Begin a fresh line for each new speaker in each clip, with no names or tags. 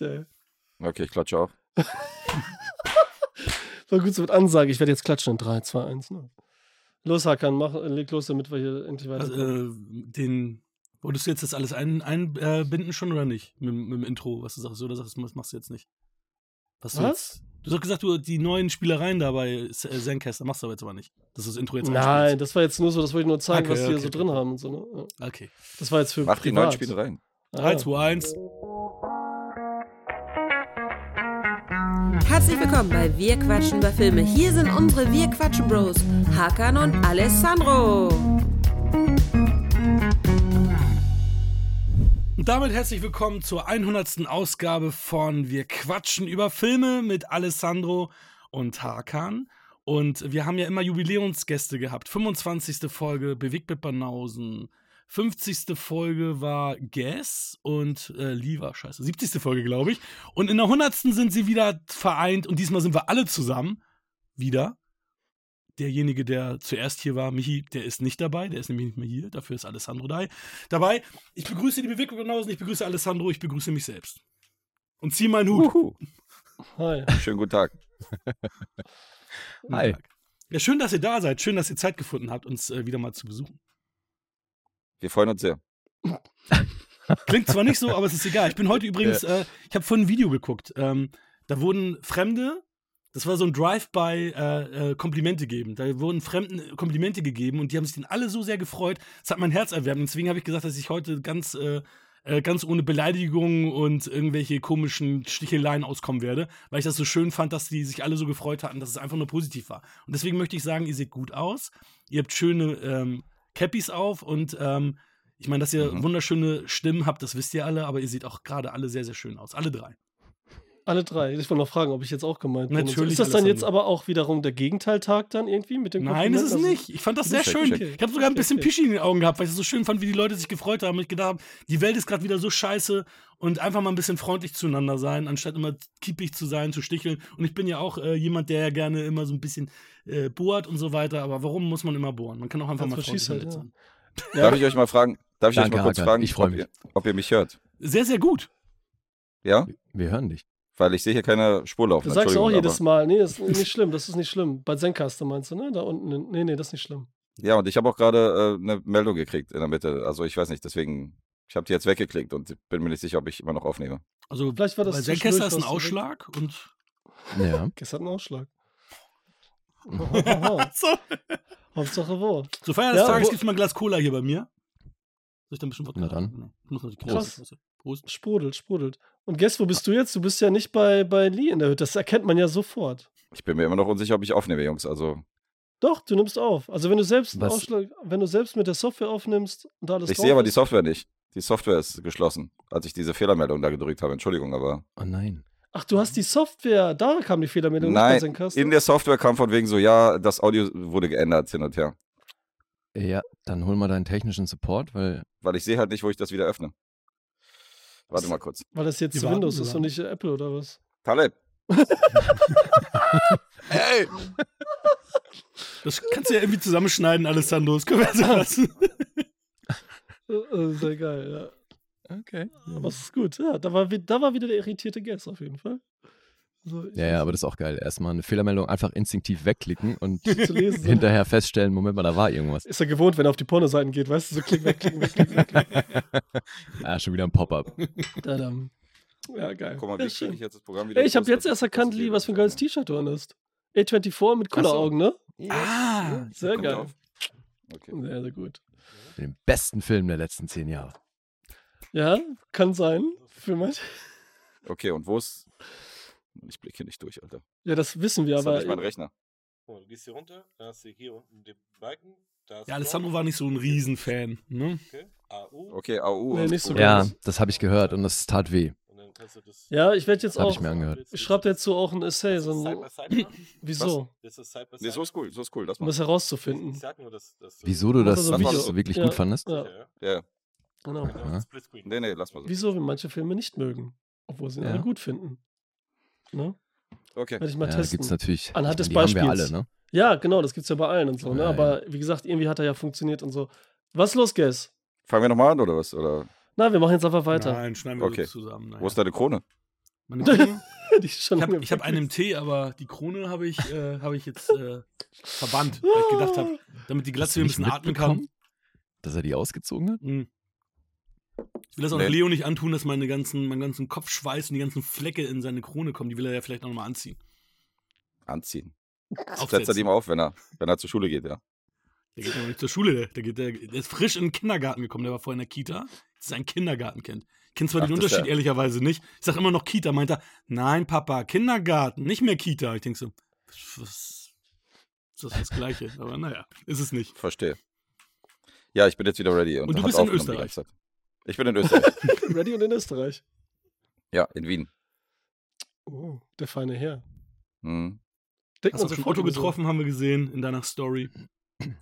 Ja.
Okay, ich klatsche auch.
So gut, so mit Ansage. Ich werde jetzt klatschen in 3, 2, 1. Ne? Los, Hakan, mach, leg los, damit wir hier endlich weiter.
Also, äh, den. Wolltest du jetzt das alles ein- einbinden ein, äh, binden schon oder nicht? Mit, mit dem Intro, was du sagst, oder sagst du, das machst du jetzt nicht? du
Was?
Jetzt, du hast doch gesagt, du die neuen Spielereien da bei äh, Zencaster machst du aber jetzt aber nicht. Dass du das Intro jetzt
Nein, das war jetzt nur so, das wollte ich nur zeigen,
Okay,
was die hier
okay.
so drin haben und so. Ne? Ja.
einspielst. Okay.
Das war jetzt für
Mach die neuen
privat.
Spiele rein.
Ah.
3, 2, 1.
Herzlich willkommen bei Wir quatschen über Filme. Hier sind unsere Wir quatschen Bros, Hakan und Alessandro.
Und damit herzlich willkommen zur 100. Ausgabe von Wir quatschen über Filme mit Alessandro und Hakan. Und wir haben ja immer Jubiläumsgäste gehabt. 25. Folge Bewegt mit Banausen. 50. Folge war Guess und äh, Liva, scheiße. 70. Folge, glaube ich. Und in der 100. sind sie wieder vereint und diesmal sind wir alle zusammen. Wieder. Derjenige, der zuerst hier war, Michi, der ist nicht dabei. Der ist nämlich nicht mehr hier. Dafür ist Alessandro da. dabei. Ich begrüße die Bewegung genauso, ich begrüße Alessandro, ich begrüße mich selbst. Und zieh meinen Hut.
Uhu.
Hi.
Schönen guten Tag.
Guten
Hi.
Tag. Ja, schön, dass ihr da seid. Schön, dass ihr Zeit gefunden habt, uns äh, wieder mal zu besuchen.
Wir freuen uns sehr.
Klingt zwar nicht so, aber es ist egal. Ich bin heute übrigens, äh, ich habe vorhin ein Video geguckt. Ähm, da wurden Fremde, das war so ein Drive-by äh, äh, Komplimente geben. Da wurden Fremden äh, Komplimente gegeben und die haben sich den alle so sehr gefreut. Das hat mein Herz erwärmt. Und deswegen habe ich gesagt, dass ich heute ganz, äh, äh, ganz ohne Beleidigungen und irgendwelche komischen Sticheleien auskommen werde, weil ich das so schön fand, dass die sich alle so gefreut hatten, dass es einfach nur positiv war. Und deswegen möchte ich sagen, ihr seht gut aus. Ihr habt schöne ähm, Cappies auf und ähm, ich meine, dass ihr
Mhm.
wunderschöne Stimmen habt, das wisst ihr alle, aber ihr seht auch gerade alle sehr, sehr schön aus. Alle drei.
Alle drei. Ich wollte noch fragen, ob ich jetzt auch gemeint bin. und so.
Natürlich,
Ist das dann
Alessandro.
jetzt aber auch wiederum der Gegenteiltag dann irgendwie mit dem
Nein, ist es
Kompliment?
nicht. Ich fand das sehr
Check,
schön.
check.
Ich habe sogar ein
Check,
bisschen
check.
Pischi in den Augen gehabt, weil ich es so schön fand, wie die Leute sich gefreut haben. Und ich gedacht habe, die Welt ist gerade wieder so scheiße und einfach mal ein bisschen freundlich zueinander sein, anstatt immer kiepig zu sein, zu sticheln. Und ich bin ja auch äh, jemand, der ja gerne immer so ein bisschen äh, bohrt und so weiter. Aber warum muss man immer bohren? Man kann auch einfach
That's
mal
what she
freundlich
said, ja.
und nett
halt,
sein.
Ja.
Darf ich euch mal fragen? Darf ich
Danke,
euch mal kurz
Hakan.
fragen,
Ich freu
Ob,
mich.
ihr, ob ihr mich hört?
Sehr, sehr gut.
Ja?
Wir hören dich.
Weil ich sehe hier keine Spur laufen.
Du sagst auch
Entschuldigung,
jedes
aber-
Mal, nee, das ist nicht schlimm, das ist nicht schlimm. Bei Zencaster meinst du, ne? Da unten, in- nee, nee, das ist nicht schlimm.
Ja, und ich habe auch gerade äh, eine Meldung gekriegt in der Mitte. Also ich weiß nicht, deswegen, ich habe die jetzt weggeklickt und bin mir nicht sicher, ob ich immer noch aufnehme.
Also,
Vielleicht war das
bei
zwischendurch,
Senkester ist ein
was du-
Ausschlag und.
Ja.
Gestern einen Ausschlag. Hahaha.
So.
Hauptsache Wort.
Zur Feier des
Ja,
Tages
wo-
gibt es mal ein Glas Cola hier bei mir. Soll ich da ein bisschen Wodka?
Na dann.
Nee, Ich muss noch die also.
Prost.
Prost. Prost.
Sprudelt, sprudelt. Und Guess,
Ah.
wo bist du jetzt? Du bist ja nicht bei, bei Lee in der Hütte. Das erkennt man ja sofort.
Ich bin mir immer noch unsicher, ob ich aufnehme, Jungs. Also
Doch, du nimmst auf. Also wenn du selbst einen
Was?
Ausschlag, wenn du selbst mit der Software aufnimmst und da alles
ich
drauf
sehe aber die
ist-
Software nicht. Die Software ist geschlossen, als ich diese Fehlermeldung da gedrückt habe. Entschuldigung, aber
Oh nein.
Ach, du hast die Software. Da kam die Fehlermeldung. nicht bei
Nein,
Zencaster.
in der Software kam von wegen so, ja, das Audio wurde geändert hin und her.
Ja, dann hol mal deinen technischen Support, weil
Weil ich sehe halt nicht, wo ich das wieder öffne. Warte mal kurz.
Weil das jetzt
Die warten,
Windows
die
ist und
warten.
nicht Apple oder was?
Taleb,
Das kannst du ja irgendwie zusammenschneiden, Alessandro. Das können wir
Ah.
so lassen.
Äh, äh, Sehr geil, ja.
Okay.
Aber es ist gut. Ja, da, war, wi- da war wieder der irritierte Guess auf jeden Fall. So, ich
Ja, ja, aber das ist auch geil. Erstmal eine Fehlermeldung einfach instinktiv wegklicken und
zu lesen. so.
hinterher feststellen, Moment mal, da war irgendwas.
Ist er gewohnt, wenn er auf die Pornoseiten geht, weißt du, so klick weg, klick weg, klick weg.
Ah, schon wieder ein Pop-up.
Tadam. Ja, geil.
guck mal, wie
ja,
kriege ich jetzt das Programm wieder?
Ey, ich habe
gepustet?
jetzt erst erkannt,
Das
Lee,
geht
was für ein
nicht.
geiles T-Shirt du an hast. A24 mit cooler
Ach so.
Augen, ne?
Ah,
Sehr
Kommt
geil.
auf. Okay.
Sehr, sehr gut.
Mit dem besten Film der letzten zehn Jahre.
Ja, kann sein. Für manche.
okay, und wo ist. Ich blicke hier nicht durch, Alter.
Ja, das wissen wir,
Das ist
aber.
nicht mein Rechner.
So, du gehst hier runter, dann hast du hier unten den Balken. Da hast
Ja,
du
Alessandro
Dorf,
war nicht so ein Riesenfan. Ne?
Okay, AU.
Okay, AU.
Nee,
und
nicht so
U.
geil.
Ja,
Geiles.
das habe ich gehört und das tat weh.
Und dann kannst du das.
Ja, ich werd jetzt
Hab
auch.
ich mir angehört.
Ich schreibe dazu auch ein Essay.
Das
So
ist
ein,
Side by Side machen.
wieso?
Das ist Side by Side.
Nee, so ist cool, so ist cool. Das
Um
mal.
das herauszufinden.
Ich sag nur, dass. dass du-
Wieso du
Mach
das,
das
wie
mal
du
so.
das wirklich
Ja.
gut fandest?
Ja,
Ja,
Ja,
genau.
genau,
Aha.
Splitscreen.
nee, nee, lass mal so.
Wieso wir manche Filme nicht mögen, obwohl sie ihn
Ja.
alle gut finden. Ne?
Okay.
Werde ich mal
Ja,
testen.
gibt's natürlich.
Anhand
ich
des
meine, die haben wir
Beispiels.
alle, ne?
Ja, genau, das gibt's ja bei allen und so, ne?
Ja,
Aber wie gesagt, irgendwie hat er ja funktioniert und so. Was ist los, Guess?
Fangen wir nochmal an oder was? Oder
Na, wir machen jetzt einfach weiter.
Nein, schneiden wir
Okay.
so zusammen. Naja.
wo ist deine Krone?
Meine Krone?
Die ist schon
Ich habe
lange
ich hab
weg.
einen im Tee, aber die Krone habe ich, äh, habe ich jetzt äh, verbannt, weil ich gedacht habe, damit die
Hast
Glatze
du
ein
nicht
bisschen atmen kann.
mitbekommen, Dass er die ausgezogen hat?
Mhm. Ich will das auch
Nee.
Leo nicht antun, dass meine ganzen, meinen ganzen Kopfschweiß und die ganzen Flecke in seine Krone kommen. Die will er ja vielleicht auch nochmal anziehen.
Anziehen. Setzt er
Aufsetzen.
ihm auf, wenn er, wenn er zur Schule geht, ja.
Der geht ja noch nicht zur Schule. Der, der, geht, der, der ist frisch in den Kindergarten gekommen. Der war vorher in der Kita. Das ist ein Kindergartenkind. Ich kenne zwar
Ach,
den
das ist
Unterschied
der-
ehrlicherweise nicht. Ich sage immer noch Kita. Meint er, nein, Papa, Kindergarten, nicht mehr Kita. Ich denke so, was, ist das das Gleiche? Aber naja, ist es nicht.
Verstehe. Ja, ich bin jetzt wieder ready. Und,
Und du
hat
bist in
aufgenommen die
Österreich.
ganze Zeit. Ich bin in Österreich.
Ready und in Österreich.
ja, in Wien.
Oh, der feine Herr.
Hm.
Denkt
Hast
man
du ein
sofort
Auto
immer so.
getroffen, haben wir gesehen in deiner Story.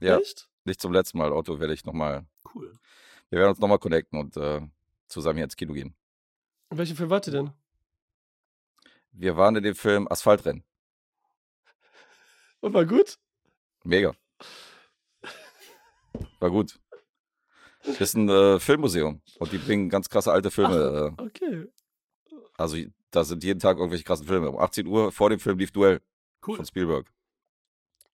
Ja.
Echt?
Nicht zum letzten Mal. Otto werde ich nochmal.
Cool.
Wir werden uns nochmal connecten und äh, zusammen hier ins Kino gehen.
In welchem Film wart ihr denn?
Wir waren in dem Film Asphaltrennen.
Und war gut?
Mega. War gut. Das ist ein äh, Filmmuseum und die bringen ganz krasse alte Filme.
Okay.
äh, also da sind jeden Tag irgendwelche krassen Filme. Um 18 Uhr vor dem Film lief Duell
Cool.
von Spielberg.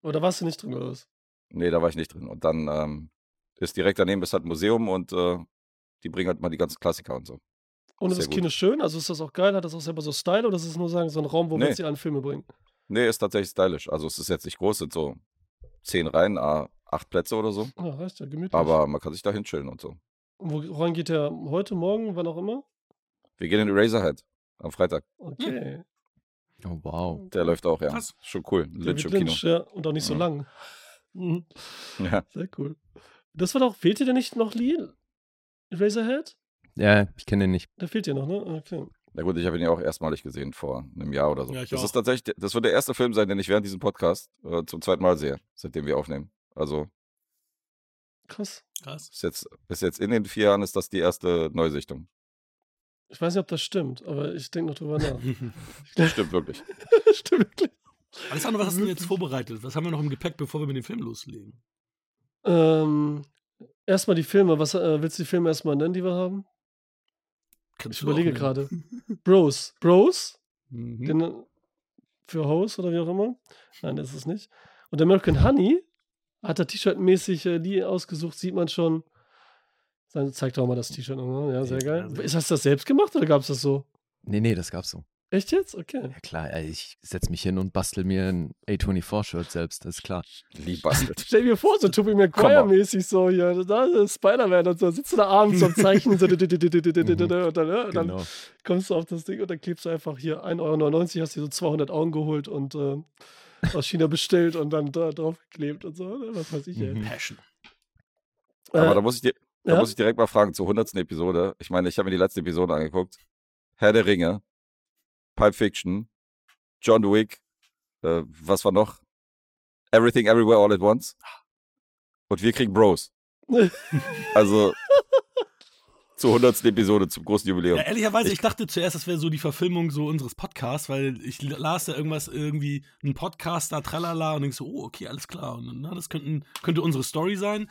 Oder warst du nicht drin oder was?
Nee, da war ich nicht drin. Und dann ähm, ist direkt daneben ist halt ein Museum und äh, die bringen halt mal die ganzen Klassiker und so.
Und ist
Sehr
das
gut.
Kino schön? Also ist das auch geil? Hat das auch selber so Style oder ist es nur sagen, so ein Raum, wo wir
Nee.
uns die alten Filme bringen?
Nee, ist tatsächlich stylisch. Also es ist jetzt nicht groß, sind so zehn Reihen, ah, acht Plätze oder so.
Ja, Ah, reicht ja, gemütlich.
Aber man kann sich da hinschillen und so.
Und Woran geht der heute, morgen, wann auch immer?
Wir gehen in Eraserhead am Freitag. Hm.
Okay.
Oh, wow.
Der läuft auch, ja.
Krass.
Schon cool.
David
Lynch im Kino.
Lynch, ja, und auch nicht so
Ja.
lang. Mhm.
Ja.
Sehr cool. Das war doch, fehlt dir denn nicht noch Lee? Razorhead?
Ja, ich kenne den nicht.
Der fehlt dir noch, ne? Okay.
Na gut, ich habe ihn ja auch erstmalig gesehen vor einem Jahr oder so.
Ja, ich
das
auch.
ist tatsächlich, das wird der erste Film sein, den ich während diesem Podcast äh, zum zweiten Mal sehe, seitdem wir aufnehmen. Also
Krass.
Krass.
ist jetzt, ist jetzt in den vier Jahren ist das die erste Neusichtung.
Ich weiß nicht, ob das stimmt, aber ich denke noch drüber nach.
Stimmt wirklich.
stimmt wirklich.
Alessandro, was hast du denn jetzt vorbereitet? Was haben wir noch im Gepäck, bevor wir mit dem Film loslegen?
Ähm, erstmal die Filme. Was äh, willst du die Filme erstmal nennen, die wir haben?
Kannst
Ich
du
überlege
auch nehmen.
gerade. Bros. Bros?
Mhm.
Den, äh, für Host oder wie auch immer. Nein, das ist es nicht. Und American Honey hat er T-Shirt-mäßig äh, die ausgesucht, sieht man schon. Dann zeigt doch mal das T-Shirt nochmal. Ja, sehr geil. Ist hast du das selbst gemacht oder gab es das so?
Nee, nee, das gab's so.
Echt jetzt? Okay.
Ja klar, ey, ich setz mich hin und bastel mir ein A24-Shirt selbst, das ist klar.
Lieb bastelt.
Stell dir vor, so Tobey Maguire-mäßig so hier. Da ist Spider-Man und so. Sitzt du da abends am Zeichnen so. Und dann, äh, dann
Genau.
kommst du auf das Ding und dann klebst du einfach hier 1,99 Euro, hast dir so 200 Augen geholt und äh, aus China bestellt und dann da drauf geklebt und so. ne? Was weiß ich, ey.
Mhm.
Passion.
Aber
Äh,
da muss ich dir, da
ja?
muss ich direkt mal fragen, zur 100. Episode. Ich meine, ich habe mir die letzte Episode angeguckt. Herr der Ringe, Pulp Fiction, John Wick, äh, was war noch? Everything Everywhere All at Once. Und wir kriegen Bros. Also zur 100. Episode, zum großen Jubiläum.
Ja, ehrlicherweise, ich dachte zuerst, das wäre so die Verfilmung so unseres Podcasts, weil ich las da irgendwas irgendwie, ein Podcaster, tralala, und denk so, oh, okay, alles klar. Und dann, na, das könnten, könnte unsere Story sein.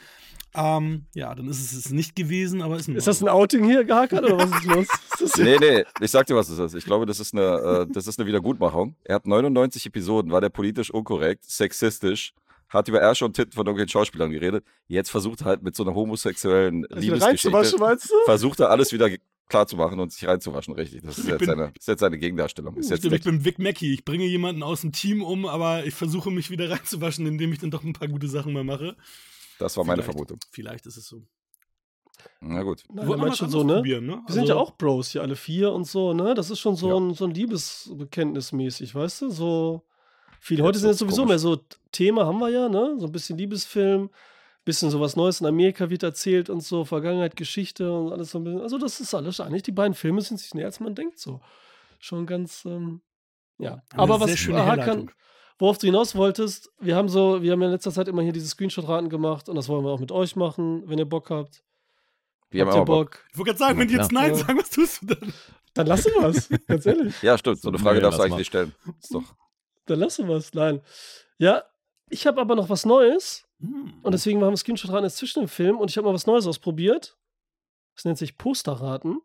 Ähm, ja, dann ist es es nicht gewesen, aber ist, nun
Ist
mal
das ein Outing hier gehackert oder was ist los? Ist das
Nee, nee, ich sag dir, was es ist. Ich glaube, das ist eine, äh, das ist eine Wiedergutmachung. Er hat 99 Episoden, war der politisch unkorrekt, sexistisch, hat über Ärsche und Titten von irgendwelchen Schauspielern geredet. Jetzt versucht er halt mit so einer homosexuellen
wieder reinzuwaschen,
Liebesgeschichte,
meinst du?
versucht er alles wieder klar zu machen und sich reinzuwaschen, richtig. Das ist
Ich
jetzt
bin-
seine, ist jetzt seine Gegendarstellung. Ist
so.
jetzt
Ich, ich
nicht,
bin Vic Mackey, ich bringe jemanden aus dem Team um, aber ich versuche mich wieder reinzuwaschen, indem ich dann doch ein paar gute Sachen mal mache.
das war meine
Vielleicht.
Vermutung.
Vielleicht ist es so.
Na gut.
Nein,
Wollen wir
meinst
was
schon
anderes
so, ne? Wir
probieren, ne?
sind
Also-
ja auch Bros hier alle vier und so, ne? Das ist schon so,
Ja.
ein, so ein Liebesbekenntnis mäßig, weißt du? So viel. Heute
Jetzt
sind
wird's
jetzt sowieso
komisch.
mehr so Thema haben wir ja, ne? So ein bisschen Liebesfilm, bisschen sowas Neues in Amerika wird erzählt und so, Vergangenheit, Geschichte und alles so ein bisschen. Also das ist alles eigentlich, die beiden Filme sind sich näher, als man denkt so. Schon ganz, ähm, ja.
Eine
Aber
sehr
was
schöne
Hakan,
Herleitung.
Worauf du hinaus wolltest, wir haben so, wir haben ja in letzter Zeit immer hier diese Screenshot-Raten gemacht und das wollen wir auch mit euch machen, wenn ihr Bock habt.
Wir haben
habt ihr
auch Bock.
Bock?
Ich wollte gerade sagen, wenn die
Ja,
jetzt
klar.
Nein sagen, was tust du dann?
Dann lassen wir es, ganz ehrlich.
Ja, stimmt. So eine Frage
Nee,
darfst du
lass
eigentlich
mal.
nicht stellen. Ist doch.
Dann lassen wir es, nein. Ja, ich habe aber noch was Neues
Hm.
und deswegen haben wir Screenshot-Raten jetzt zwischen dem Film und ich habe mal was Neues ausprobiert. Das nennt sich Posterraten.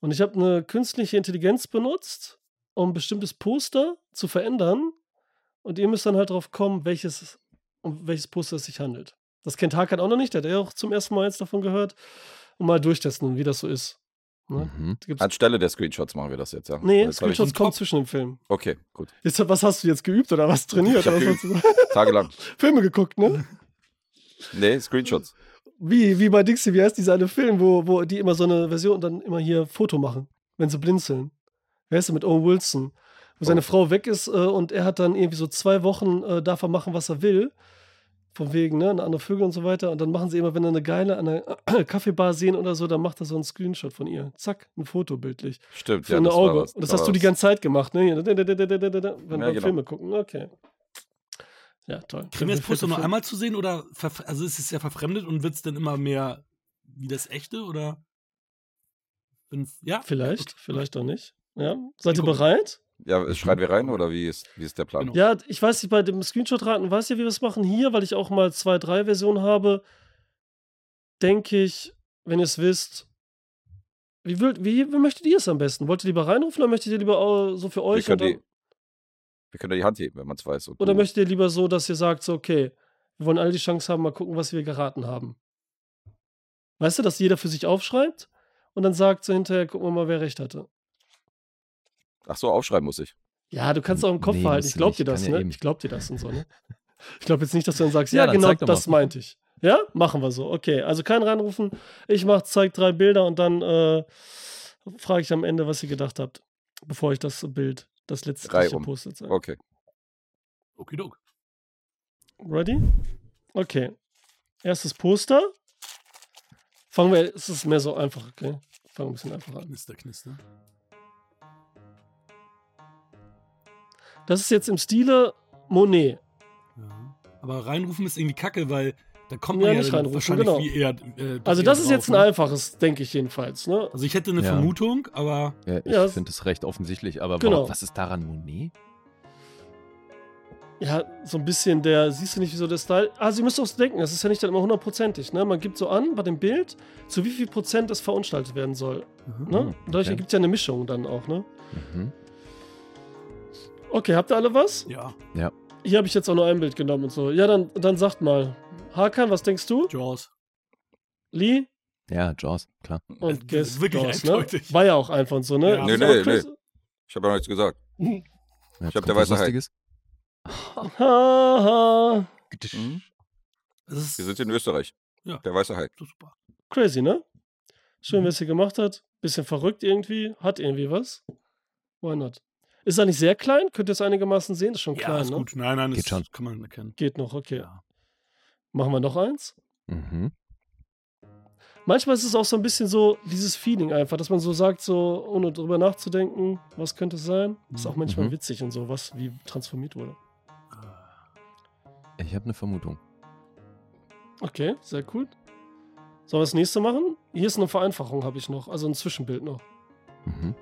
Und ich habe eine künstliche Intelligenz benutzt, um ein bestimmtes Poster zu verändern. Und ihr müsst dann halt drauf kommen, welches, um welches Poster es sich handelt. Das kennt Hakan auch noch nicht, der hat ja auch zum ersten Mal jetzt davon gehört. Und mal durchtesten, wie das so ist. Ne?
Mhm.
Da Gibt's,
Anstelle der Screenshots machen wir das Hm. jetzt, ja?
nee,
jetzt hab
Screenshots
einen
kommen
Kopf.
zwischen dem Film.
Ich, okay, gut.
Jetzt, was hast du jetzt geübt oder was trainiert? Also
Ich hab
Oder was hast du-
Tagelang.
Filme geguckt, ne?
Nee, Screenshots.
Wie, wie bei Dixie, wie heißt dieser eine Film, wo, wo die immer so eine Version dann immer hier Foto machen, wenn sie blinzeln. Wer ist denn mit Owen Wilson? Wo
Oh.
seine Frau weg ist äh, und er hat dann irgendwie so zwei Wochen, äh, darf er machen, was er will. Von wegen, ne? Andere Vögel und so weiter. Und dann machen sie immer, wenn er eine geile an einer Kaffeebar sehen oder so, dann macht er so einen Screenshot von ihr. Zack, ein Foto bildlich.
Stimmt,
Für
ja.
ein
das war
Auge.
was,
und das
war
hast du die
was.
ganze Zeit gemacht, ne? Hier, da, da, da, da, da, da, da, Wenn
Ja,
wir
genau.
Filme gucken, okay. Ja, toll.
Kriegen wir das Poster nur
Film.
einmal zu sehen oder verf- also ist es ja verfremdet und wird es dann immer mehr wie das echte oder? Bin- Ja,
Vielleicht, vielleicht auch nicht. Ja, seid ihr
gucken.
bereit?
Ja, schreien wir rein oder wie ist, wie ist der Plan?
Genau.
Ja, ich weiß nicht, bei dem Screenshot-Raten, weißt du, wie wir es machen? Hier, weil ich auch mal zwei, drei Versionen habe, denke ich, wenn ihr es wisst, wie, würd, wie, wie möchtet ihr es am besten? Wollt ihr lieber reinrufen oder möchtet ihr lieber äh, so für
Wir
euch?
können,
Und
die, Mhm.
dann,
wir können ja die Hand heben, wenn man es weiß. Und
oder
du-
möchtet ihr lieber so, dass ihr sagt, so, okay, wir wollen alle die Chance haben, mal gucken, was wir geraten haben? Weißt du, dass jeder für sich aufschreibt und dann sagt so hinterher, gucken wir mal, wer recht hatte.
Ach so, aufschreiben muss ich.
Ja, du kannst auch im Kopf
Nee,
behalten.
musst
Ich
du
glaub
nicht.
dir das,
Kann ja
ne?
eben.
Ich glaub dir das und so, ne? Ich glaube jetzt nicht, dass du dann sagst, ja,
Ja, dann
genau,
zeig doch mal.
das meinte ich. Ja, machen wir so. Okay, also kein reinrufen. Ich mach, zeig drei Bilder und dann äh, frage ich am Ende, was ihr gedacht habt, bevor ich das Bild, das letzte
Drei
ich
rum.
gepostet sage.
Okay.
okidok.
Ready? Okay. Erstes Poster. Fangen wir, es ist mehr so einfach, okay? Fangen wir ein bisschen einfacher an.
Knister, knister.
Das ist jetzt im Stile Monet.
Ja. Aber reinrufen ist irgendwie kacke, weil da kommt man
Ja,
ja,
nicht
dann
reinrufen,
wahrscheinlich
genau.
wie eher. Äh,
Also
eher
das ist
drauf,
jetzt ein
ne?
einfaches, denke ich jedenfalls, ne?
Also ich hätte eine
Ja.
Vermutung, aber
Ja, ich
Ja, es-
finde es recht offensichtlich, aber
Genau.
warum, was ist daran Monet?
Ja, so ein bisschen der, siehst du nicht, wieso der Style. Also, ihr müsst auch denken, das ist ja nicht dann immer hundertprozentig. Ne? Man gibt so an bei dem Bild, zu wie viel Prozent es verunstaltet werden soll. Ne?
Mhm,
Dadurch
okay.
ergibt es ja eine Mischung dann auch. Ne?
Mhm.
Okay, habt ihr alle was?
ja,
Hier habe ich jetzt auch nur ein Bild genommen und so. Ja, dann, dann sagt mal. Hakan, was denkst du?
Jaws.
Lee
Ja, Jaws, klar.
und
Das ist
Guess.
wirklich
Jaws,
eindeutig.
ne? War ja auch einfach und so, ne?
Ja.
Ist
Nö,
auch
nö,
krass.
Ich habe ja noch nichts gesagt.
Ja,
Ich hab
kommt
der
was
weiße Hai.
Lustiges?
Haha.
Mhm.
Das ist,
Wir sind in Österreich.
Ja.
Der weiße Hai.
so super.
Crazy, ne? Schön,
Mhm.
was sie gemacht hat. Bisschen verrückt irgendwie. Hat irgendwie was. Why not? Ist er nicht sehr klein? Könnt ihr es einigermaßen sehen? Ist schon
Ja,
klein,
ist
ne?
gut. Nein, nein,
Geht
das
schon.
kann man erkennen.
Geht noch, okay.
Ja.
Machen wir noch eins?
Mhm.
Manchmal ist es auch so ein bisschen so dieses Feeling einfach, dass man so sagt, so ohne drüber nachzudenken, was könnte es sein? Ist auch manchmal
Mhm.
witzig und so, was wie transformiert wurde.
Ich habe eine Vermutung.
Okay, sehr cool. Sollen wir das nächste machen? Hier ist eine Vereinfachung, habe ich noch. Also ein Zwischenbild noch.
Mhm.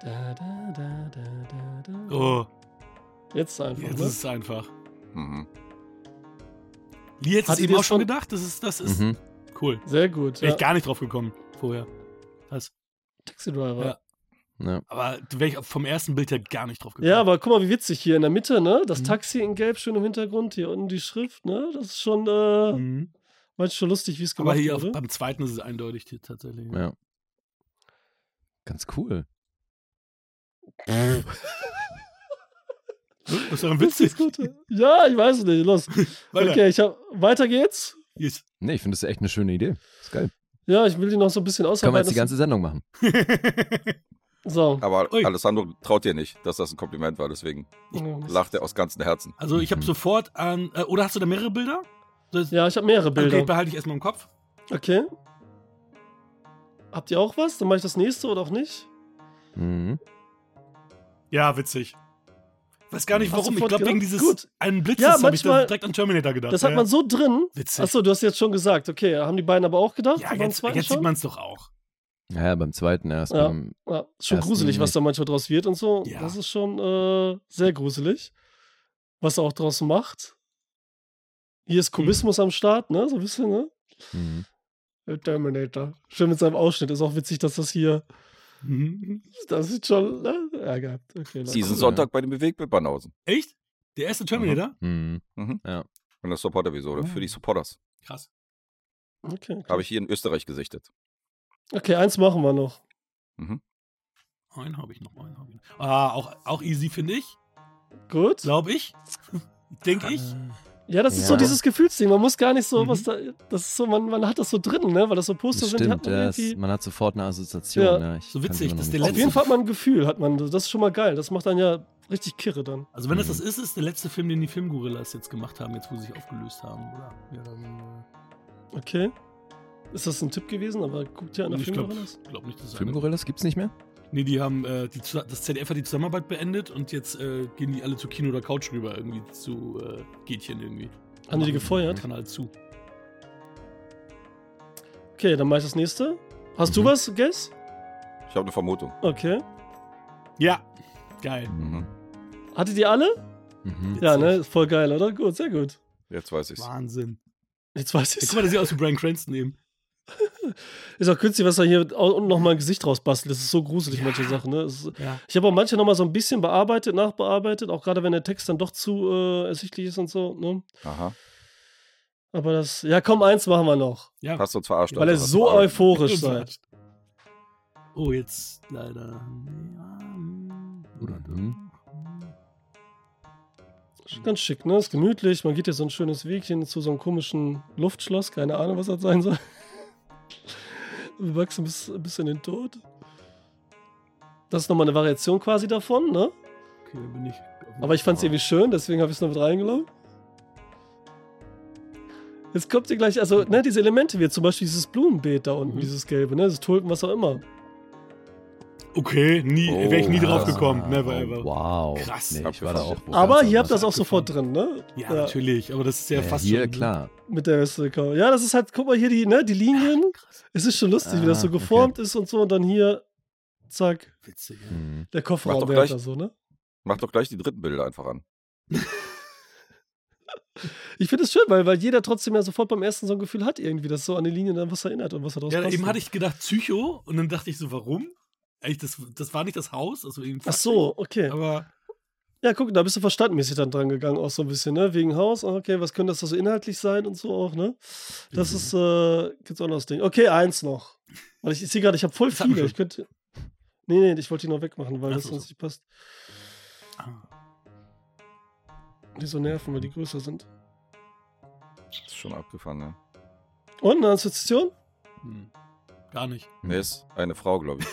Da, da, da, da, da, da.
Oh,
Jetzt einfach,
jetzt
ne?
ist es einfach.
Mhm.
Lee hätte
Hat
es
ihr
eben auch
das
schon
von-
gedacht, das ist, das ist
Mhm.
cool.
Sehr gut.
Wäre
Ja.
ich gar nicht drauf gekommen vorher. Das.
Taxi Driver.
Ja.
Ja.
Ja.
Aber wäre ich vom ersten Bild her gar nicht drauf gekommen.
ja, aber guck mal, wie witzig hier in der Mitte, ne? Das
Mhm.
Taxi in Gelb schön im Hintergrund, hier unten die Schrift, ne? Das ist schon, äh,
Mhm.
manchmal schon lustig, wie es
aber
gemacht
hier auf,
wurde.
beim zweiten ist es eindeutig hier tatsächlich.
ja. Ganz cool.
Das Hm? ist doch
Witzig,
witzig.
gut. Ja, ich weiß es nicht. Los.
Weiter.
Okay, ich hab, weiter geht's.
Hier ist-
Nee, ich finde das echt eine schöne Idee. Ist geil.
Ja, ich will die noch so ein bisschen
Können wir
ausarbeiten.
jetzt die ganze Sendung machen.
so.
Aber
Ui.
Alessandro traut dir nicht, dass das ein Kompliment war. Deswegen
Oh,
lacht er aus ganzem Herzen.
Also ich habe
Mhm.
sofort an. Äh, oder hast du da mehrere Bilder? Das,
Ja, ich habe mehrere
Okay,
Bilder.
behalte ich erstmal im Kopf.
Okay. Habt ihr auch was? Dann mache ich das nächste oder auch nicht?
Mhm.
Ja, witzig. Weiß gar
Hast
nicht
du
warum. Ich
sofort
glaube, wegen
gedacht?
dieses
Gut.
einen Blitz
Ja,
habe ich da
manchmal-
direkt an Terminator gedacht.
Das hat
ja.
man so drin.
witzig.
Achso, du hast jetzt schon gesagt. Okay, haben die beiden aber auch gedacht?
ja,
Beim
jetzt,
zweiten
jetzt sieht
schon?
man es doch auch.
Ja, ja, beim zweiten erst.
Ja.
Beim,
Ja, ist schon
Ersten
gruselig, was
nicht.
da manchmal draus wird und so.
Ja.
Das ist schon äh, sehr gruselig, was er auch draus macht. Hier ist Kubismus am Start, ne? So ein bisschen, ne?
mhm.
Der Terminator. Schön mit seinem Ausschnitt. Ist auch witzig, dass das hier.
Mhm.
Das ist schon. Ne? Ja, gehabt. Okay, Leute.
Diesen Sonntag bei den Bewegtbild Banausen.
Echt? Der erste Terminator?
Hm.
Und der Supporter-Episode für die Supporters.
Krass.
Okay.
Habe ich hier in Österreich gesichtet.
okay, eins machen wir noch.
Einen habe ich noch, einen habe ich noch. Ah, auch, auch easy, finde ich.
Gut.
Glaube ich. Denke ich.
Ja, das ist
Ja.
so dieses Gefühlsding. Man muss gar nicht so,
Mhm.
was da. Das ist so, man, man hat das so drin, ne? Weil das so Poster
Das
sind, die hat
stimmt,
man
das,
irgendwie.
man hat sofort eine Assoziation.
Ja.
ne? Ich
So
kann's
witzig,
immer noch
dass
nicht
der
so
Auf
letzte-
jeden Fall hat man ein Gefühl, hat man. Das ist schon mal geil. Das macht dann ja richtig Kirre dann.
Also wenn das das
Mhm.
ist, ist der letzte Film, den die Filmgorillas jetzt gemacht haben, jetzt wo sie sich aufgelöst haben. Oder? Ja, dann, äh,
Okay. Ist das ein Tipp gewesen? Aber guckt ja an der
ich glaube
Filmgorillas.
glaub nicht, dass es eine-
Filmgorillas gibt's nicht mehr?
Nee, die haben äh, die, Zu- das ZDF hat die Zusammenarbeit beendet und jetzt äh, gehen die alle zu Kino oder Couch rüber, irgendwie zu äh, Gätchen irgendwie.
Haben die die gefeuert?
Kanal zu.
Okay, dann mach ich das nächste. Hast du
Mhm.
was, Guess?
Ich habe eine Vermutung.
Okay.
Ja. Geil.
Mhm.
Hattet ihr alle?
Mhm.
Ja, ne? Ist Voll geil, oder? Gut, sehr gut.
Jetzt weiß ich's.
Wahnsinn.
Jetzt weiß
Ja,
ich
guck mal, das sieht aus wie Brian Cranston eben.
Ist auch künstlich, was er hier au- unten nochmal ein Gesicht rausbastelt. Das ist so gruselig, manche Sachen, ne? Es ist,
Ja.
ich habe auch manche nochmal so ein bisschen bearbeitet, nachbearbeitet, auch gerade wenn der Text dann doch zu äh, ersichtlich ist und so, ne?
Aha.
Aber das. Ja, komm, eins machen wir noch.
Ja.
Hast du uns verarscht.
Weil ihr
Alter,
so
hast du verarscht.
euphorisch seid.
Oh, jetzt leider. hm. Ja, Oder
Mhm.
Ganz schick, ne? Ist gemütlich. Man geht hier so ein schönes Wegchen zu so einem komischen Luftschloss. Keine Ahnung, was das sein soll. Wir wachsen bis, bis in den Tod. Das ist nochmal eine Variation quasi davon, ne?
Okay, dann bin ich.
Aber ich fand es irgendwie schön, deswegen habe ich es noch mit reingenommen. Jetzt kommt hier gleich, also, ne, diese Elemente, wie zum Beispiel dieses Blumenbeet da unten,
Mhm.
dieses gelbe, ne, dieses Tulpen, was auch immer.
Okay, nie, wäre ich nie
Oh,
drauf
krass.
gekommen. Never ever.
Oh, Wow.
Krass.
Nee, ich war da auch wo
aber
ganz
hier habt
anders.
ihr das auch sofort drin, ne?
Ja, natürlich, aber das ist ja,
Ja,
fast
hier,
schon.
klar.
Mit der Österreicher. Ja, das ist halt, guck mal hier die, ne, die Linien. Es ist schon lustig, wie das so
Ah, okay.
geformt ist und so. Und dann hier, zack,
Witzig. Ja.
Mhm.
der Kofferraum
doch
wäre
gleich-
da so, ne?
Mach doch gleich die dritten Bilder einfach an.
Ich finde es schön, weil, weil jeder trotzdem ja sofort beim ersten so ein Gefühl hat, irgendwie, dass so an die Linien dann was erinnert und was daraus
Ja,
passt.
eben hatte ich gedacht Psycho und dann dachte ich so, warum? Eigentlich, das, das war nicht das Haus. Also irgendwie
Ach so, okay.
Aber
Ja, guck, da bist du verstandmäßig dann dran gegangen, auch so ein bisschen, ne? Wegen Haus, ah, okay, was könnte das da so inhaltlich sein und so auch, ne?
Mhm.
Das ist, äh, gibt's auch noch das Ding. Okay, eins noch. Weil ich, ich sehe gerade, ich habe voll
Das hatten
viele.
wir schon.
Ich könnte. Nee, nee, ich wollte die noch wegmachen, weil
Ach
das
so,
sonst
so.
nicht passt.
ah,
Die so nerven, weil die größer sind.
Das ist schon abgefahren, ne?
Und eine Assoziation?
hm, gar nicht.
Mhm.
Nee, ist eine Frau, glaube ich.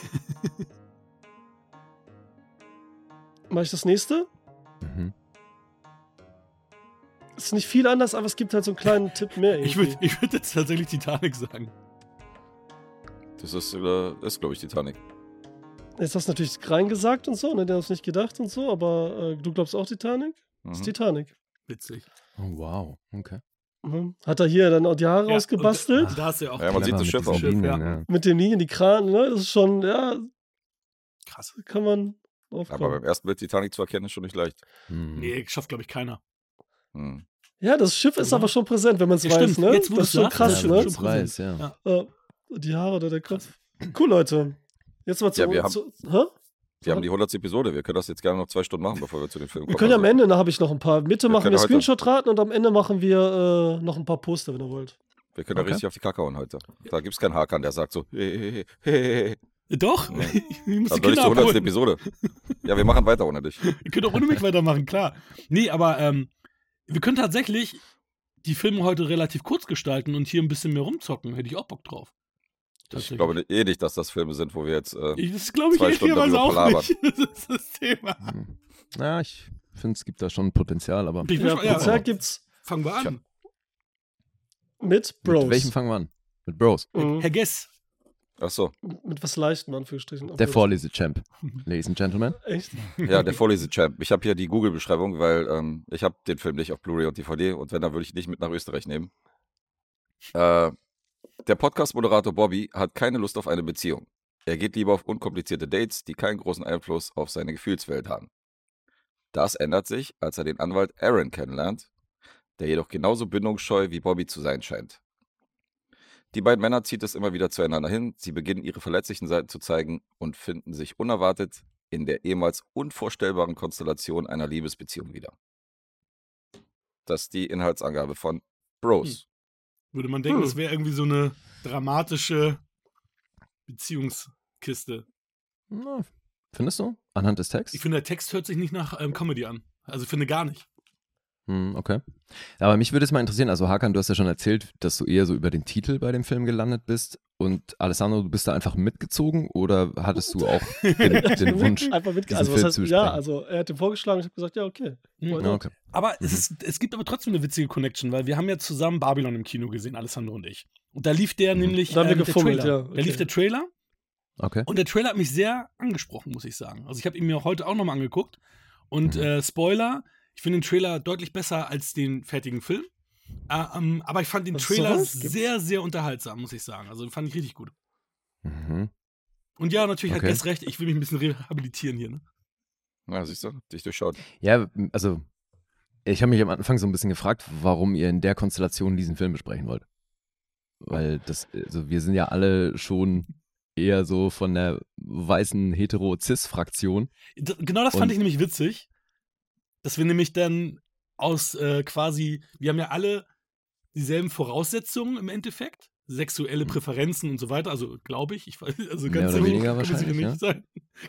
Mache ich das nächste?
Mhm.
Ist nicht viel anders, aber es gibt halt so einen kleinen Tipp mehr. Irgendwie.
Ich würde ich würd jetzt tatsächlich Titanic sagen.
Das ist, äh, ist glaube ich, Titanic.
Jetzt hast du natürlich reingesagt und so, ne? Die haben es nicht gedacht und so, aber äh, du glaubst auch Titanic? Ist
Mhm.
Titanic.
Witzig.
Oh, wow. Okay.
Mhm. Hat er hier dann auch die Haare
Ja,
ausgebastelt?
Und, da hast du ja auch
Ja, man sieht
Clever
das
mit
Schiff
diesen
auch.
Linien,
Ja.
ne?
mit den Linien, die Kranen, ne? Das ist schon, ja,
krass.
kann man
Aber
aufkommen.
beim ersten Bild Titanic zu erkennen, ist schon nicht leicht.
Mhm.
Nee, schafft, glaube ich, keiner.
Mhm.
Ja, das Schiff ist
Mhm.
aber schon präsent, wenn man es
Ja,
weiß,
stimmt.
ne?
Jetzt, wo
das ist
du's
schon
sagst,
krass,
ja,
das
ne?
das Preis, ja.
Ja.
Ja, die Haare oder der Kopf. Cool, Leute. Jetzt mal zu.
Ja, wir haben-
zu hä?
Wir haben die 100. Episode. Wir können das jetzt gerne noch zwei Stunden machen, bevor wir zu den Filmen kommen.
Wir
Also,
können ja am Ende, da habe ich noch ein paar. Mitte
Wir
machen
können
wir
heute-
Screenshot-Raten und am Ende machen wir äh, noch ein paar Poster, wenn ihr wollt.
wir können ja
Okay.
richtig auf die Kacke hauen heute. Da gibt es keinen Hakan, der sagt so, hey, hey, hey, hey, hey.
Äh, Doch,
Nee.
ich
Also
muss die
Das war Hm. Also nicht
genau.
Kinder
die 100.
abholen.
Episode. Ja, wir machen weiter ohne dich.
Ihr könnt auch ohne mich weitermachen, klar. Nee, aber ähm, wir können tatsächlich die Filme heute relativ kurz gestalten und hier ein bisschen mehr rumzocken. Hätte ich auch Bock drauf.
Ich glaube eh nicht, dass das Filme sind, wo wir jetzt. Äh,
Ich- Das glaube ich
Zwei
ehrlich
Stunden
gesagt
darüber
auch nicht. Das ist das Thema.
Mhm. Na, ich finde, es gibt da schon Potenzial, aber.
Ich bin
Ja,
schon- ja, genau.
Konzert gibt's
Fangen wir an.
mit Bros.
Mit welchem fangen wir an? Mit Bros.
mhm.
Herr Guess.
ach so,
Mit was Leichtem, Anführungsstrichen.
Der Vorlese-Champ. Ladies and Gentlemen.
Echt?
ja, der Vorlese-Champ. Ich habe hier die Google-Beschreibung, weil ähm, ich habe den Film nicht auf Blu-ray und DVD und wenn, dann würde ich ihn nicht mit nach Österreich nehmen. Äh, der Podcast-Moderator Bobby hat keine Lust auf eine Beziehung. Er geht lieber auf unkomplizierte Dates, die keinen großen Einfluss auf seine Gefühlswelt haben. Das ändert sich, als er den Anwalt Aaron kennenlernt, der jedoch genauso bindungsscheu wie Bobby zu sein scheint. Die beiden Männer zieht es immer wieder zueinander hin. Sie beginnen ihre verletzlichen Seiten zu zeigen und finden sich unerwartet in der ehemals unvorstellbaren Konstellation einer Liebesbeziehung wieder. Das ist die Inhaltsangabe von Bros.
Würde man denken,
Hm.
das wäre irgendwie so eine dramatische Beziehungskiste.
Na, findest du? Anhand des Texts?
Ich finde, der Text hört sich nicht nach ähm, Comedy an. Also ich finde gar nicht.
Hm, okay. Aber mich würde es mal interessieren, also Hakan, du hast ja schon erzählt, dass du eher so über den Titel bei dem Film gelandet bist. Und Alessandro, du bist da einfach mitgezogen oder hattest du auch den, den Wunsch?
Einfach mitge-
diesen
Also, was
Film
heißt,
zu
ja,
besprechen.
also er hat den vorgeschlagen, ich habe gesagt, ja, okay.
Mhm.
Ja, Ah, okay.
Aber es,
Mhm.
ist, es gibt aber trotzdem eine witzige Connection, weil wir haben ja zusammen Babylon im Kino gesehen, Alessandro und ich. Und da lief der
Mhm.
nämlich
Da haben wir
ähm, der
gefummelt,
Trailer.
ja, okay.
Da lief der Trailer
okay.
und der Trailer hat mich sehr angesprochen, muss ich sagen. Also ich habe ihn mir heute auch nochmal angeguckt. Und
Mhm.
äh, Spoiler, ich finde den Trailer deutlich besser als den fertigen Film. Äh, ähm, aber ich fand den
Was es
Trailer
sowas gibt?
sehr, sehr unterhaltsam, muss ich sagen. Also den fand ich richtig gut.
Mhm.
Und ja, natürlich hat
Okay.
Gess recht, ich will mich ein bisschen rehabilitieren hier. Ne?
Na, siehst du, dich durchschaut.
Ja, also ich habe mich am Anfang so ein bisschen gefragt, warum ihr in der Konstellation diesen Film besprechen wollt. Weil das, also wir sind ja alle schon eher so von der weißen Hetero-Cis-Fraktion.
D genau das fand
Und-
ich nämlich witzig, dass wir nämlich dann aus äh, quasi, wir haben ja alle dieselben Voraussetzungen im Endeffekt, sexuelle Präferenzen und so weiter, also glaube ich, ich weiß, also
Hm. Mehr
ganz
oder
sicher
weniger
kann man sich
wahrscheinlich,
nicht
ja.
sein.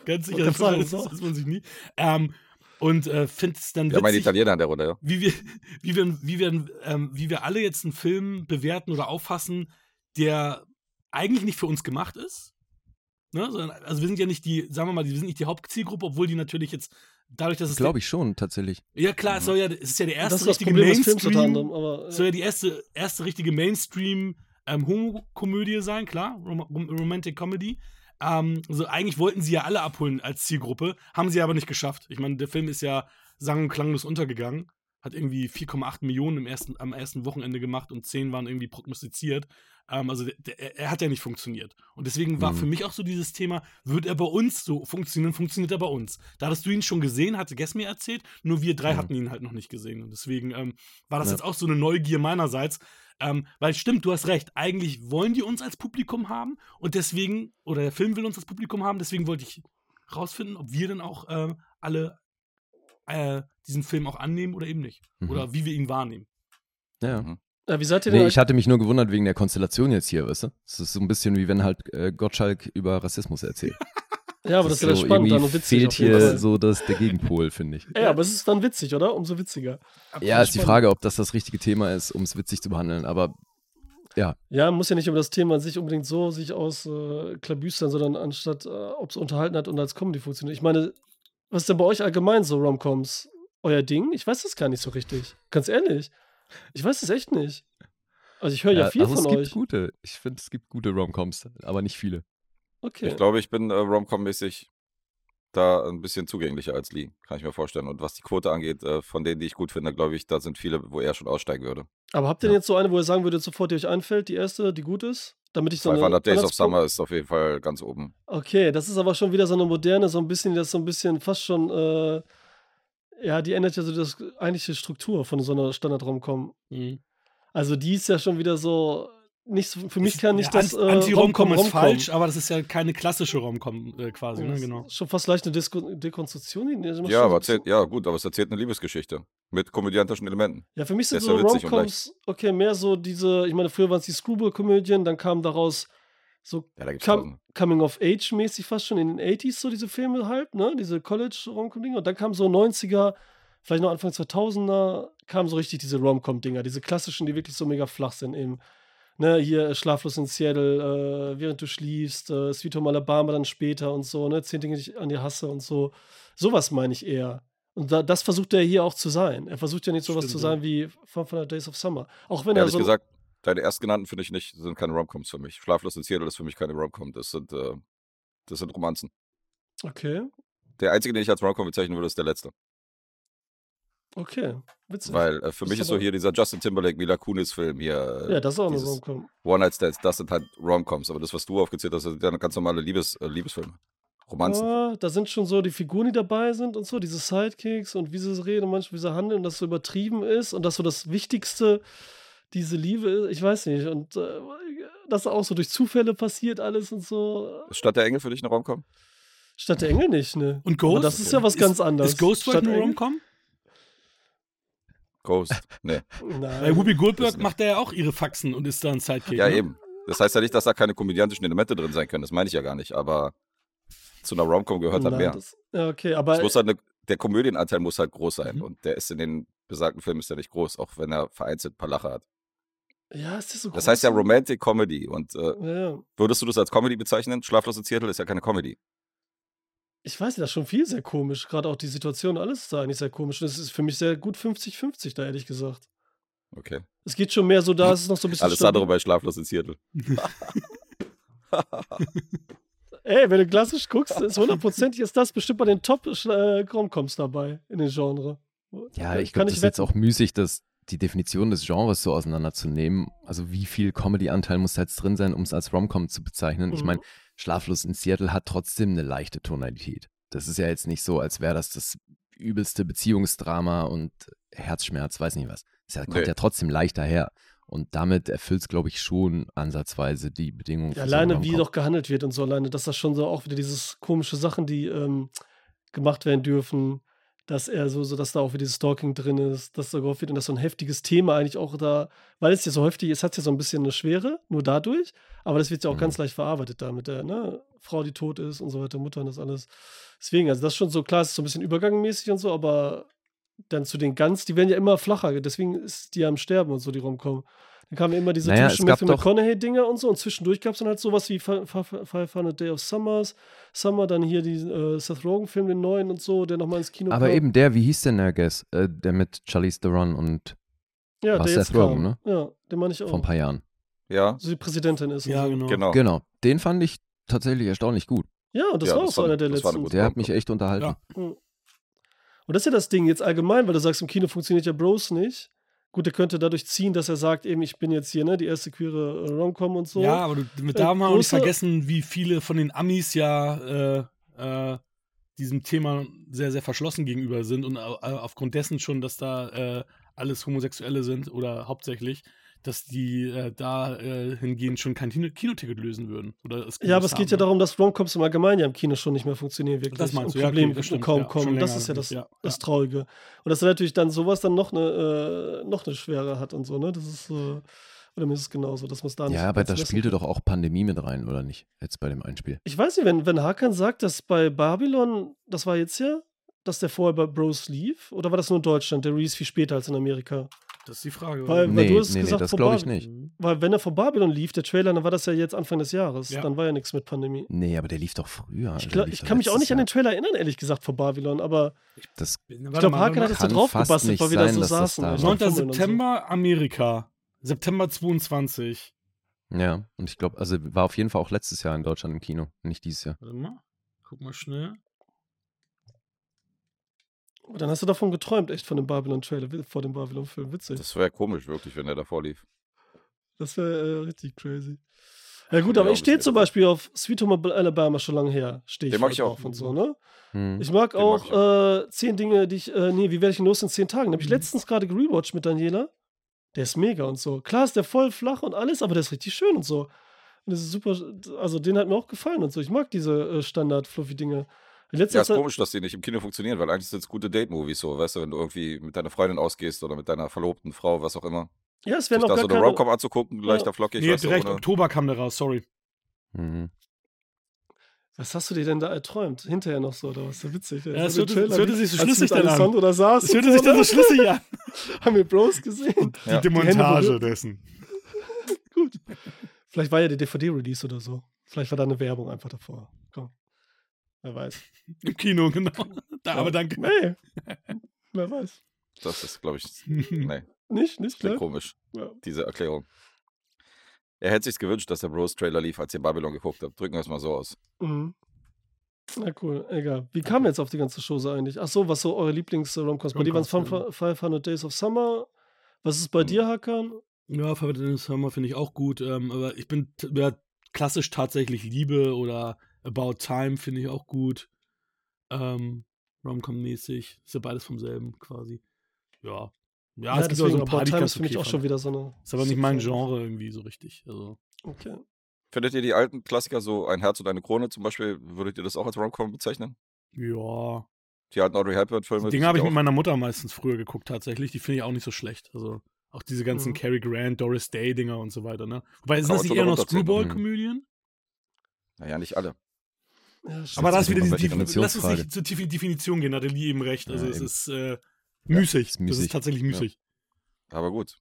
Ganz sicher
Wollte
ist man,
gerade
ist,
sagen, so.
ist man sich nie. Ähm, und äh, finde es dann
Ja, mein
witzig,
Italiener in der Runde, ja.
wie wir, wie wir, wie wir, ähm, wie wir alle jetzt einen Film bewerten oder auffassen, der eigentlich nicht für uns gemacht ist. Ne? Sondern, also wir sind ja nicht die, sagen wir mal, wir sind nicht die Hauptzielgruppe, obwohl die natürlich jetzt dadurch, dass es
Glaube ich schon, tatsächlich.
ja klar, es soll ja, es ist ja der
Mhm.
erste
das ist das
richtige
Problem des Films unter
Mainstream,
anderem. Aber, äh,
soll ja die erste, erste richtige Mainstream ähm, Homo-Komödie sein, klar, Rom Rom Romantic Comedy. Ähm, also eigentlich wollten sie ja alle abholen als Zielgruppe, haben sie aber nicht geschafft. Ich meine, der Film ist ja sang- und klanglos untergegangen, hat irgendwie 4,8 Millionen im ersten, am ersten Wochenende gemacht und 10 waren irgendwie prognostiziert. Ähm, also der, der, er hat ja nicht funktioniert. Und deswegen war
Mhm.
für mich auch so dieses Thema, wird er bei uns so funktionieren, funktioniert er bei uns. Da hattest du ihn schon gesehen, hatte Guess mir erzählt, nur wir drei
Mhm.
hatten ihn halt noch nicht gesehen. Und deswegen ähm, war das
Ja.
jetzt auch so eine Neugier meinerseits. Ähm, weil stimmt, du hast recht, eigentlich wollen die uns als Publikum haben und deswegen, oder der Film will uns als Publikum haben, deswegen wollte ich rausfinden, ob wir dann auch ähm, alle äh, diesen Film auch annehmen oder eben nicht.
Mhm.
Oder wie wir ihn wahrnehmen.
Ja.
Mhm.
äh, wie seid ihr denn?
Nee, ich hatte mich nur gewundert wegen der Konstellation jetzt hier, weißt du? Es ist so ein bisschen wie wenn halt äh, Gottschalk über Rassismus erzählt.
ja, aber das ist ja dann
so,
spannend dann
irgendwie
und witzig.
fehlt
auf jeden
hier
Fall.
so das, der Gegenpol, finde ich.
Ja, aber es ist dann witzig, oder? Umso witziger.
Ja, ist die
spannend.
Frage, ob das das richtige Thema ist, um es witzig zu behandeln. Aber
Ja, muss ja nicht über das Thema an sich unbedingt so sich aus äh, klabüstern, sondern anstatt, äh, ob es unterhalten hat und als Comedy funktioniert. Ich meine, was ist denn bei euch allgemein so Romcoms? Euer Ding? Ich weiß das gar nicht so richtig. Ganz ehrlich. Ich weiß das echt nicht. Also ich höre ja,
äh,
viel
also
von
es gibt
euch.
gute. Ich finde, es gibt gute Romcoms, aber nicht viele.
Okay.
Ich glaube, ich bin äh, Romcom-mäßig da ein bisschen zugänglicher als Lee, kann ich mir vorstellen. Und was die Quote angeht, äh, von denen, die ich gut finde, glaube ich, da sind viele, wo er schon aussteigen würde.
Aber habt ihr denn jetzt so eine, wo ihr sagen würdet, sofort, die euch einfällt, die erste, die gut ist? ne Damit ich so eine
500 Days of
Anhaltspunkt-
Summer ist auf jeden Fall ganz oben.
Okay, das ist aber schon wieder so eine moderne, so ein bisschen, die das so ein bisschen fast schon, äh, ja, die ändert ja so das eigentliche Struktur von so einer Standard-Romcom.
Mhm.
Also die ist ja schon wieder so, nicht so, für mich kann nicht
Ja,
das äh,
Ant- Anti-Romcom ist
Romcom-Romcom.
falsch, aber das ist ja keine klassische Romcom äh, quasi, ne?
Das ist
Genau.
Schon fast leicht eine Disko Dekonstruktion. die- die macht schon
Ja, aber
so,
erzählt, ja, gut, aber es erzählt eine Liebesgeschichte mit komödiantischen Elementen.
ja, für mich sind
ist
so
ja witzig und
Romcoms, okay, mehr so diese, ich meine, früher waren es die Screwball-Komödien, dann kamen daraus so
Ja, da gibt's
Come,
tausend.
Coming of Age mäßig fast schon in den 80s, so diese Filme halt, ne? Diese college romcom dinger Und dann kam so 90er, vielleicht noch Anfang 2000er, kamen so richtig diese Romcom-Dinger, diese klassischen, die wirklich so mega flach sind eben. Ne, hier äh, Schlaflos in Seattle, äh, während du schliefst, äh, Sweet Home Alabama dann später und so, ne? Zehn Dinge, die ich an dir hasse und so. Sowas meine ich eher. Und da, das versucht er hier auch zu sein. Er versucht ja nicht sowas
Stimmt,
zu
ja.
sein wie 500 Days of Summer. Auch wenn er
Ehrlich
so.
gesagt, deine erstgenannten finde ich nicht, sind keine Romcoms für mich. Schlaflos in Seattle ist für mich keine Romcom. Das sind, äh, das sind Romanzen.
okay,
Der einzige, den ich als Romcom bezeichnen würde, ist der letzte.
okay. Witzig.
Weil äh, für
Ist
mich ist so
aber-
hier dieser Justin Timberlake, Mila Kunis-Film hier. äh,
ja, das ist auch eine
dieses-
Romcom.
One-Night-Stands, das sind halt Romcoms, aber das, was du aufgezählt hast, das sind ja ganz normale Liebes, äh, Liebesfilme. Romanzen.
Ja, da sind schon so die Figuren, die dabei sind und so, diese Sidekicks und wie sie reden und manchmal wie sie handeln und das so übertrieben ist und dass so das Wichtigste diese Liebe ist. Ich weiß nicht. Und äh, das auch so durch Zufälle passiert alles und so.
Statt der Engel für dich eine Romcom?
Statt der Engel nicht, ne?
Und Ghost?
Aber das ist ja was ganz anderes.
Ist Ghost
Statt
vielleicht eine
Engel-
Romcom?
Ghost. Nee.
Weil
Nein.
Whoopi Goldberg
ist nicht.
macht da ja auch ihre Faxen und ist da ein Sidekick.
Ja,
genau.
ne?
eben. Das heißt ja nicht, dass da keine komödiantischen Elemente drin sein können. Das meine ich ja gar nicht. Aber zu einer Romcom gehört halt
Nein,
mehr.
Das, ja, okay,
Es
aber
muss halt eine, der Komödienanteil muss halt groß sein.
Mhm.
Und der ist in den besagten Filmen ist ja nicht groß, auch wenn er vereinzelt ein paar Lacher hat.
ja, ist das so
Das
groß?
heißt ja Romantic Comedy. Und äh,
Ja, ja.
würdest du das als Comedy bezeichnen? Schlaflos in Seattle ist ja keine Comedy.
Ich weiß nicht, das ist schon viel sehr komisch. Gerade auch die Situation, alles ist da eigentlich sehr komisch. Und es ist für mich sehr gut 50-50, da ehrlich gesagt.
Okay.
Es geht schon mehr so, da ist es noch so ein bisschen.
Alles andere
stabil.
bei Schlaflos in Seattle.
Ey, wenn du klassisch guckst, ist hundertprozentig ist das bestimmt bei den Top-Romcoms dabei in den Genre.
Ja, ich glaube, das ist jetzt auch müßig, dass die Definition des Genres so auseinanderzunehmen. Also wie viel Comedy-Anteil muss da jetzt drin sein, um es als Romcom zu bezeichnen? Ich
Mhm.
meine, Schlaflos in Seattle hat trotzdem eine leichte Tonalität. Das ist ja jetzt nicht so, als wäre das das übelste Beziehungsdrama und Herzschmerz, weiß nicht was. Es ja- kommt
Nee.
ja trotzdem leicht daher. Und damit erfüllt es, glaube ich, schon ansatzweise die Bedingungen.
Ja,
für so eine
alleine wie
Rom-Com.
doch gehandelt wird und so alleine, dass das schon so auch wieder dieses komische Sachen, die ähm, gemacht werden dürfen, dass er so, so, dass da auch wieder dieses Stalking drin ist, dass da gehofft wird und dass so ein heftiges Thema eigentlich auch da, weil es ja so heftig ist, hat es ja so ein bisschen eine Schwere, nur dadurch, aber das wird ja auch
Mhm.
ganz leicht verarbeitet da mit der ne, Frau, die tot ist und so weiter, Mutter und das alles. Deswegen, also das ist schon so, klar, es ist so ein bisschen übergangmäßig und so, aber dann zu den ganz, die werden ja immer flacher, deswegen ist die am Sterben und so, die rumkommen. Dann kamen ja immer diese
Naja, es
typischen
gab
Matthew
doch-
McConaughey-Dinger und so und zwischendurch gab es dann halt sowas wie Fi- Fi- Fi- 500 Day of Summers, Summer, dann hier die äh, Seth Rogen-Film, den neuen und so, der nochmal ins Kino
Aber
kam.
eben der, wie hieß denn der Guess? Äh, der mit Charlize Theron und
ja,
war
der
Seth
jetzt kam.
Rogen, ne?
Ja, den meine ich auch.
vor ein paar Jahren.
Ja,
so die Präsidentin ist. und
Ja,
so.
genau.
genau.
Genau. Den fand ich tatsächlich erstaunlich gut.
Ja, und das
Ja,
war auch
das
so
war-
einer der
das war eine
letzten.
gute-
Der hat mich echt unterhalten.
Ja.
Und das ist ja das Ding jetzt allgemein, weil du sagst, im Kino funktioniert ja Bros nicht. Gut, er könnte dadurch ziehen, dass er sagt, eben, ich bin jetzt hier, ne, die erste queere äh, Rom-Com und so.
Ja, aber du, mit
Äh,
da haben wir auch nicht
große-
vergessen, wie viele von den Amis ja äh, äh, diesem Thema sehr, sehr verschlossen gegenüber sind und au- äh, aufgrund dessen schon, dass da äh, alles Homosexuelle sind oder hauptsächlich, dass die äh, da äh, hingehend schon kein Kino Kinoticket lösen würden. Oder es
Ja, aber es
gelöst
geht ja
haben. ne?
darum, dass Romcoms im Allgemeinen ja im Kino schon nicht mehr funktionieren wirklich.
Das
Und
meinst du, ja, okay,
Probleme
das stimmt,
kaum
ja, schon
kommen. Das
länger
ist ja das,
nicht, ja,
das
ja.
Traurige. Und dass er natürlich dann sowas dann noch eine, äh, noch eine Schwere hat und so, ne? Das ist, äh, oder mir ist es genauso, dass man es da nicht
Ja, aber
ganz
da
messen
spielte
kann.
doch auch Pandemie mit rein, oder nicht? Jetzt bei dem Einspiel.
Ich weiß nicht, wenn, wenn Hakan sagt, dass bei Babylon, das war jetzt ja, dass der vorher bei Bros lief, oder war das nur in Deutschland? Der Reese viel später als in Amerika.
Das ist die Frage.
Weil,
Nee,
weil du hast
nee, nee,
gesagt,
das
vor
glaub ich
Babi-
nicht.
Mhm.
Weil wenn er vor Babylon lief, der Trailer, dann war das ja jetzt Anfang des Jahres.
Ja.
Dann war ja nichts mit Pandemie.
Nee, aber der lief doch früher.
Ich,
Der
glaub,
lief
ich
doch
kann mich auch
letztes
nicht an den
Jahr.
Trailer erinnern, ehrlich gesagt, vor Babylon, aber
Das,
ich glaube, Haken hat es da
Kann
drauf
fast
gebastelt,
nicht
weil wir da
sein,
so
dass das
saßen.
da
und
war.
9.
fummeln und so.
September, Amerika. September 22.
ja, und ich glaube, also war auf jeden Fall auch letztes Jahr in Deutschland im Kino, nicht dieses Jahr.
Warte mal. Guck mal schnell.
Aber Dann hast du davon geträumt, echt von dem Babylon-Trailer, wi- vor dem Babylon-Film. Witzig. Das,
Das wäre komisch, wirklich, wenn er davor lief.
wäre äh, richtig crazy. Ja gut,
Ja,
aber ich
aber
stehe
sehr
zum
gut.
Beispiel auf Sweet Home Alabama schon lange her. Stehe ich
Den mag
voll
ich auch.
drauf Und so, ne?
Hm.
Ich mag
Den
auch,
mag ich
Äh, zehn Dinge, die ich, äh, nee, wie werde ich denn los in zehn Tagen? Da
Mhm.
habe ich letztens gerade gerewatcht mit Daniela. Der ist mega und so. Klar ist der voll flach und alles, aber der ist richtig schön und so. Und das ist super, also den hat mir auch gefallen und so. Ich mag diese äh, Standard-Fluffy-Dinge. In letzter
Ja, ist
Zeit-
komisch, dass die nicht im Kino funktionieren, weil eigentlich sind es gute Date-Movies so, weißt du, wenn du irgendwie mit deiner Freundin ausgehst oder mit deiner verlobten Frau, was auch immer.
ja, es
Sich
werden auch
da so
gar
eine
keine,
Romcom anzugucken, leichter flockig,
nee,
weißt du,
direkt
ohne-
Oktober kam der raus, sorry.
Mhm.
Was hast du dir denn da erträumt? Hinterher noch so, oder was? Das ist ja witzig.
Ja, es
So
hörte-
den Trailer
es hörte
wie-
sich so
als
schlüssig
mit
dann an.
Alessandro da saß.
Das hörte sich dann so schlüssig an.
Haben wir bloß gesehen.
Ja.
Die
Die Hände
Demontage dessen.
Gut. Vielleicht war ja der DVD-Release oder so. Vielleicht war da eine Werbung einfach davor. Komm. Wer weiß.
Im Kino, genau. Da, aber danke.
Nee. Wer weiß.
Das ist, glaube ich, nee,
Nicht, nicht
klingt
Ne?
klar.
komisch,
Ja.
diese Erklärung. Er hätte sich gewünscht, dass der Bros-Trailer lief, als ihr Babylon geguckt habt. Drücken wir es mal so aus.
Mhm. Na cool, egal. Wie kam jetzt auf die ganze Chose eigentlich? Ach so, was so eure Lieblings-Romcoms? Bei dir waren es
Romcoms,
500 Days of Summer. Was ist bei
Mhm.
dir, Hakan?
Ja, Verwandtes Hammer finde ich auch gut. Ähm, aber ich bin t- ja, klassisch tatsächlich Liebe oder About Time finde ich auch gut. Ähm, Romcom-mäßig. Ist ja beides vom selben quasi. Ja. Ja, es gibt auch so ein
aber
paar, die
Time ist
ganz
für mich
okay
auch schon
fand.
wieder so eine.
Ist aber nicht mein Genre irgendwie so richtig. Also,
Okay.
Findet ihr die alten Klassiker, so Ein Herz und eine Krone zum Beispiel, würdet ihr das auch als Rom-Com bezeichnen?
Ja.
Die alten Audrey
Die
Hepburn-Filme?
Dinge habe ich mit
meinem.
meiner Mutter meistens früher geguckt, tatsächlich. Die finde ich auch nicht so schlecht. Also auch diese ganzen
Mhm.
Cary Grant, Doris Day-Dinger und so weiter, ne? Wobei, sind
Kann man
das nicht
schon
eher noch
runterzählen.
Screwball-Komödien?
Mhm.
Naja, nicht alle.
Ja, stimmt.
Aber da ist wieder diese
welche
Definition. Lass uns
Definitionsfrage.
nicht zu tief in die Definition gehen, da hat Eli eben recht. Also
Ja,
es
eben.
ist äh, müßig.
ist
Das ist
müßig.
tatsächlich müßig.
Aber gut.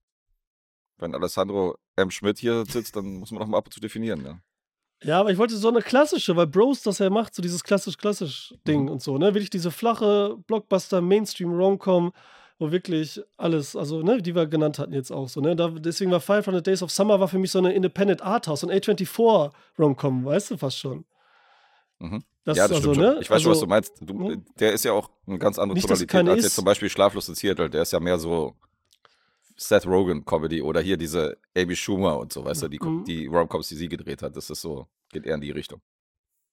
Wenn Alessandro M. Schmidt hier sitzt, dann muss man auch mal ab und zu definieren. Ne?
Ja, aber ich wollte so eine klassische, weil Bros das ja macht, so dieses klassisch-klassisch-Ding
Mhm.
und so, ne? Wirklich diese flache Blockbuster-Mainstream-Romcom, wo wirklich alles, also, ne, die wir genannt hatten jetzt auch so, ne? Da, deswegen war 500 Days of Summer war für mich so eine Independent Arthouse und A24-Romcom, weißt du fast schon.
Mhm.
Das
ja,
ist
das
also,
stimmt schon.
ne?
Ich weiß schon, was
also,
du meinst. Du,
ne?
Der ist ja auch eine ganz andere
Nicht, dass
Tonalität
keine
als
ist.
jetzt zum Beispiel Schlaflos in Seattle. Der ist ja mehr so Seth Rogen-Comedy oder hier diese Amy Schumer und so, weißt du, die,
Mhm.
die Rom-Coms, die sie gedreht hat. Das ist so, geht eher in die Richtung.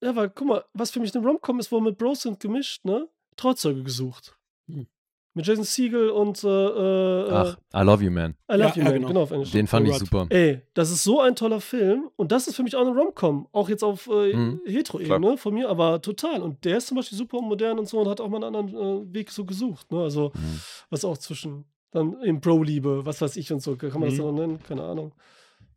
Ja, weil, guck mal, was für mich eine Romcom ist, wo mit Bros sind gemischt, ne? Trauzeuge gesucht.
Hm.
Mit Jason Siegel und, äh, äh,
Ach, I love you, man.
I Love
Ja,
You,
ja,
Man,
genau.
genau auf Englisch.
Den fand ich
Alright.
super.
Ey, das ist so ein toller Film und das ist für mich auch eine Rom-Com, auch jetzt auf äh,
Mhm.
Hetero-Ebene von mir, aber total. Und der ist zum Beispiel super modern und so und hat auch mal einen anderen äh, Weg so gesucht. Ne? Also
Mhm.
was auch zwischen dann im Bro-Liebe, was weiß ich und so, kann man das
Mhm.
dann noch nennen? Keine Ahnung,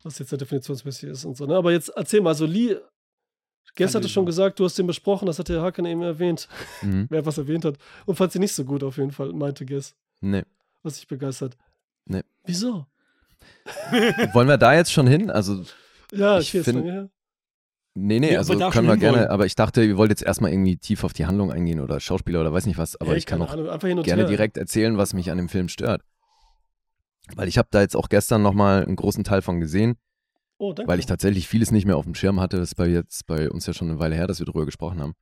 was jetzt der definitionsmäßig ist und so. Ne? Aber jetzt erzähl mal, also Lee,
Fand
gestern hatte
ich-
schon gesagt, du hast den besprochen, das hat der Hakan eben erwähnt,
Mhm.
wer was erwähnt hat und fand sie nicht so gut auf jeden Fall, meinte Guess,
Nee.
was ich begeistert.
Nee.
Wieso?
Wollen wir da jetzt schon hin? Also,
Ja,
Ich
ich weiß
find-
nicht, ja.
nee, nee,
Ja,
also
aber da
können
schon
wir
hinwollen.
gerne, aber ich dachte, ihr wollt jetzt erstmal irgendwie tief auf die Handlung eingehen oder Schauspieler oder weiß nicht was, aber
Ey,
ich kann
keine
auch
Ahnung, einfach hin und
gerne
her.
direkt erzählen, was mich an dem Film stört. Weil ich habe da jetzt auch gestern nochmal einen großen Teil von gesehen,
Oh, danke.
weil ich tatsächlich vieles nicht mehr auf dem Schirm hatte. Das ist bei, jetzt bei uns ja schon eine Weile her, dass wir drüber gesprochen haben.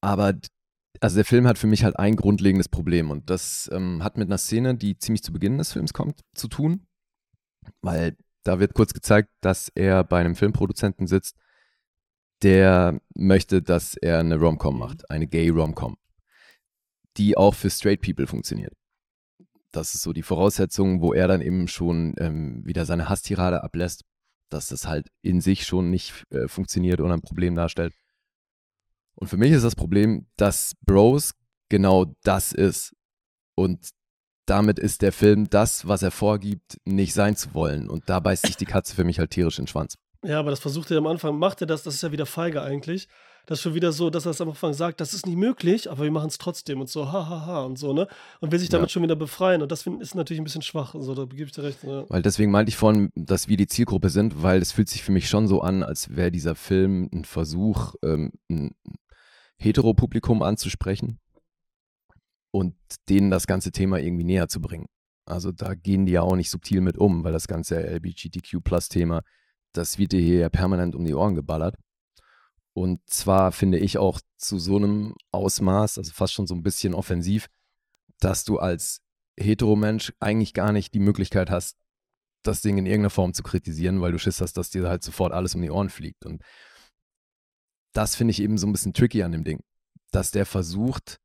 Aber d- also der Film hat für mich halt ein grundlegendes Problem und das ähm, hat mit einer Szene, die ziemlich zu Beginn des Films kommt, zu tun, weil da wird kurz gezeigt, dass er bei einem Filmproduzenten sitzt, der möchte, dass er eine Romcom macht, eine Gay Romcom, die auch für Straight People funktioniert. Das ist so die Voraussetzung, wo er dann eben schon ähm, wieder seine Hasstirade ablässt, dass das halt in sich schon nicht äh, funktioniert und ein Problem darstellt. Und für mich ist das Problem, dass Bros genau das ist. Und damit ist der Film das, was er vorgibt, nicht sein zu wollen. Und da beißt sich die Katze für mich halt tierisch in den Schwanz.
Ja, aber das versucht er am Anfang, macht er das, das ist ja wieder feige eigentlich. Das ist schon wieder so, dass er es am Anfang sagt, das ist nicht möglich, aber wir machen es trotzdem und so, hahaha ha, ha und so, ne? Und will sich damit
Ja.
schon wieder befreien und das find- ist natürlich ein bisschen schwach, so, da gebe ich dir recht. Ne?
Weil deswegen meinte ich vorhin, dass wir die Zielgruppe sind, weil es fühlt sich für mich schon so an, als wäre dieser Film ein Versuch, ähm, ein Heteropublikum anzusprechen und denen das ganze Thema irgendwie näher zu bringen. Also da gehen die ja auch nicht subtil mit um, weil das ganze LBGTQ-Plus-Thema, das wird dir hier ja permanent um die Ohren geballert. Und zwar finde ich auch zu so einem Ausmaß, also fast schon so ein bisschen offensiv, dass du als Heteromensch eigentlich gar nicht die Möglichkeit hast, das Ding in irgendeiner Form zu kritisieren, weil du Schiss hast, dass dir halt sofort alles um die Ohren fliegt. Und das finde ich eben so ein bisschen tricky an dem Ding, dass der versucht,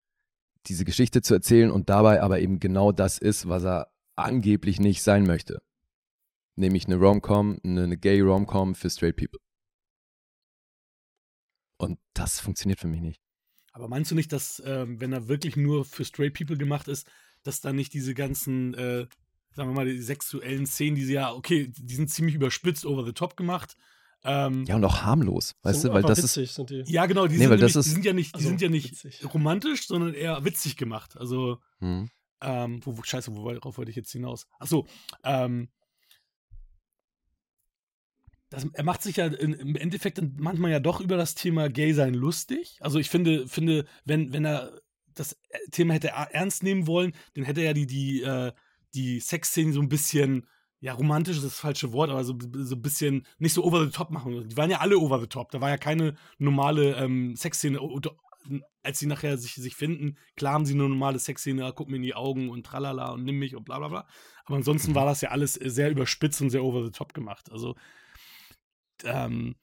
diese Geschichte zu erzählen und dabei aber eben genau das ist, was er angeblich nicht sein möchte. Nämlich eine Rom-Com, eine, eine gay Rom-Com für straight people. Und das funktioniert für mich nicht.
Aber meinst du nicht, dass, ähm, wenn er wirklich nur für Straight People gemacht ist, dass da nicht diese ganzen, äh, sagen wir mal, die sexuellen Szenen, die sie ja, okay, die sind ziemlich überspitzt, over the top gemacht. Ähm, ja.
Ja, und auch harmlos, weißt
Sind
du, weil
einfach
das ist
witzig, sind die.
genau, die,
Nee,
sind
weil
nämlich,
das ist-
die sind ja nicht, die
Also,
sind ja nicht
witzig.
romantisch, sondern eher witzig gemacht. Also,
Hm.
ähm, wo, wo, scheiße, worauf wollte ich jetzt hinaus? Achso, ähm, das, er macht sich ja in, im Endeffekt dann manchmal ja doch über das Thema Gay sein lustig. Also ich finde, finde, wenn, wenn er das Thema hätte er- ernst nehmen wollen, dann hätte er ja die, die, äh, die Sexszenen so ein bisschen, ja, romantisch ist das falsche Wort, aber so, so ein bisschen nicht so over the top machen. müssen. Die waren ja alle over the top. Da war ja keine normale ähm, Sexszene. O- o- Als sie nachher sich, sich finden, klar haben sie eine normale Sexszene, guck mir in die Augen und tralala und nimm mich und bla bla bla. Aber ansonsten war das ja alles äh, sehr überspitzt und sehr over the top gemacht. Also, ähm,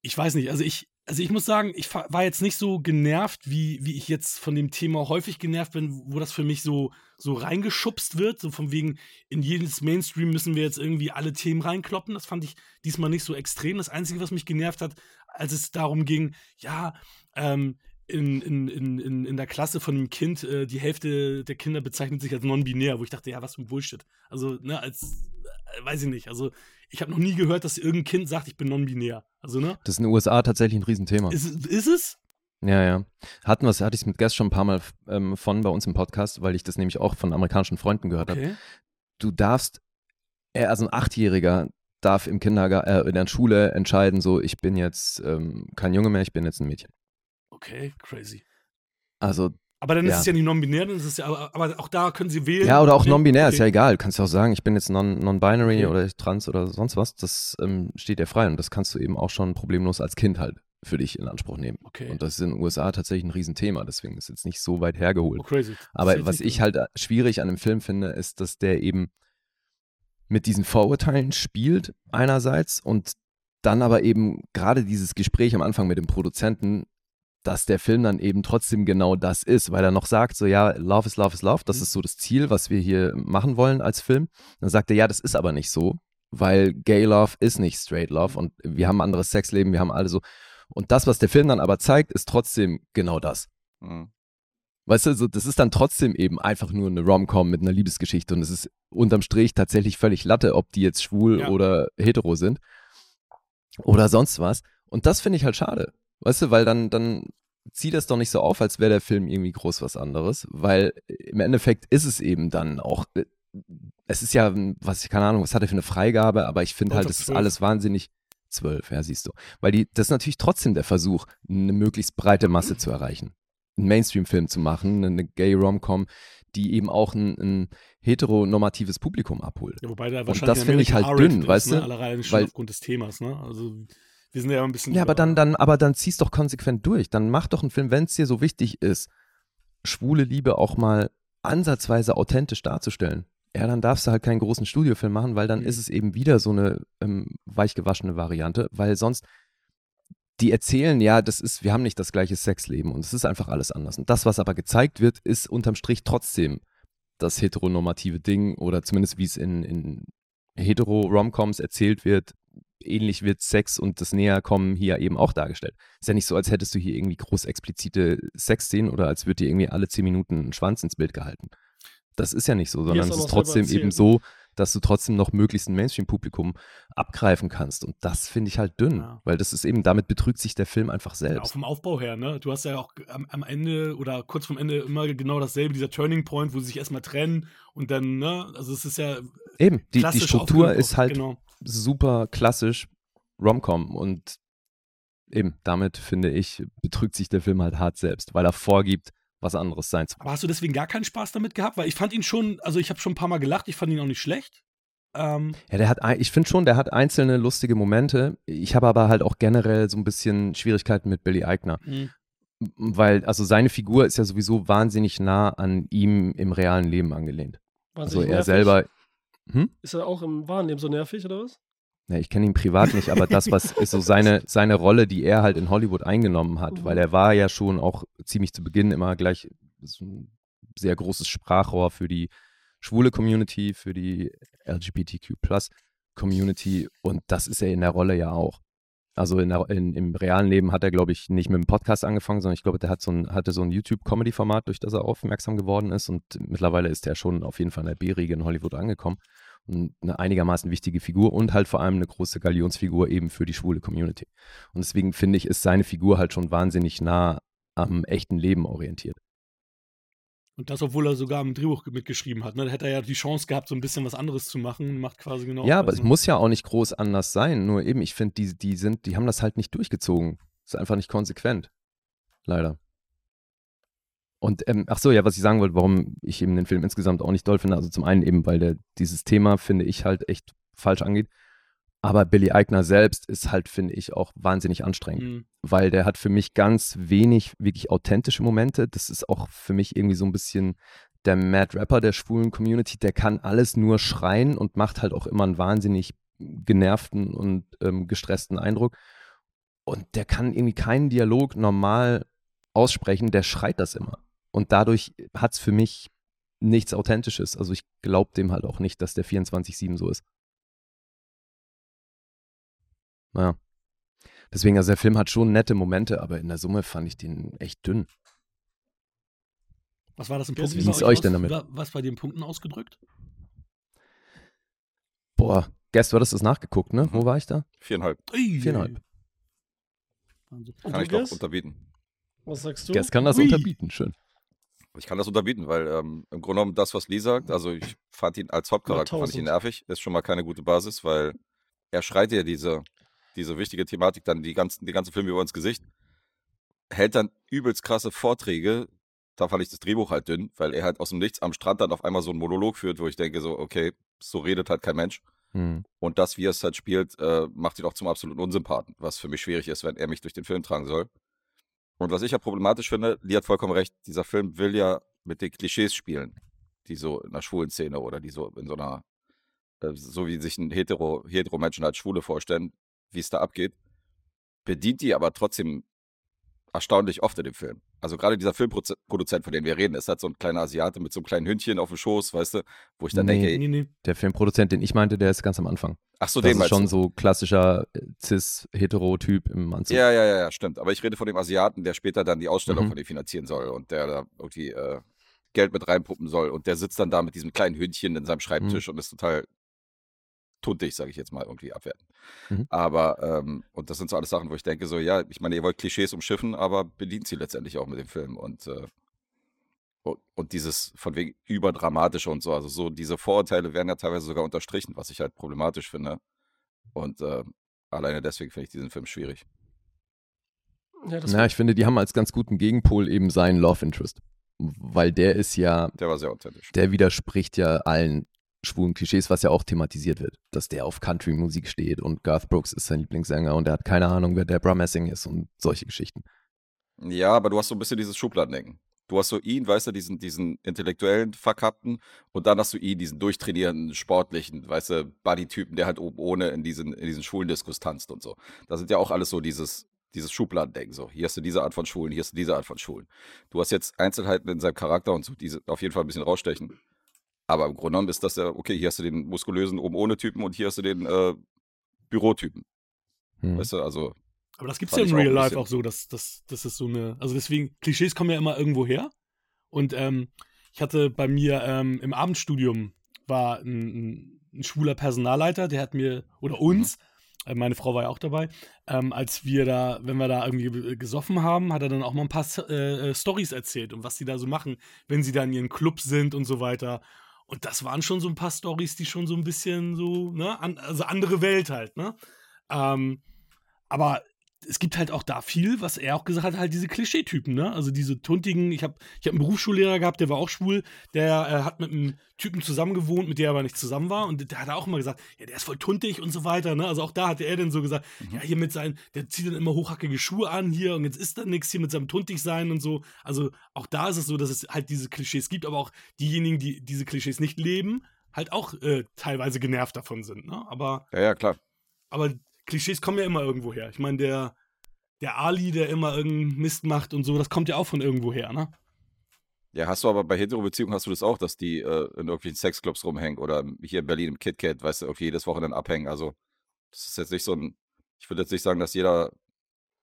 ich weiß nicht, also ich, also ich muss sagen, ich fa- war jetzt nicht so genervt, wie, wie ich jetzt von dem Thema häufig genervt bin, wo das für mich so, so reingeschubst wird. So von wegen, in jedes Mainstream müssen wir jetzt irgendwie alle Themen reinkloppen. Das fand ich diesmal nicht so extrem. Das Einzige, was mich genervt hat, als es darum ging, ja, ähm, in, in, in, in, in der Klasse von einem Kind, äh, die Hälfte der Kinder bezeichnet sich als non-binär, wo ich dachte, ja, was für ein Bullshit. Also, ne, als, äh, weiß ich nicht. Also, ich habe noch nie gehört, dass irgendein Kind sagt, ich bin non-binär. Also, ne?
Das ist in den USA tatsächlich ein Riesenthema.
Ist, es- ist es?
Ja, ja. Hatten wir, hatte ich mit Gast schon ein paar Mal ähm, von bei uns im Podcast, weil ich das nämlich auch von amerikanischen Freunden gehört habe.
Okay.
Du darfst, äh, also ein Achtjähriger darf im Kindergarten, äh, in der Schule entscheiden, so, ich bin jetzt ähm, kein Junge mehr, ich bin jetzt ein Mädchen.
Okay, crazy.
Also,
Aber dann ist
Ja.
es ja nicht non-binär, dann ist es ja, aber, aber auch da können sie wählen.
ja, oder auch
Okay,
non-binär, ist ja
okay.
egal. Kannst du auch sagen, ich bin jetzt non- non-binary
Okay.
oder ich trans oder sonst was. Das ähm, steht dir frei und das kannst du eben auch schon problemlos als Kind halt für dich in Anspruch nehmen.
Okay.
Und das ist in den USA tatsächlich ein Riesenthema, deswegen ist jetzt nicht so weit hergeholt.
oh, crazy. Das hätte
Aber was
nicht
ich halt schwierig an dem Film finde, ist, dass der eben mit diesen Vorurteilen spielt einerseits und dann aber eben gerade dieses Gespräch am Anfang mit dem Produzenten, dass der Film dann eben trotzdem genau das ist, weil er noch sagt, so ja, Love is Love is Love, das ist so das Ziel, was wir hier machen wollen als Film. Und dann sagt er, ja, das ist aber nicht so, weil Gay Love ist nicht Straight Love und wir haben ein anderes Sexleben, wir haben alle so. Und das, was der Film dann aber zeigt, ist trotzdem genau das.
Mhm.
Weißt du, so, das ist dann trotzdem eben einfach nur eine Rom-Com mit einer Liebesgeschichte und es ist unterm Strich tatsächlich völlig Latte, ob die jetzt schwul
Ja.
oder hetero sind oder sonst was. Und das finde ich halt schade. Weißt du, weil dann, dann zieh das doch nicht so auf, als wäre der Film irgendwie groß was anderes, weil im Endeffekt ist es eben dann auch, äh, es ist ja, was ich, keine Ahnung, was hat er für eine Freigabe, aber ich finde halt,
Unter
es ist
12.
alles wahnsinnig zwölf, ja, siehst du. Weil die, das ist natürlich trotzdem der Versuch, eine möglichst breite Masse zu erreichen. Einen Mainstream-Film zu machen, eine gay Rom-Com, die eben auch ein, ein heteronormatives Publikum abholt.
Ja, wobei da
Und
wahrscheinlich
das
in
finde ich
Amerika
halt
R-rated
dünn,
ist,
weißt
ne?
du?
Alle rein schon
Weil-
aufgrund des Themas, ne? Also wir sind ja ein bisschen.
Ja, aber
über-
dann, dann, aber dann zieh's doch konsequent durch. Dann mach doch einen Film, wenn es dir so wichtig ist, schwule Liebe auch mal ansatzweise authentisch darzustellen. Ja, dann darfst du halt keinen großen Studiofilm machen, weil dann
Mhm.
ist es eben wieder so eine ähm, weichgewaschene Variante, weil sonst die erzählen, ja, das ist, wir haben nicht das gleiche Sexleben und es ist einfach alles anders. Und das, was aber gezeigt wird, ist unterm Strich trotzdem das heteronormative Ding oder zumindest wie es in, in hetero-Romcoms erzählt wird, ähnlich wird Sex und das Näherkommen hier eben auch dargestellt. Ist ja nicht so, als hättest du hier irgendwie groß explizite Sexszenen oder als wird dir irgendwie alle zehn Minuten ein Schwanz ins Bild gehalten. Das ist ja nicht so, sondern
ist
es
auch
ist
noch selber
trotzdem eben
erzählt,
so, dass du trotzdem noch möglichst ein Mainstream-Publikum abgreifen kannst. Und das finde ich halt dünn,
Ja.
weil das ist eben, damit betrügt sich der Film einfach
Ja, auch
selbst.
vom Aufbau her, ne? Du hast ja auch am, am Ende oder kurz vom Ende immer genau dasselbe, dieser Turning Point, wo sie sich erstmal trennen und dann, ne? Also es ist ja
Eben, die, die
klassisch
Struktur
aufgebaut,
ist halt
Genau.
super klassisch Romcom und eben damit finde ich betrügt sich der Film halt hart selbst, weil er vorgibt, was anderes sein zu.
Aber hast du deswegen gar keinen Spaß damit gehabt? Weil ich fand ihn schon, also ich habe schon ein paar Mal gelacht, ich fand ihn auch nicht schlecht. Ähm,
Ja, der hat, ein- ich finde schon, der hat einzelne lustige Momente. Ich habe aber halt auch generell so ein bisschen Schwierigkeiten mit Billy Eichner, weil also seine Figur ist ja sowieso wahnsinnig nah an ihm im realen Leben angelehnt. Also
Wahnsinnig
er
nervig.
selber
Ist er auch im wahren Leben so nervig oder was?
Ja, ich kenne ihn privat nicht, aber das, was ist so seine, seine Rolle, die er halt in Hollywood eingenommen hat, weil er war ja schon auch ziemlich zu Beginn immer gleich so ein sehr großes Sprachrohr für die schwule Community, für die LGBTQ Community und das ist er in der Rolle ja auch. Also in der, in, im realen Leben hat er, glaube ich, nicht mit dem Podcast angefangen, sondern ich glaube, der hat so ein, hatte so ein YouTube-Comedy-Format, durch das er aufmerksam geworden ist und mittlerweile ist er schon auf jeden Fall in der B-Riege in Hollywood angekommen und eine einigermaßen wichtige Figur und halt vor allem eine große Galionsfigur eben für die schwule Community. Und deswegen finde ich, ist seine Figur halt schon wahnsinnig nah am echten Leben orientiert.
Und das, obwohl er sogar im Drehbuch mitgeschrieben hat. Ne? Da hätte er ja die Chance gehabt, so ein bisschen was anderes zu machen. und Macht quasi genau.
ja,
das,
aber es
ne?
muss ja auch nicht groß anders sein. Nur eben, ich finde, die, die sind, die haben das halt nicht durchgezogen. Ist einfach nicht konsequent. Leider. Und ähm, ach so, ja, was ich sagen wollte, warum ich eben den Film insgesamt auch nicht doll finde. Also zum einen eben, weil der dieses Thema, finde ich, halt echt falsch angeht. Aber Billy Eichner selbst ist halt, finde ich, auch wahnsinnig anstrengend.
Mhm.
weil der hat für mich ganz wenig wirklich authentische Momente. Das ist auch für mich irgendwie so ein bisschen der Mad Rapper der schwulen Community. Der kann alles nur schreien und macht halt auch immer einen wahnsinnig genervten und ähm, gestressten Eindruck. Und der kann irgendwie keinen Dialog normal aussprechen, der schreit das immer. Und dadurch hat es für mich nichts Authentisches. Also ich glaube dem halt auch nicht, dass der 24-7 so ist. Naja. Deswegen, also der Film hat schon nette Momente, aber in der Summe fand ich den echt dünn.
Was war das in
Jetzt,
Punkten?
wie
war
ging's euch
aus-
denn damit?
wa- Was bei den Punkten ausgedrückt?
Boah, Guess, du hattest das nachgeguckt, ne? Wo war ich da?
Viereinhalb.
Ui,
Viereinhalb.
Wahnsinn.
Kann
Und du
ich doch
Guess?
unterbieten.
Was sagst du?
Guess kann das
Ui.
unterbieten, schön.
Ich kann das unterbieten, weil ähm, im Grunde genommen das, was Lee sagt, also ich fand ihn als Hauptcharakter, fand ich ihn
1000.
nervig, ist schon mal keine gute Basis, weil er schreit ja diese, diese wichtige Thematik dann die ganzen, die ganzen Filme über ins Gesicht, hält dann übelst krasse Vorträge, da fand ich das Drehbuch halt dünn, weil er halt aus dem Nichts am Strand dann auf einmal so einen Monolog führt, wo ich denke so, okay, so redet halt kein Mensch.
Hm.
Und das, wie er es halt spielt, äh, macht ihn auch zum absoluten Unsympathen, was für mich schwierig ist, wenn er mich durch den Film tragen soll. Und was ich ja problematisch finde, Lee hat vollkommen recht, dieser Film will ja mit den Klischees spielen, die so in einer schwulen Szene oder die so in so einer, äh, so wie sich ein hetero, hetero Menschen als Schwule vorstellen, wie es da abgeht, bedient die aber trotzdem erstaunlich oft in dem Film. Also gerade dieser Filmproduzent, von dem wir reden, ist halt so ein kleiner Asiate mit so einem kleinen Hündchen auf dem Schoß, weißt du, wo ich dann
Nee.
denke,
Nee,
ey,
nee.
Der Filmproduzent, den ich meinte, der ist ganz am Anfang.
ach so,
Das
den
ist
meinst du?
schon so klassischer äh, cis-hetero-Typ im Anzug.
Ja, ja, ja, ja, stimmt. Aber ich rede von dem Asiaten, der später dann die Ausstellung
Mhm.
von ihm finanzieren soll und der da irgendwie äh, Geld mit reinpuppen soll. Und der sitzt dann da mit diesem kleinen Hündchen in
Mhm.
seinem Schreibtisch und ist total tuntig, sage ich jetzt mal, irgendwie abwerten.
Mhm.
Aber, ähm, und das sind so alles Sachen, wo ich denke, so, ja, ich meine, ihr wollt Klischees umschiffen, aber bedient sie letztendlich auch mit dem Film. Und, äh, und, und dieses von wegen überdramatische und so, also so, diese Vorurteile werden ja teilweise sogar unterstrichen, was ich halt problematisch finde. Und äh, alleine deswegen finde ich diesen Film schwierig.
Ja, das
Na, ich finde, die haben als ganz guten Gegenpol eben seinen Love Interest. Weil der ist ja,
Der war sehr authentisch.
der widerspricht ja allen schwulen Klischees, was ja auch thematisiert wird. Dass der auf Country-Musik steht und Garth Brooks ist sein Lieblingssänger und er hat keine Ahnung, wer Debra Messing ist und solche Geschichten.
Ja, aber du hast so ein bisschen dieses Schubladendenken. Du hast so ihn, weißt du, diesen, diesen intellektuellen Verkappten und dann hast du ihn, diesen durchtrainierenden, sportlichen, weißt du, Buddy-Typen, der halt oben ohne in diesen, in diesen schwulen Diskus tanzt und so. Da sind ja auch alles so dieses, dieses Schubladendenken. So, hier hast du diese Art von Schwulen, hier hast du diese Art von Schwulen. Du hast jetzt Einzelheiten in seinem Charakter und so, diese auf jeden Fall ein bisschen rausstechen. Aber im Grunde genommen ist das ja, okay, hier hast du den muskulösen oben ohne Typen und hier hast du den äh, Bürotypen.
Hm.
Weißt du, also
Aber das gibt's ja
Fand ich
im
auch ein
Real Life
bisschen.
auch so, dass das, das ist so eine. Also deswegen, Klischees kommen ja immer irgendwo her. Und ähm, ich hatte bei mir ähm, im Abendstudium war ein, ein- ein schwuler Personalleiter, der hat mir,
Mhm.
oder uns, äh, meine Frau war ja auch dabei, ähm, als wir da, wenn wir da irgendwie ge- gesoffen haben, hat er dann auch mal ein paar S- äh, äh, Stories erzählt und was die da so machen, wenn sie da in ihren Club sind und so weiter. Und das waren schon so ein paar Stories, die schon so ein bisschen so, ne, an, also andere Welt halt, ne? Ähm, aber es gibt halt auch da viel, was er auch gesagt hat, halt diese Klischeetypen, ne? Also diese tuntigen, ich habe ich hab einen Berufsschullehrer gehabt, der war auch schwul, der äh, hat mit einem Typen zusammengewohnt, mit der er aber nicht zusammen war und der hat auch immer gesagt, ja, der ist voll tuntig und so weiter, ne? Also auch da hatte er dann so gesagt, ja, hier mit seinen, der zieht dann immer hochhackige Schuhe an hier und jetzt ist dann nichts hier mit seinem tuntig sein und so. Also auch da ist es so, dass es halt diese Klischees gibt, aber auch diejenigen, die diese Klischees nicht leben, halt auch äh, teilweise genervt davon sind, ne? Aber
Ja, ja, klar.
aber Klischees kommen ja immer irgendwo her. Ich meine, der, der Ali, der immer irgendeinen Mist macht und so, das kommt ja auch von irgendwo her, ne?
Ja, hast du aber bei Hetero-Beziehungen hast du das auch, dass die äh, in irgendwelchen Sexclubs rumhängen oder im- hier in Berlin im KitKat, weißt du, irgendwie jedes Wochenende abhängen. Also, das ist jetzt nicht so ein, ich würde jetzt nicht sagen, dass jeder,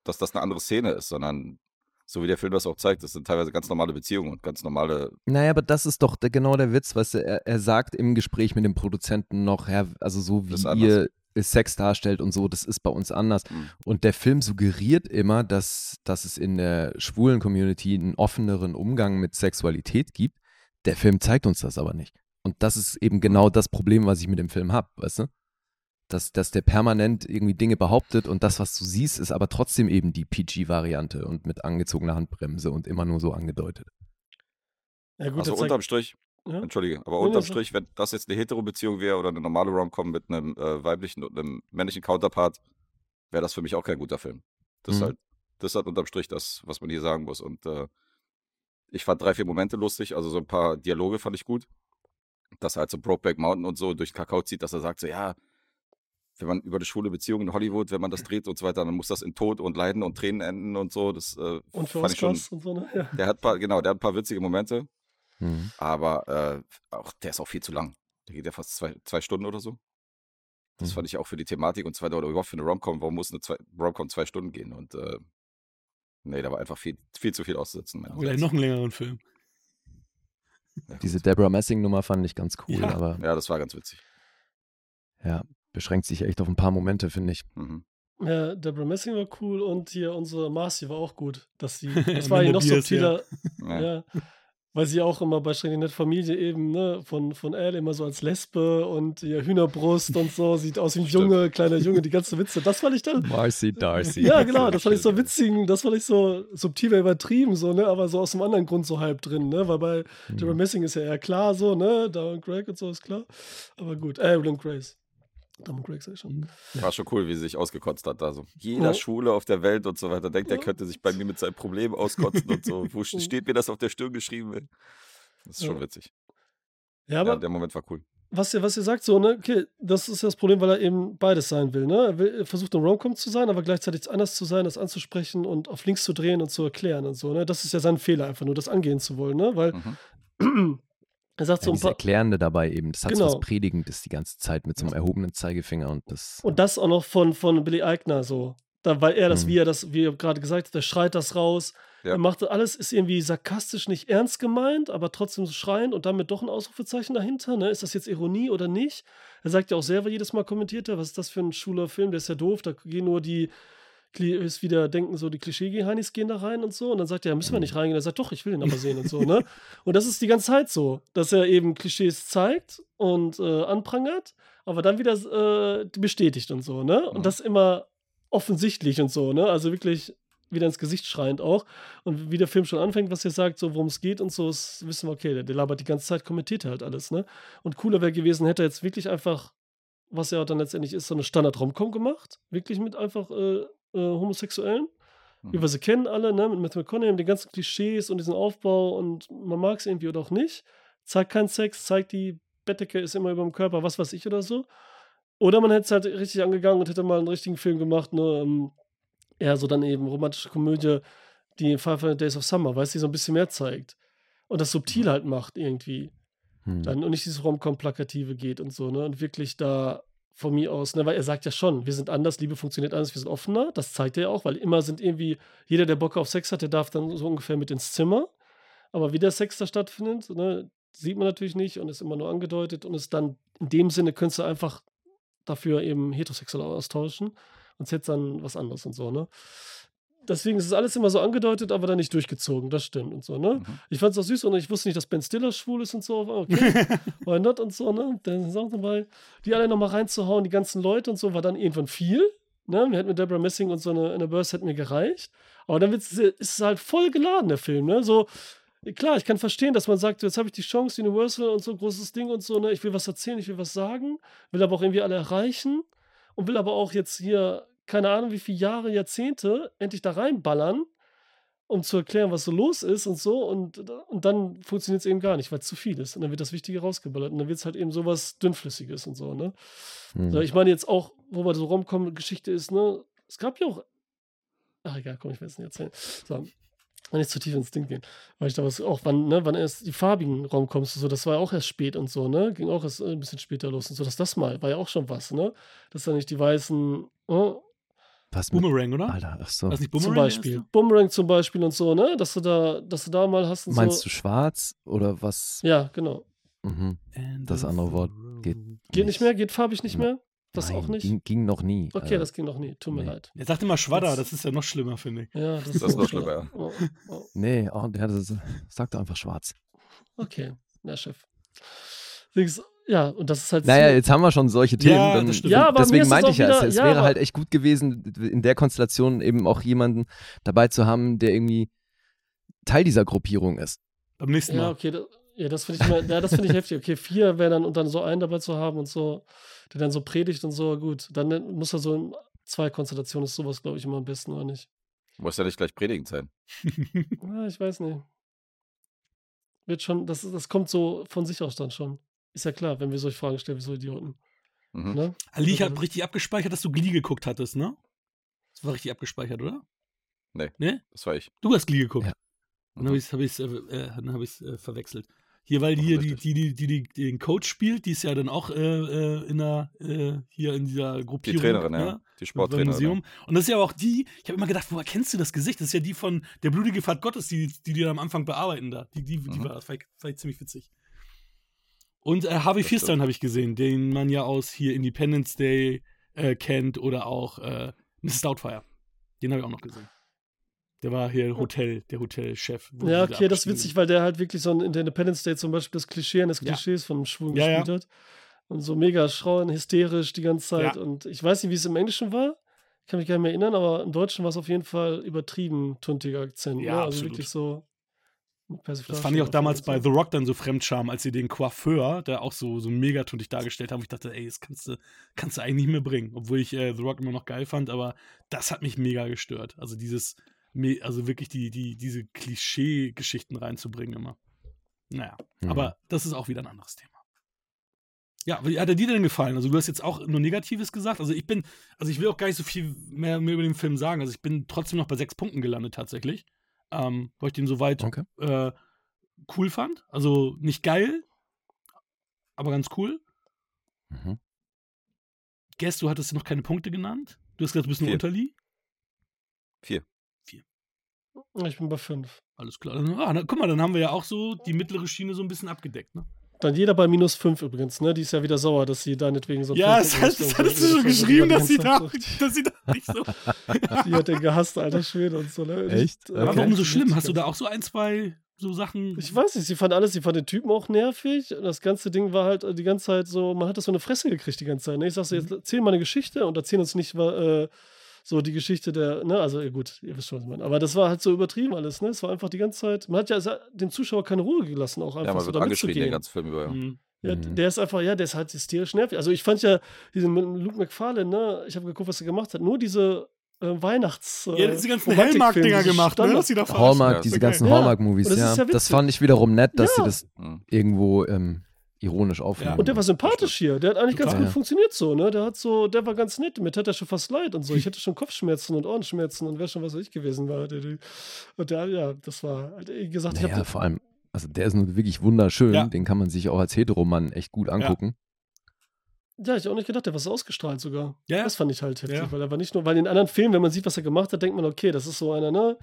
dass das eine andere Szene ist, sondern so wie der Film das auch zeigt, das sind teilweise ganz normale Beziehungen und ganz normale,
Naja, aber das ist doch der, genau der Witz, weißt du, er, er sagt im Gespräch mit dem Produzenten noch, ja, also so
Das ist
wie
anders.
ihr Sex darstellt und so, das ist bei uns anders.
Mhm.
Und der Film suggeriert immer, dass, dass es in der schwulen Community einen offeneren Umgang mit Sexualität gibt. Der Film zeigt uns das aber nicht. Und das ist
Mhm.
eben genau das Problem, was ich mit dem Film habe, weißt du? Dass, dass der permanent irgendwie Dinge behauptet und das, was du siehst, ist aber trotzdem eben die PG-Variante und mit angezogener Handbremse und immer nur so angedeutet.
ja, gut,
also
das
unterm
zeigt,
Strich,
ja?
entschuldige, aber
Nee, nee,
unterm
sag.
Strich, wenn das jetzt eine Hetero-Beziehung wäre oder eine normale Rom-Com mit einem äh, weiblichen und einem männlichen Counterpart, wäre das für mich auch kein guter Film. Das, ist
Mhm.
halt, das ist halt unterm Strich das, was man hier sagen muss. Und äh, ich fand drei, vier Momente lustig, also so ein paar Dialoge fand ich gut. Dass er halt so Brokeback Mountain und so durch den Kakao zieht, dass er sagt so, ja, wenn man über eine schwule Beziehung in Hollywood, wenn man das dreht und so weiter, dann muss das in Tod und Leiden und Tränen enden und so. Das äh,
Und für
fand ich schon.
Oscars und so, ne? Ja.
Der hat paar, genau, der hat ein paar witzige Momente,
Mhm.
aber äh, auch der ist auch viel zu lang. Der geht ja fast zwei, zwei Stunden oder so. Das
Mhm.
fand ich auch für die Thematik und zwei oder überhaupt für eine Romcom. Warum muss eine zwei, Romcom zwei Stunden gehen? Und äh, nee, da war einfach viel, viel zu viel auszusetzen.
Oder
meinerseits.
noch einen längeren Film.
Ja,
Diese Deborah Messing-Nummer fand ich ganz cool,
Ja.
aber
ja, das war ganz witzig.
ja, beschränkt sich echt auf ein paar Momente, finde ich.
Mhm.
Ja, Deborah Messing war cool und hier unsere Marcy war auch gut, dass sie, das war
Amanda
ja noch
Beers,
subtiler,
Ja.
ja. weil sie auch immer bei Schrecklich Nett Familie eben, ne, von, von Elle immer so als Lesbe und ihr Hühnerbrust und so, sieht aus wie ein
Stimmt.
Junge, kleiner Junge, die ganzen Witze, das fand ich dann,
Marcy Darcy.
ja genau, das fand ich so witzigen, das fand ich so subtil weil übertrieben, so, ne, aber so aus einem anderen Grund so halb drin, ne, weil bei
Hm.
Deborah Messing ist ja eher klar so, ne, Darren Craig und so ist klar, aber gut, äh, William Grace, Darren Craig sag ich schon.
War schon cool, wie sie sich ausgekotzt hat. Also jeder
Oh.
Schwule auf der Welt und so weiter denkt, der
Ja.
könnte sich bei mir mit seinem Problem auskotzen und so. Wo st- steht mir das auf der Stirn geschrieben? ey? Das ist schon
Ja.
witzig.
Ja, aber
ja, der Moment war cool.
was ihr, was ihr sagt, so, ne, okay, das ist ja das Problem, weil er eben beides sein will, ne? Er, will, er versucht ein Romcom zu sein, aber gleichzeitig anders zu sein, das anzusprechen und auf links zu drehen und zu erklären und so, ne? Das ist ja sein Fehler, einfach nur das angehen zu wollen, ne? Weil
Mhm.
er sagt
Ja,
so ein
dieses
paar.
Erklärende dabei eben, das hat so
Genau.
was Predigendes die ganze Zeit mit so einem erhobenen Zeigefinger und das.
Und das auch noch von, von Billy Eigner so. Da, weil er das,
Mhm.
wie er das, wie ihr gerade gesagt habt, der schreit das raus.
Ja.
Er macht das alles, ist irgendwie sarkastisch nicht ernst gemeint, aber trotzdem so schreiend und damit doch ein Ausrufezeichen dahinter. Ne? Ist das jetzt Ironie oder nicht? Er sagt ja auch selber jedes Mal kommentiert er, was ist das für ein schwuler Film, der ist ja doof, da gehen nur die, Kli- ist wieder denken so, die Klischee-Heinis gehen da rein und so. Und dann sagt er, ja, müssen
Mhm.
wir nicht reingehen. Er sagt, doch, ich will den aber sehen und so, ne? Und das ist die ganze Zeit so, dass er eben Klischees zeigt und äh, anprangert, aber dann wieder äh, bestätigt und so, ne?
Mhm.
Und das immer offensichtlich und so, ne? Also wirklich wieder ins Gesicht schreiend auch. Und wie der Film schon anfängt, was ihr sagt, so worum es geht und so, ist, wissen wir, okay, der, der labert die ganze Zeit, kommentiert halt alles, ne? Und cooler wäre gewesen, hätte er jetzt wirklich einfach, was er dann letztendlich ist, so eine Standard-Romcom gemacht. Wirklich mit einfach äh, äh, Homosexuellen.
Mhm.
Über sie kennen alle, ne? Mit Matthew McConaughey, mit den ganzen Klischees und diesen Aufbau und man mag es irgendwie oder auch nicht. Zeigt keinen Sex, zeigt die Bettdecke ist immer über dem Körper, was weiß ich oder so. Oder man hätte es halt richtig angegangen und hätte mal einen richtigen Film gemacht, ne? Ähm, eher so dann eben romantische Komödie, die 500 Days of Summer, weißt du, die so ein bisschen mehr zeigt. Und das subtil halt macht irgendwie
Hm.
dann und nicht dieses Romcom-Plakative geht und so, ne? Und wirklich da von mir aus, ne, weil er sagt ja schon, wir sind anders, Liebe funktioniert anders, wir sind offener, das zeigt er ja auch, weil immer sind irgendwie, jeder, der Bock auf Sex hat, der darf dann so ungefähr mit ins Zimmer. Aber wie der Sex da stattfindet, ne, sieht man natürlich nicht und ist immer nur angedeutet und ist dann, in dem Sinne könntest du einfach dafür eben heterosexuell austauschen und es hätte dann was anderes und so, ne? Deswegen ist es alles immer so angedeutet, aber dann nicht durchgezogen, das stimmt und so, ne?
Mhm.
Ich fand es auch süß und ich wusste nicht, dass Ben Stiller schwul ist und so, aber okay. Why not und so, ne? Da sind sie auch dabei. Die alle nochmal reinzuhauen, die ganzen Leute und so, war dann irgendwann viel. Ne? Mir hätten mit Deborah Messing und so eine, eine Burst hätten mir gereicht. Aber dann wird's, ist es halt voll geladen, der Film, ne? So, klar, ich kann verstehen, dass man sagt, jetzt habe ich die Chance, Universal und so, großes Ding und so, ne? Ich will was erzählen, ich will was sagen, will aber auch irgendwie alle erreichen und will aber auch jetzt hier, keine Ahnung, wie viele Jahre, Jahrzehnte endlich da reinballern. Um zu erklären, was so los ist und so, und, und dann funktioniert es eben gar nicht, weil es zu viel ist. Und dann wird das Wichtige rausgeballert. Und dann wird es halt eben sowas Dünnflüssiges und so, ne?
Hm.
So, ich meine jetzt auch, wo man so Romcom-Geschichte ist, ne? Es gab ja auch. Ach egal, komm, ich will es nicht erzählen. So, wenn jetzt zu tief ins Ding gehen. Weil ich da was auch, wann, ne, wann erst die farbigen Romcoms und so, das war ja auch erst spät und so, ne? Ging auch erst äh, ein bisschen später los und so, dass das mal, war ja auch schon was, ne? Dass da nicht die weißen, oh,
Was mit,
Boomerang, oder?
Alter, ach so.
War das nicht
zum
Boomerang? der
Beispiel.
erste?
Boomerang zum Beispiel und so, ne? Dass du da, dass du da mal hast und
Meinst
so.
du schwarz oder was?
Ja, genau.
Mhm.
And
Das
the
andere Wort
road.
geht-
Geht nicht mehr, geht farbig nicht
Nein.
mehr? Das
Nein,
auch nicht?
Ging, ging noch nie. Äh,
okay,
Alter.
das ging noch nie. Tut mir
Nee.
leid.
Er sagt immer Schwadder,
Das-
das ist ja noch schlimmer, finde ich.
Ja, das,
ist noch
schlimmer. Oh, oh.
Nee, oh, der, das, sag doch einfach schwarz.
Okay, na Chef. Dings, Ja, und das ist halt.
Naja,
so-
jetzt haben wir schon solche Themen.
Ja,
dann,
das stimmt.
Ja, aber mir ist
deswegen
es
meinte
auch
ich ja,
wieder-
es, es
ja,
wäre
aber-
halt echt gut gewesen, in der Konstellation eben auch jemanden dabei zu haben, der irgendwie Teil dieser Gruppierung ist.
Beim nächsten
ja,
Mal.
okay, das, ja, das finde ich, mal- ja, das finde ich heftig. Okay, vier wäre dann und dann so einen dabei zu haben und so, der dann so predigt und so, gut, dann muss er so in zwei Konstellationen ist sowas, glaube ich, immer am besten, oder nicht?
Muss ja nicht gleich predigend sein.
Ja, ich weiß nicht. Wird schon, das, ist- das kommt so von sich aus dann schon. Ist ja klar, wenn wir solche Fragen stellen, wie so Idioten.
Mhm.
Ne?
Ali, ich habe richtig abgespeichert, dass du Glee geguckt hattest, ne? Das war richtig abgespeichert, oder?
Das war ich. Mhm.
Du hast Glee geguckt.
Ja.
Dann habe ich es hab ich's, äh, äh, dann hab ich's, äh, verwechselt. Hier, weil die,
Auch
hier die,
richtig.
die, die, die, die den Coach spielt, die ist ja dann auch äh, äh, in der, äh, hier in dieser
Die
Gruppierung.
Trainerin, ja.
ne?
Die
beim
Sporttrainerin.
Museum. Und das ist ja aber auch die, ich habe immer gedacht, woher kennst du das Gesicht? Das ist ja die von der blutige Fahrt Gottes, die die, die da am Anfang bearbeiten da. Die, die, die
Mhm.
war, das fand ich, fand ich ziemlich witzig. Und äh, Harvey
Das
Fierstein
stimmt.
habe ich gesehen, den man ja aus hier Independence Day äh, kennt oder auch äh, Mrs. Doubtfire. Den habe ich auch noch gesehen. Der war hier Hotel, der Hotelchef. wo
Ja,
sie da
okay, das ist
abgestiegen
witzig, weil der halt wirklich so ein in der Independence Day zum Beispiel das Klischee eines
Ja.
Klischees von einem Schwulen
Ja, ja.
gespielt hat. Und so mega schrauen, hysterisch die ganze Zeit.
Ja.
Und ich weiß nicht, wie es im Englischen war. Ich kann mich gar nicht mehr erinnern, aber im Deutschen war es auf jeden Fall übertrieben tuntiger Akzent.
Ja,
ne? Also
absolut.
wirklich so. mit
Das
Persiflage
fand ich auch
auf jeden
damals bei
Fall.
The Rock dann so Fremdscham, als sie den Coiffeur, der auch so, so megatuntig dargestellt haben. Ich dachte, ey, das kannst du, kannst du eigentlich nicht mehr bringen. Obwohl ich äh, The Rock immer noch geil fand, aber das hat mich mega gestört. Also dieses, me- also wirklich die, die, diese Klischee-Geschichten reinzubringen immer. Naja,
Mhm.
aber das ist auch wieder ein anderes Thema. Ja, wie hat er dir denn gefallen? Also du hast jetzt auch nur Negatives gesagt. Also ich bin, also ich will auch gar nicht so viel mehr, mehr über den Film sagen. Also ich bin trotzdem noch bei sechs Punkten gelandet tatsächlich. Ähm, weil ich den so weit
Okay.
äh, cool fand. Also nicht geil, aber ganz cool.
Mhm.
Guess, du hattest noch keine Punkte genannt. Du hast gesagt, du bist nur
Vier.
Unterli.
Ich bin bei fünf.
Alles klar. Dann, ah, na, guck mal, dann haben wir ja auch so die mittlere Schiene so ein bisschen abgedeckt. Ne?
Dann jeder bei minus fünf übrigens, ne? Die ist ja wieder sauer, dass sie deinetwegen so. fünf Punkte nicht bekommen hat.
dass sie da nicht so.
Die hat den gehasst, alter Schwede und so, ne?
Echt?
Äh,
Aber
Okay.
warum so schlimm? Hast du da auch so ein, zwei so Sachen?
Ich weiß nicht, sie fand alles, sie fand den Typen auch nervig. Das ganze Ding war halt die ganze Zeit so, man hat das so eine Fresse gekriegt die ganze Zeit. Ne? Ich sag so,
Mhm.
jetzt erzähl mal eine Geschichte und erzähl uns nicht äh, so die Geschichte der, ne, also ja, gut, ihr wisst schon, was ich meine. Aber das war halt so übertrieben alles, ne? Es war einfach die ganze Zeit, man hat ja sa- dem Zuschauer keine Ruhe gelassen, auch
Ja,
einfach
man
so
wird
damit zu
angeschrien den
gehen.
ganzen Film über.
Hm.
Ja,
Mhm.
der ist einfach, ja, der ist halt hysterisch nervig. Also ich fand ja diesen mit Luke McFarlane, ne, ich habe geguckt, was er gemacht hat, nur diese äh, Weihnachts. Äh,
Ja, das sind die ganzen
Romantikfilme,
Hellmark-Dinger
diese
gemacht, ne?
Standard-
Was sie da
Hallmark,
Ja,
diese
okay.
ganzen
Ja,
Hallmark-Movies,
und das
ja.
ist
Das,
ja witzig.
fand ich wiederum nett, dass
Ja.
sie das
Mhm.
irgendwo ähm, ironisch aufnehmen.
Und der war sympathisch hier. Der hat eigentlich ganz
Total.
gut
Ja.
funktioniert so, ne? Der hat so, der war ganz nett. Mir tat er schon fast leid und so. Ich hätte schon Kopfschmerzen und Ohrenschmerzen und wäre schon was weiß ich gewesen war. Und der, ja, das war, halt, wie gesagt, ich
Naja,
hab
vor allem, also der ist nun wirklich wunderschön,
Ja.
den kann man sich auch als Heteromann echt gut angucken.
ja, ich hab auch nicht gedacht, der war so ausgestrahlt sogar.
Ja, ja.
Das fand ich halt heftig,
Ja.
weil er war nicht nur, weil in anderen Filmen, wenn man sieht, was er gemacht hat, denkt man, okay, das ist so einer, ne?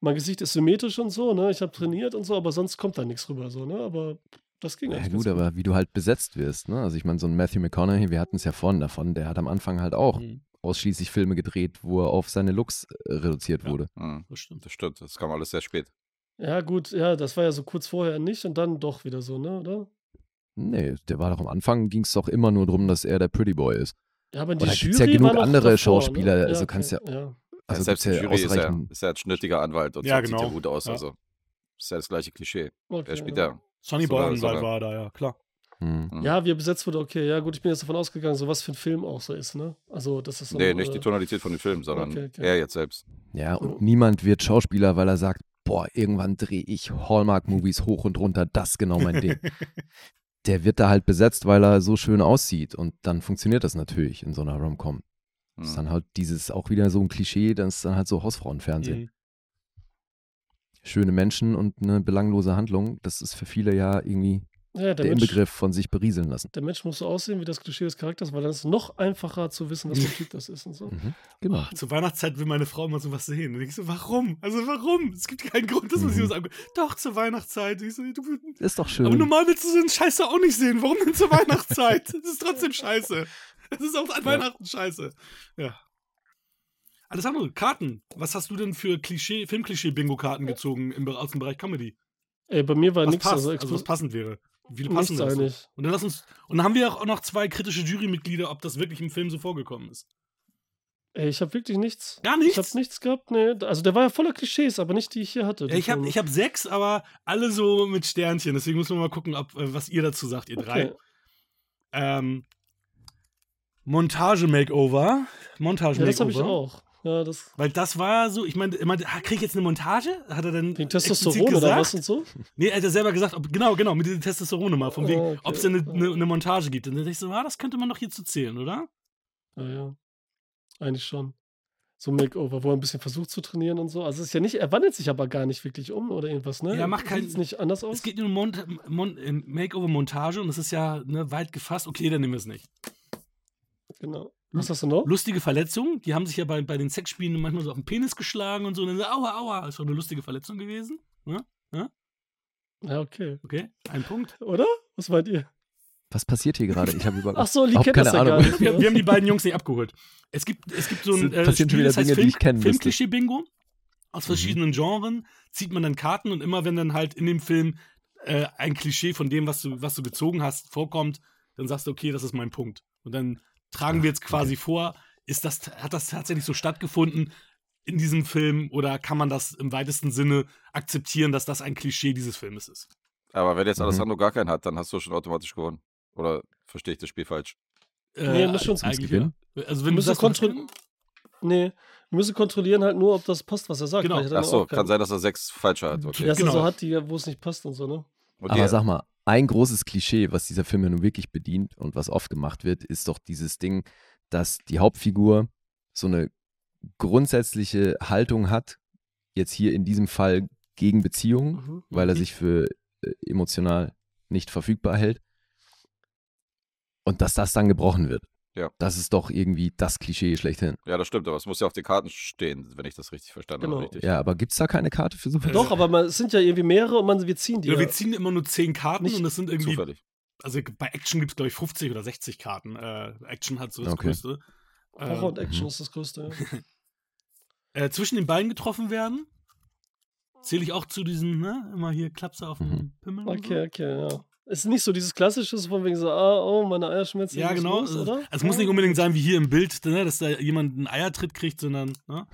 Mein Gesicht ist symmetrisch und so, ne? Ich habe trainiert und so, aber sonst kommt da nichts rüber, so, ne? Aber das ging
Ja,
eigentlich
gut,
ganz
aber wie du halt besetzt wirst, ne? Also ich meine, so ein Matthew McConaughey, wir hatten es ja vorhin davon, der hat am Anfang halt auch
Hm,
ausschließlich Filme gedreht, wo er auf seine Looks äh, reduziert
Ja.
wurde.
Mhm.
das stimmt.
Das stimmt, das kam alles sehr spät.
Ja, gut, ja, das war ja so kurz vorher nicht und dann doch wieder so, ne? Oder?
Nee, der war doch am Anfang, ging es doch immer nur darum, dass er der Pretty Boy ist.
Ja, aber die
Oder gibt's
Jury
ja genug
war noch
andere
davor,
Schauspieler,
ne?
also kannst
okay, ja.
Also
ja, selbst
gibt's
der
ja
Jury ist ja,
ausreichend-
ist ja ein schnittiger Anwalt und
Ja,
so sieht
genau.
ja gut aus.
Ja.
Also ist ja das gleiche Klischee.
Okay,
Er spielt
ja. genau.
ja.
Sonny
So
Boy
war- so
Anwalt
war-
war da, ja, klar.
Hm.
Ja, wie er besetzt wurde, okay. Ja, gut, ich bin jetzt davon ausgegangen, so was für ein Film auch so ist, ne? Also, das ist so.
Nee,
eine,
nicht die
äh,
Tonalität von dem Film, sondern
Okay, okay.
er jetzt selbst.
Ja, und
So.
niemand wird Schauspieler, weil er sagt, boah, irgendwann drehe ich Hallmark-Movies hoch und runter, das ist genau mein Ding. Der wird da halt besetzt, weil er so schön aussieht und dann funktioniert das natürlich in so einer Rom-Com. Das ist
Hm.
Mhm.
dann halt dieses, auch wieder so ein Klischee, das ist dann halt so Hausfrauenfernsehen.
Mhm.
Schöne Menschen und eine belanglose Handlung, das ist für viele ja irgendwie
Ja, der,
der
Mensch,
Inbegriff von sich berieseln lassen.
der Mensch muss so aussehen wie das Klischee des Charakters, weil dann ist es noch einfacher zu wissen, was für ein Typ das ist und so.
Mhm. Genau.
Ach, Zur Weihnachtszeit will meine Frau immer so was sehen. Und ich so, warum? Also warum? Es gibt keinen Grund, dass man sich
Mhm.
was anguckt. Doch, zur Weihnachtszeit. Ich so, du,
Ist doch
aber
schön.
normal willst du so einen Scheiß da auch nicht sehen. Warum denn zur Weihnachtszeit? Das ist trotzdem scheiße. Das ist auch an Weihnachten scheiße. Ja. Alessandro, Karten. Was hast du denn für Klischee, Filmklischee-Bingo-Karten gezogen im, Be- aus dem Bereich Comedy?
Ey, bei mir war
Was
nichts,
passt?
also,
Also,
explizit
was passend wäre. Wie viele passen
nichts
das?
eigentlich.
Und dann lass uns. Und dann haben wir auch noch zwei kritische Jurymitglieder, ob das wirklich im Film so vorgekommen ist.
Ey, ich habe wirklich nichts.
Gar
Ich habe
nichts.
nichts gehabt, ne? Also, der war ja voller Klischees, aber nicht die ich hier hatte. die
Ich habe
Filme.
ich hab sechs, aber alle so mit Sternchen. Deswegen müssen wir mal gucken, ob, äh, was ihr dazu sagt, ihr drei.
okay.
Ähm, Montage-Makeover.
Ja, das
Montage-Makeover.
habe ich auch. Ja, das
Weil das war so, ich meine, er meinte, ah, krieg ich jetzt eine Montage? Hat er dann
wegen
explizit
Testosteron oder
gesagt?
was und so.
Nee, er hat ja selber gesagt, ob, genau, genau, mit dieser Testosterone mal, von wegen,
Ah, okay.
ob es eine, eine, eine Montage gibt. Und dann dachte ich so, ah, das könnte man doch hierzu zählen, oder?
Ja, Ah ja. Eigentlich schon. So ein Makeover, wo er ein bisschen versucht zu trainieren und so. Also es ist ja nicht, er wandelt sich aber gar nicht wirklich um oder irgendwas, ne?
Ja, macht keinen-
Sieht's nicht anders aus.
Es geht nur um Mont Mon äh, Makeover-Montage und das ist ja ne, weit gefasst. Okay, dann nehmen wir es nicht. Hm?
Genau. Was hast du noch?
Lustige Verletzungen, die haben sich ja bei, bei den Sexspielen manchmal so auf den Penis geschlagen und so. Und dann so, aua, aua, ist doch eine lustige Verletzung gewesen.
Ja, okay.
Okay, ein Punkt.
Oder? Was meint ihr?
Was passiert hier gerade? Ich habe überhaupt
Ach so, Lee
Auch
kennt das ja
keine
gar
Ahnung.
nicht.
Wir,
ne?
wir haben die beiden Jungs nicht abgeholt. Es gibt, es gibt so ein äh,
Es passieren schon wieder Dinge, die ich kennen müsste.
Filmklischee-Bingo aus
Mhm.
verschiedenen Genren. Zieht man dann Karten und immer wenn dann halt in dem Film äh, ein Klischee von dem, was du, was du gezogen hast, vorkommt, dann sagst du, okay, das ist mein Punkt. Und dann tragen wir jetzt
Ah,
quasi vor, ist das, hat das tatsächlich so stattgefunden in diesem Film oder kann man das im weitesten Sinne akzeptieren, dass das ein Klischee dieses Filmes ist?
Aber wenn jetzt
Mhm.
Alessandro gar keinen hat, dann hast du schon automatisch gewonnen. Oder verstehe ich das Spiel falsch?
Nee, muss schon
eigentlich,
gewinnen.
ja. Äh, Also wenn du
Müssen
das
kontrollieren. Nee, wir müssen kontrollieren halt nur, ob das passt, was er sagt.
Genau.
weil ich dann
Ach so,
auch kein- Mhm.
kann sein, dass er sechs falsche hat. Okay.
Ja, dass er
Genau.
so hat, die, wo es nicht passt und so, ne?
Und
Aber
die-
sag mal, ein großes Klischee, was dieser Film ja nun wirklich bedient und was oft gemacht wird, ist doch dieses Ding, dass die Hauptfigur so eine grundsätzliche Haltung hat, jetzt hier in diesem Fall gegen Beziehungen,
Mhm.
weil er sich für äh, emotional nicht verfügbar hält. Und dass das dann gebrochen wird.
Ja.
Das ist doch irgendwie das Klischee schlechthin.
ja, das stimmt, aber es muss ja auf den Karten stehen, wenn ich das richtig verstanden
Genau.
habe. Richtig.
Ja, aber gibt es da keine Karte für sowas?
Doch, aber man, es sind ja irgendwie mehrere und man, wir ziehen die.
Äh, Ja, wir
Ja,
ziehen immer nur 10 Karten
Nicht
und das sind irgendwie,
Zufällig.
also bei Action gibt es glaube ich 50 oder 60 Karten. Äh, Action hat so das
Okay.
Größte.
Horror
Äh,
und Action
Mhm.
ist das Größte.
äh, zwischen den Beinen getroffen werden, zähle ich auch zu diesen, ne, immer hier Klapse auf dem
Mhm.
Pimmel.
Ja.
und
Okay, okay, ja. Es ist nicht so dieses klassische, so von wegen so, ah, oh, meine Eier
So.
schmerzen.
Ja,
was
genau.
los,
es-
oder?
Es muss nicht unbedingt sein wie hier im Bild, ne, dass da jemand einen Eiertritt kriegt, sondern ne?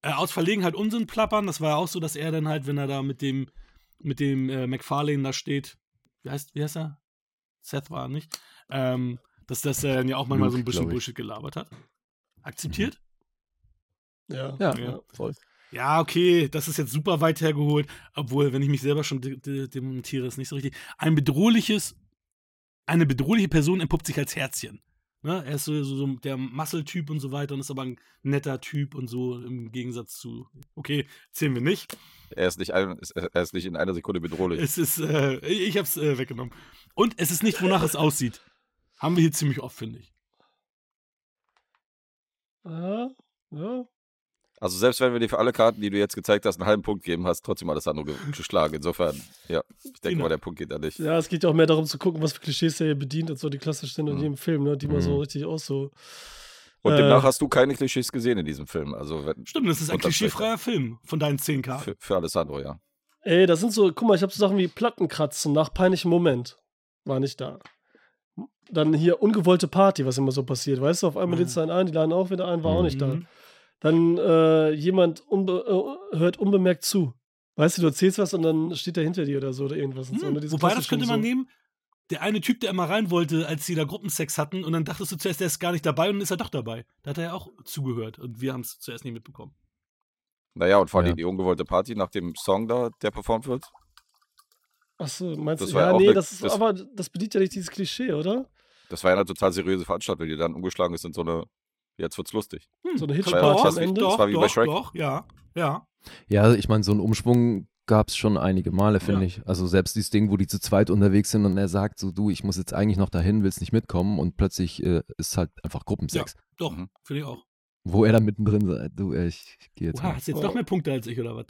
äh, aus Verlegenheit Unsinn plappern. Das war ja auch so, dass er dann halt, wenn er da mit dem, mit dem äh, McFarlane da steht, wie heißt, wie heißt er? Seth war er nicht. Ähm, dass das äh, ja auch manchmal so ein
Luke,
bisschen
glaub ich.
Bullshit gelabert hat. Akzeptiert?
Ja.
Ja,
Ja.
voll.
Ja, okay, das ist jetzt super weit hergeholt. Obwohl, wenn ich mich selber schon de- de- demontiere, ist nicht so richtig. Ein bedrohliches, eine bedrohliche Person entpuppt sich als Herzchen. Ne? Er ist so, so, so der Muscle-Typ und so weiter und ist aber ein netter Typ und so im Gegensatz zu. Okay, zählen wir nicht.
Er, ist nicht ein, ist- er ist nicht in einer Sekunde bedrohlich.
Es ist, äh, ich hab's äh, weggenommen. Und es ist nicht, wonach es aussieht. Haben wir hier ziemlich oft, finde ich.
Ja, ja.
Also selbst wenn wir dir für alle Karten, die du jetzt gezeigt hast, einen halben Punkt geben, hast trotzdem Alessandro ge geschlagen. Insofern, ja, ich denke
Genau.
mal, der Punkt geht an dich.
Ja, es geht ja auch mehr darum zu gucken, was für Klischees er hier bedient und so, die klassisch sind in
Mhm.
jedem Film, ne, die man so
Mhm.
richtig aus so.
Und
Äh,
demnach hast du keine Klischees gesehen in diesem Film. Also wenn,
Stimmt, das ist ein
Und das
klischeefreier Film von deinen 10 Karten.
für, für Alessandro, ja.
Ey, das sind so, guck mal, ich habe so Sachen wie Plattenkratzen nach peinlichem Moment. War nicht da. Dann hier ungewollte Party, was immer so passiert. Weißt du, auf einmal
Ja.
lädst du einen ein, die laden auch wieder ein, war auch nicht da.
Mhm.
Dann äh, jemand unbe äh, hört unbemerkt zu. Weißt du, du erzählst was und dann steht der hinter dir oder so oder irgendwas. und so,
Hm,
ne, diese
wobei, das
klassischen
könnte man
so.
nehmen. Der eine Typ, der immer rein wollte, als sie da Gruppensex hatten, und dann dachtest du zuerst, der ist gar nicht dabei, und dann ist er doch dabei. Da hat er ja auch zugehört, und wir haben es zuerst nicht mitbekommen.
Naja, und vor allem
Ja.
die ungewollte Party nach dem Song da, der performt wird.
Achso, meinst
Das
du,
war ja
ja,
auch
nee,
ne-
das ist
das-
aber, das bedient ja nicht dieses Klischee, oder?
Hm,
Das war ja eine total seriöse Veranstaltung, die dann umgeschlagen ist in so eine, jetzt wird's lustig.
Hm,
So eine
kann-
Hitchparty
doch,
am Ende?
Doch,
Das war wie bei
doch,
Shrek.
doch, ja, ja.
Ja, also ich meine, so einen Umschwung gab es schon einige Male, finde
Ja.
ich. Also selbst dieses Ding, wo die zu zweit unterwegs sind und er sagt so, du, ich muss jetzt eigentlich noch dahin, willst nicht mitkommen und plötzlich äh, ist halt einfach Gruppensex.
Doch,
Mhm.
finde ich auch.
Wo er dann mittendrin sagt, du, äh, ich, ich gehe jetzt
Oha,
mal.
hast jetzt doch mehr Punkte als ich, oder was?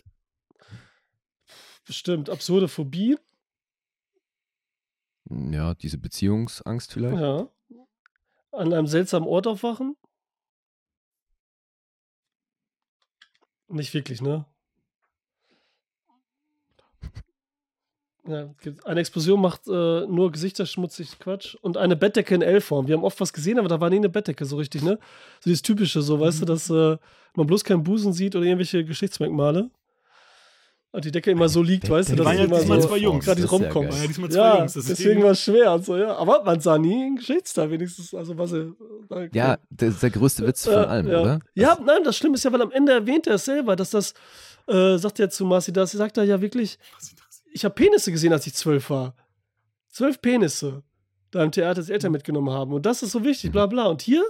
Bestimmt. Absurde Phobie.
Ja, diese Beziehungsangst vielleicht.
Ja. An einem seltsamen Ort aufwachen? Nicht wirklich, ne? Ja, gibt- eine Explosion macht äh, nur Gesichter schmutzig, Quatsch. Und eine Bettdecke in L-Form. Wir haben oft was gesehen, aber da war nie eine Bettdecke so richtig, ne? So dieses
Mhm.
Typische, so, weißt du, dass äh, man bloß keinen Busen sieht oder irgendwelche Geschlechtsmerkmale. Und die Decke immer so liegt, weißt du,
Der-
dass
waren
es
der-
ja
immer
diesmal
so
zwei Jungs.
gerade die
Das ist ja
rumkommen.
geil.
Waren ja diesmal zwei
Ja,
Jungs.
deswegen, war es schwer. und So, ja. Aber man sah nie einen Geschichtsteil, wenigstens. Also was er,
Ja, das ist der größte Witz von
Äh,
allem,
ja.
oder?
Ja, nein, das Schlimme ist ja, weil am Ende erwähnt er es selber, dass das, äh, sagt er zu Marci das, sagt er ja wirklich, ich habe Penisse gesehen, als ich zwölf war. Zwölf Penisse, da im Theater das
Mhm.
Eltern mitgenommen haben. Und das ist so wichtig, bla bla. Und hier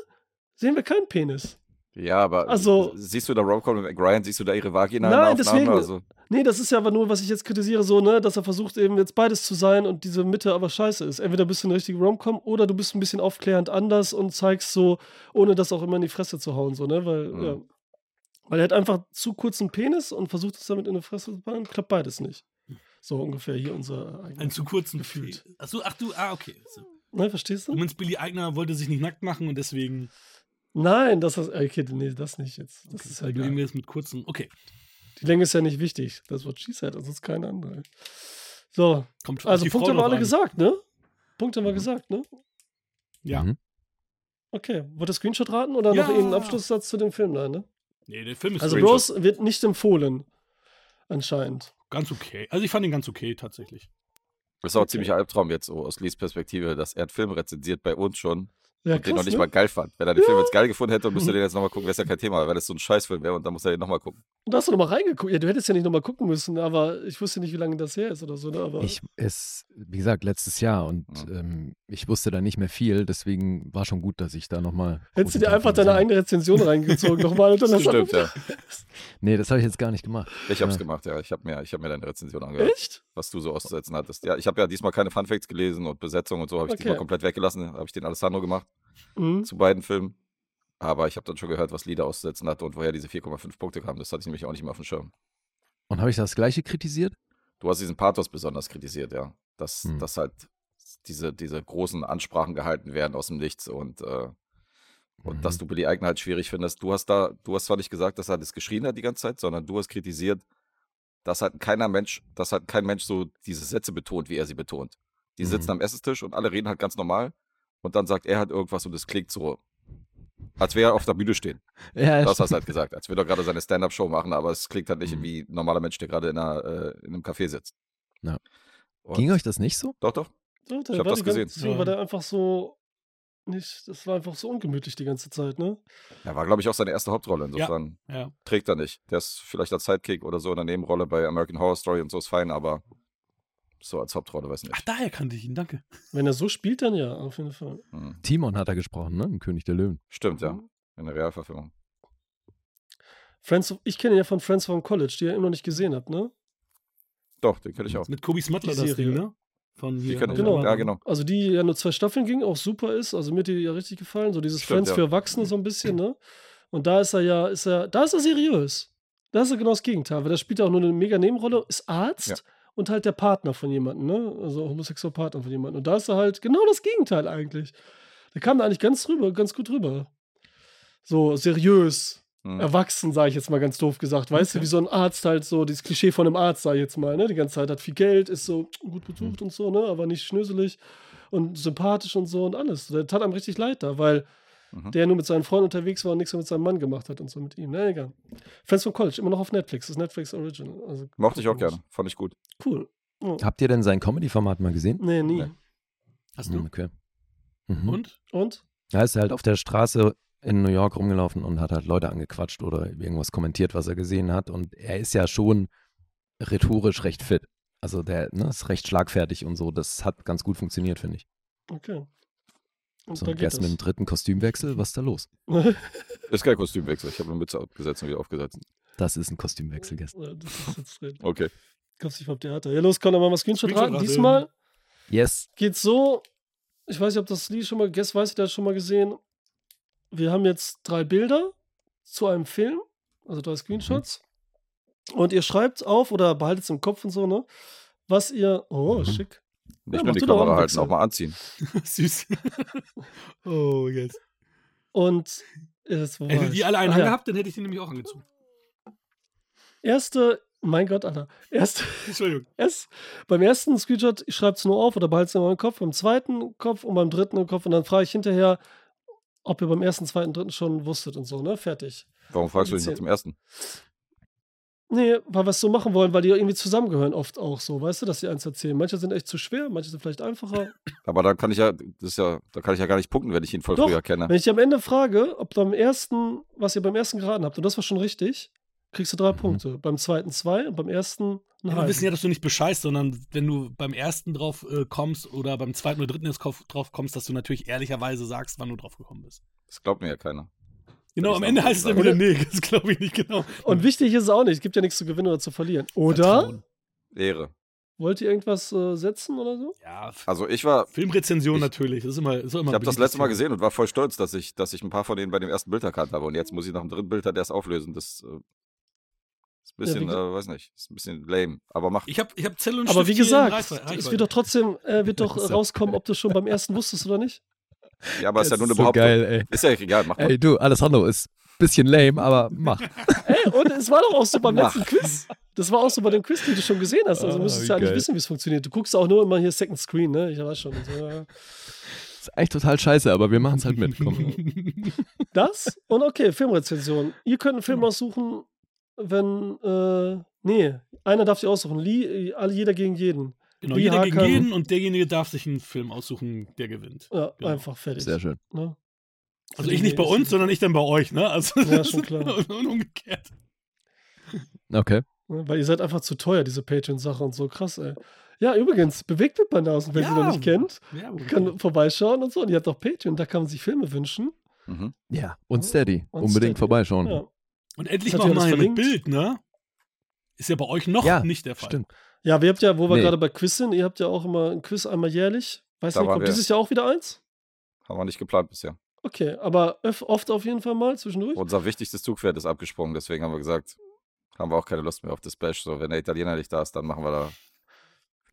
sehen wir keinen Penis.
Ja, aber
Also-
siehst du da Romcom mit Ryan, siehst du da ihre Vagina
Nein,
in der
deswegen-
Aufnahme? Also,
Nee, das ist ja aber nur, was ich jetzt kritisiere, so, ne, dass er versucht, eben jetzt beides zu sein und diese Mitte aber scheiße ist. Entweder bist du eine richtige Romcom oder du bist ein bisschen aufklärend anders und zeigst so, ohne das auch immer in die Fresse zu hauen, so, ne, weil,
Mhm.
ja. Weil er hat einfach zu kurzen Penis und versucht es damit in die Fresse zu packen, klappt beides nicht. So ungefähr hier unser
Einen zu kurzen
Gefühlt.
Gefühl. Ach so, ach du, ah, okay. So.
Ne, verstehst
Du
du?
meinst, Billy Eigner wollte sich nicht nackt machen und deswegen
Nein, das ist, äh, okay, nee, das nicht jetzt. Das ist
halt
ja
nehmen
geil.
wir es mit kurzen. Okay,
Die Länge ist ja nicht wichtig. Das wird she said, das ist keine andere. So,
kommt auf
also
die
Punkte
Frau
haben wir
drauf
alle
an.
gesagt, ne? Punkte haben wir gesagt, ne?
Ja.
Mhm.
Okay, wird das Screenshot raten oder
Ja.
noch irgendein Abschlusssatz zu dem Film? Nein, ne?
Nee, der Film ist
Also
strange.
Bros wird nicht empfohlen. Anscheinend.
ganz okay. Also ich fand ihn ganz okay tatsächlich.
das ist auch ein ziemlicher Albtraum jetzt so aus Lees Perspektive, dass er einen Film rezensiert bei uns schon
Ja,
und den noch nicht
ne?
mal geil fand. Wenn er den Film jetzt geil gefunden hätte und müsste den jetzt nochmal gucken, wäre es ja kein Thema, weil das so ein Scheißfilm wäre und dann muss er den nochmal gucken.
Und da hast du nochmal reingeguckt. Ja, du hättest ja nicht nochmal gucken müssen, aber ich wusste nicht, wie lange das her ist oder so. Ne? Aber
Ich, es, wie gesagt, letztes Jahr und
Ja.
ähm, ich wusste da nicht mehr viel, deswegen war schon gut, dass ich da nochmal.
hättest du dir einfach deine eigene Rezension reingezogen nochmal und dann hast
Stimmt,
du.
ja.
Nee, das habe ich jetzt gar nicht gemacht.
Ich hab's
Ja.
gemacht, ja. Ich hab mir, ich hab mir deine
Äh?
Rezension angehört,
Echt?
was du so auszusetzen hattest. Ja, ich habe ja diesmal keine Funfacts gelesen und Besetzung und so, habe ich
Okay.
diesmal komplett weggelassen. Habe ich den Alessandro gemacht
Mhm.
zu beiden Filmen. Aber ich habe dann schon gehört, was Lieder auszusetzen hatte und woher diese 4,5 Punkte kamen. Das hatte ich nämlich auch nicht mehr auf dem Schirm.
Und habe ich das Gleiche kritisiert?
Du hast diesen Pathos besonders kritisiert, ja. Dass,
Hm.
dass halt diese, diese großen Ansprachen gehalten werden aus dem Nichts und, äh, und
Mhm.
dass du Billy Eichner halt schwierig findest. Du hast da, du hast zwar nicht gesagt, dass er das geschrien hat die ganze Zeit, sondern du hast kritisiert, dass halt keiner Mensch, dass halt kein Mensch so diese Sätze betont, wie er sie betont. Die
Mhm.
sitzen am Essenstisch und alle reden halt ganz normal und dann sagt er halt irgendwas und es klingt so, als wäre er auf der Bühne stehen.
Ja,
Das hast du halt gesagt, als würde er gerade seine Stand-Up-Show machen, aber es klingt halt nicht
Äh, Mhm.
wie ein normaler Mensch, der gerade in, einer, äh, in einem Café sitzt.
Ja.
Und-
ging euch das nicht so?
Doch, doch.
So, der
Ich hab
war
das
die ganze-
gesehen.
Deswegen war der einfach so. Nicht, das war einfach so ungemütlich die ganze Zeit, ne?
Er war, glaube ich, auch seine erste Hauptrolle. Insofern
Ja.
trägt er nicht. Der ist vielleicht als Sidekick oder so in der Nebenrolle bei American Horror Story und so ist fein, aber so als Hauptrolle weiß
Ach,
nicht.
daher kannte ich ihn, danke.
Wenn er so spielt, dann ja, auf jeden Fall.
Mhm.
Timon hat er gesprochen, ne? Im König der Löwen.
Stimmt,
Hm?
ja. In der Realverfilmung.
Friends, of- ich kenne ihn ja von Friends vom College, die ihr immer noch nicht gesehen habt, ne?
Doch, den kenne ich auch.
Mit Kobi Smuttler
Die
das
Serie.
Ding, ne? Von hier.
Die kenne ich
Genau.
auch.
ne?
Ja, genau.
Also die ja nur zwei Staffeln ging, auch super ist. Also mir hat die ja richtig gefallen. So dieses
Stimmt,
Friends
ja. Mhm.
für Erwachsene so ein bisschen, ne? Und da ist er ja, ist er, da ist er seriös. Da ist er genau das Gegenteil, weil da spielt er auch nur eine mega Nebenrolle, ist Arzt
Ja.
und halt der Partner von jemandem, ne? Also homosexueller Partner von jemandem. Und da ist er halt genau das Gegenteil eigentlich. Da kam er eigentlich ganz rüber, ganz gut rüber. So seriös,
Mhm.
erwachsen, sage ich jetzt mal ganz doof gesagt. Weißt du, wie so ein Arzt halt so, dieses Klischee von einem Arzt, sag ich jetzt mal, ne? Die ganze Zeit hat viel Geld, ist so gut betucht und so, ne? Aber nicht schnöselig und sympathisch und so und alles. Der tat einem richtig leid da, weil
Mhm.
der nur mit seinen Freunden unterwegs war und nichts mehr mit seinem Mann gemacht hat und so mit ihm. Na egal. Friends from College, immer noch auf Netflix, das ist Netflix Original. Also,
Mochte ich auch gerne. Fand ich gut.
Cool.
Habt ihr denn sein Comedy-Format mal gesehen?
Nee, nie.
Nee.
Hast du?
Hm, Okay.
Hm.
Mhm.
Und?
Hm, Und?
Da ist er halt auf der Straße in New York rumgelaufen und hat halt Leute angequatscht oder irgendwas kommentiert, was er gesehen hat. Und er ist ja schon rhetorisch recht fit. Also der ne, ist recht schlagfertig und so. Das hat ganz gut funktioniert, finde ich.
Okay. Und
So,
da
und
geht
erst mit dem dritten Kostümwechsel, was ist da los?
das.
Ist kein Kostümwechsel. Ich habe eine Mütze abgesetzt und wieder aufgesetzt.
Das ist ein Kostümwechsel gestern.
Ja, das ist jetzt drin.
Okay.
Kaufst dich vom Theater. Ja, los, komm, dann machen wir Screenshot
Screenshot
raten.
raten.
Diesmal
Yes.
geht's so. Ich weiß nicht, ob das Lied schon mal, Guess weiß ich, der hat schon mal gesehen. Wir haben jetzt drei Bilder zu einem Film, also drei Screenshots.
Mhm.
Und ihr schreibt auf oder behaltet es im Kopf und so, ne? Was ihr. Oh,
Mhm.
schick.
Nicht
Ja, mach
nur die
du doch auch
Kamera
einen
halten,
Wechsel.
auch mal anziehen.
Süß. oh, yes.
Und. Jetzt, wo war
Hättet
ich?
ihr alle einen
Ah, ja.
angehabt, dann hätte ich den nämlich auch angezogen.
Erste. Mein Gott, Alter. Erste.
Entschuldigung.
Es, beim ersten Screenshot schreibt es nur auf oder behaltet es in eurem Kopf, beim zweiten Kopf und beim dritten im Kopf und dann frage ich hinterher, ob ihr beim ersten, zweiten, dritten schon wusstet und so, ne? Fertig.
Warum fragst du dich nach
Erzähl.
dem ersten?
Nee, weil wir es so machen wollen, weil die irgendwie zusammengehören oft auch so, weißt du, dass die eins erzählen. Manche sind echt zu schwer, manche sind vielleicht einfacher.
Aber da kann ich ja, das ist ja, da kann ich ja gar nicht punkten, wenn ich ihn voll
Doch,
früher kenne.
Wenn ich dich am Ende frage, ob du am ersten, was ihr beim ersten geraten habt, und das war schon richtig, kriegst du drei
Mhm.
Punkte. Beim zweiten zwei und beim ersten einen
Ja, wir
halben.
wissen ja, dass du nicht bescheißt, sondern wenn du beim ersten drauf äh, kommst oder beim zweiten oder dritten jetzt kauf- drauf kommst, dass du natürlich ehrlicherweise sagst, wann du drauf gekommen bist.
Das glaubt mir ja keiner.
Genau,
ich
am
sagen, würde
Ende
ich
heißt es dann
sagen.
wieder, nee, das glaube ich nicht genau.
und wichtig ist es auch nicht, es gibt ja nichts zu gewinnen oder zu verlieren. Oder
Vertrauen.
Ehre.
wollt ihr irgendwas äh, setzen oder so?
Ja, F-
Also ich war,
Filmrezension
Ich-
natürlich. Das ist immer, ist immer
ich habe das
beliebtes
letzte Mal
Thema.
gesehen und war voll stolz, dass ich, dass ich ein paar von denen bei dem ersten Bild erkannt habe. Und jetzt muss ich nach dem dritten Bild halt erst auflösen. Das äh, ist ein bisschen,
wie ge-
äh, weiß nicht, ist ein bisschen lame. Aber mach.
Ich habe ich hab Zell und
Aber wie
Stift hier in
gesagt,
Reichwe-
es
Reichweite.
wird doch trotzdem äh, wird doch
Das ist ja-
rauskommen, ob du schon beim ersten wusstest oder nicht.
Ja, aber ist ja
Das
nur eine
so
Behauptung.
geil, ey.
Ist ja egal, mach mal.
Ey, du, Alessandro ist bisschen lame, aber mach.
Ey, und es war doch auch so beim
Mach.
letzten Quiz. Das war auch so bei dem Quiz, den du schon gesehen hast. Also
Ah,
müsstest du
wie
ja eigentlich
geil.
wissen, wie es funktioniert. Du guckst auch nur immer hier Second Screen, ne? Ich weiß schon. Und so, ja.
Ist eigentlich total scheiße, aber wir machen es halt mit. Komm.
Das und okay, Filmrezension. Ihr könnt einen Film aussuchen, wenn. Äh, nee, einer darf sich aussuchen. Lee, äh, alle, jeder gegen jeden.
Genau,
Wie
jeder gegen
Hakan.
jeden und derjenige darf sich einen Film aussuchen, der gewinnt.
Ja,
Genau.
einfach fertig.
Sehr schön.
Ne?
Also ich nicht bei uns, sondern ich dann bei euch, ne? Also,
Ja, schon klar.
Und umgekehrt.
Okay.
Ne, Weil ihr seid einfach zu teuer, diese Patreon-Sache und so. Krass, ey. Ja, übrigens, bewegt mit Banausen, wenn ihr sie
Ja.
noch nicht kennt.
Ja,
Kann vorbeischauen und so. Und ihr habt auch Patreon, da kann man sich Filme wünschen.
Mhm.
Ja. Und Steady.
Und
Unbedingt
Steady.
vorbeischauen.
Ja.
Und endlich
Hat
mal
ja
mal
alles
mit
verlinkt.
Bild, ne? Ist ja bei euch noch
Ja,
nicht der Fall.
Stimmt.
ja, wir habt ja, wo wir
Nee.
gerade bei Quiz sind, ihr habt ja auch immer ein Quiz einmal jährlich. Weiß
Da
nicht,
waren
kommt
wir.
dieses Jahr auch wieder eins?
Haben wir nicht geplant bisher.
Okay, aber öf- oft auf jeden Fall mal zwischendurch.
Unser wichtigstes Zugpferd ist abgesprungen, deswegen haben wir gesagt, haben wir auch keine Lust mehr auf das Bash. So, wenn der Italiener nicht da ist, dann machen wir da.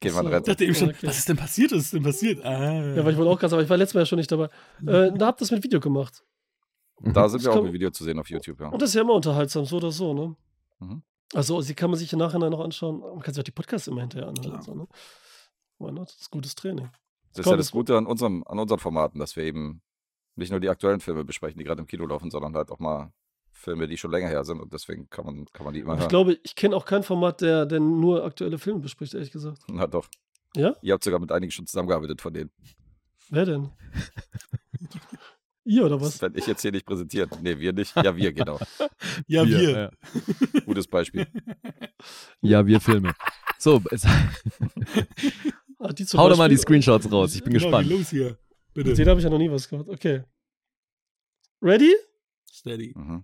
Gehen wir
Ach so.
ein
Ich
Rennen.
dachte eben schon,
Okay.
was ist denn passiert? Was ist denn passiert? Ah.
Ja, weil ich wollte auch gerade sagen, aber ich war letztes Mal ja schon nicht dabei.
Mhm.
Äh, da habt ihr es mit Video gemacht.
Da sind
Das
wir auch
kann-
im Video zu sehen auf YouTube, ja.
Und das ist ja immer unterhaltsam, so oder so, ne?
Mhm.
Also, sie kann man sich im Nachhinein noch anschauen. Man kann sich auch die Podcasts immer hinterher anhören.
Klar.
und So, ne? Why not? Das ist gutes Training.
Das ist
Komm,
ja das
das-
Gute an, unserem, an unseren Formaten, dass wir eben nicht nur die aktuellen Filme besprechen, die gerade im Kino laufen, sondern halt auch mal Filme, die schon länger her sind und deswegen kann man, kann man die immer
Ich
hören.
glaube, ich kenne auch kein Format, der, der nur aktuelle Filme bespricht, ehrlich gesagt.
Na doch.
Ja?
Ihr habt sogar mit einigen schon zusammengearbeitet von denen.
Wer denn? ihr oder was?
Das werde ich jetzt hier nicht präsentieren. Nee, wir nicht. Ja, wir, genau.
ja, wir.
Ja.
Gutes Beispiel.
ja, wir Filme. So, jetzt,
Ah, die zum
hau doch mal die
Beispiel-
Screenshots raus. Ich bin
Genau, geht
gespannt.
Los hier.
Mit
Bitte.
denen habe ich ja noch nie was gemacht. Okay. Ready?
Steady.
Mhm.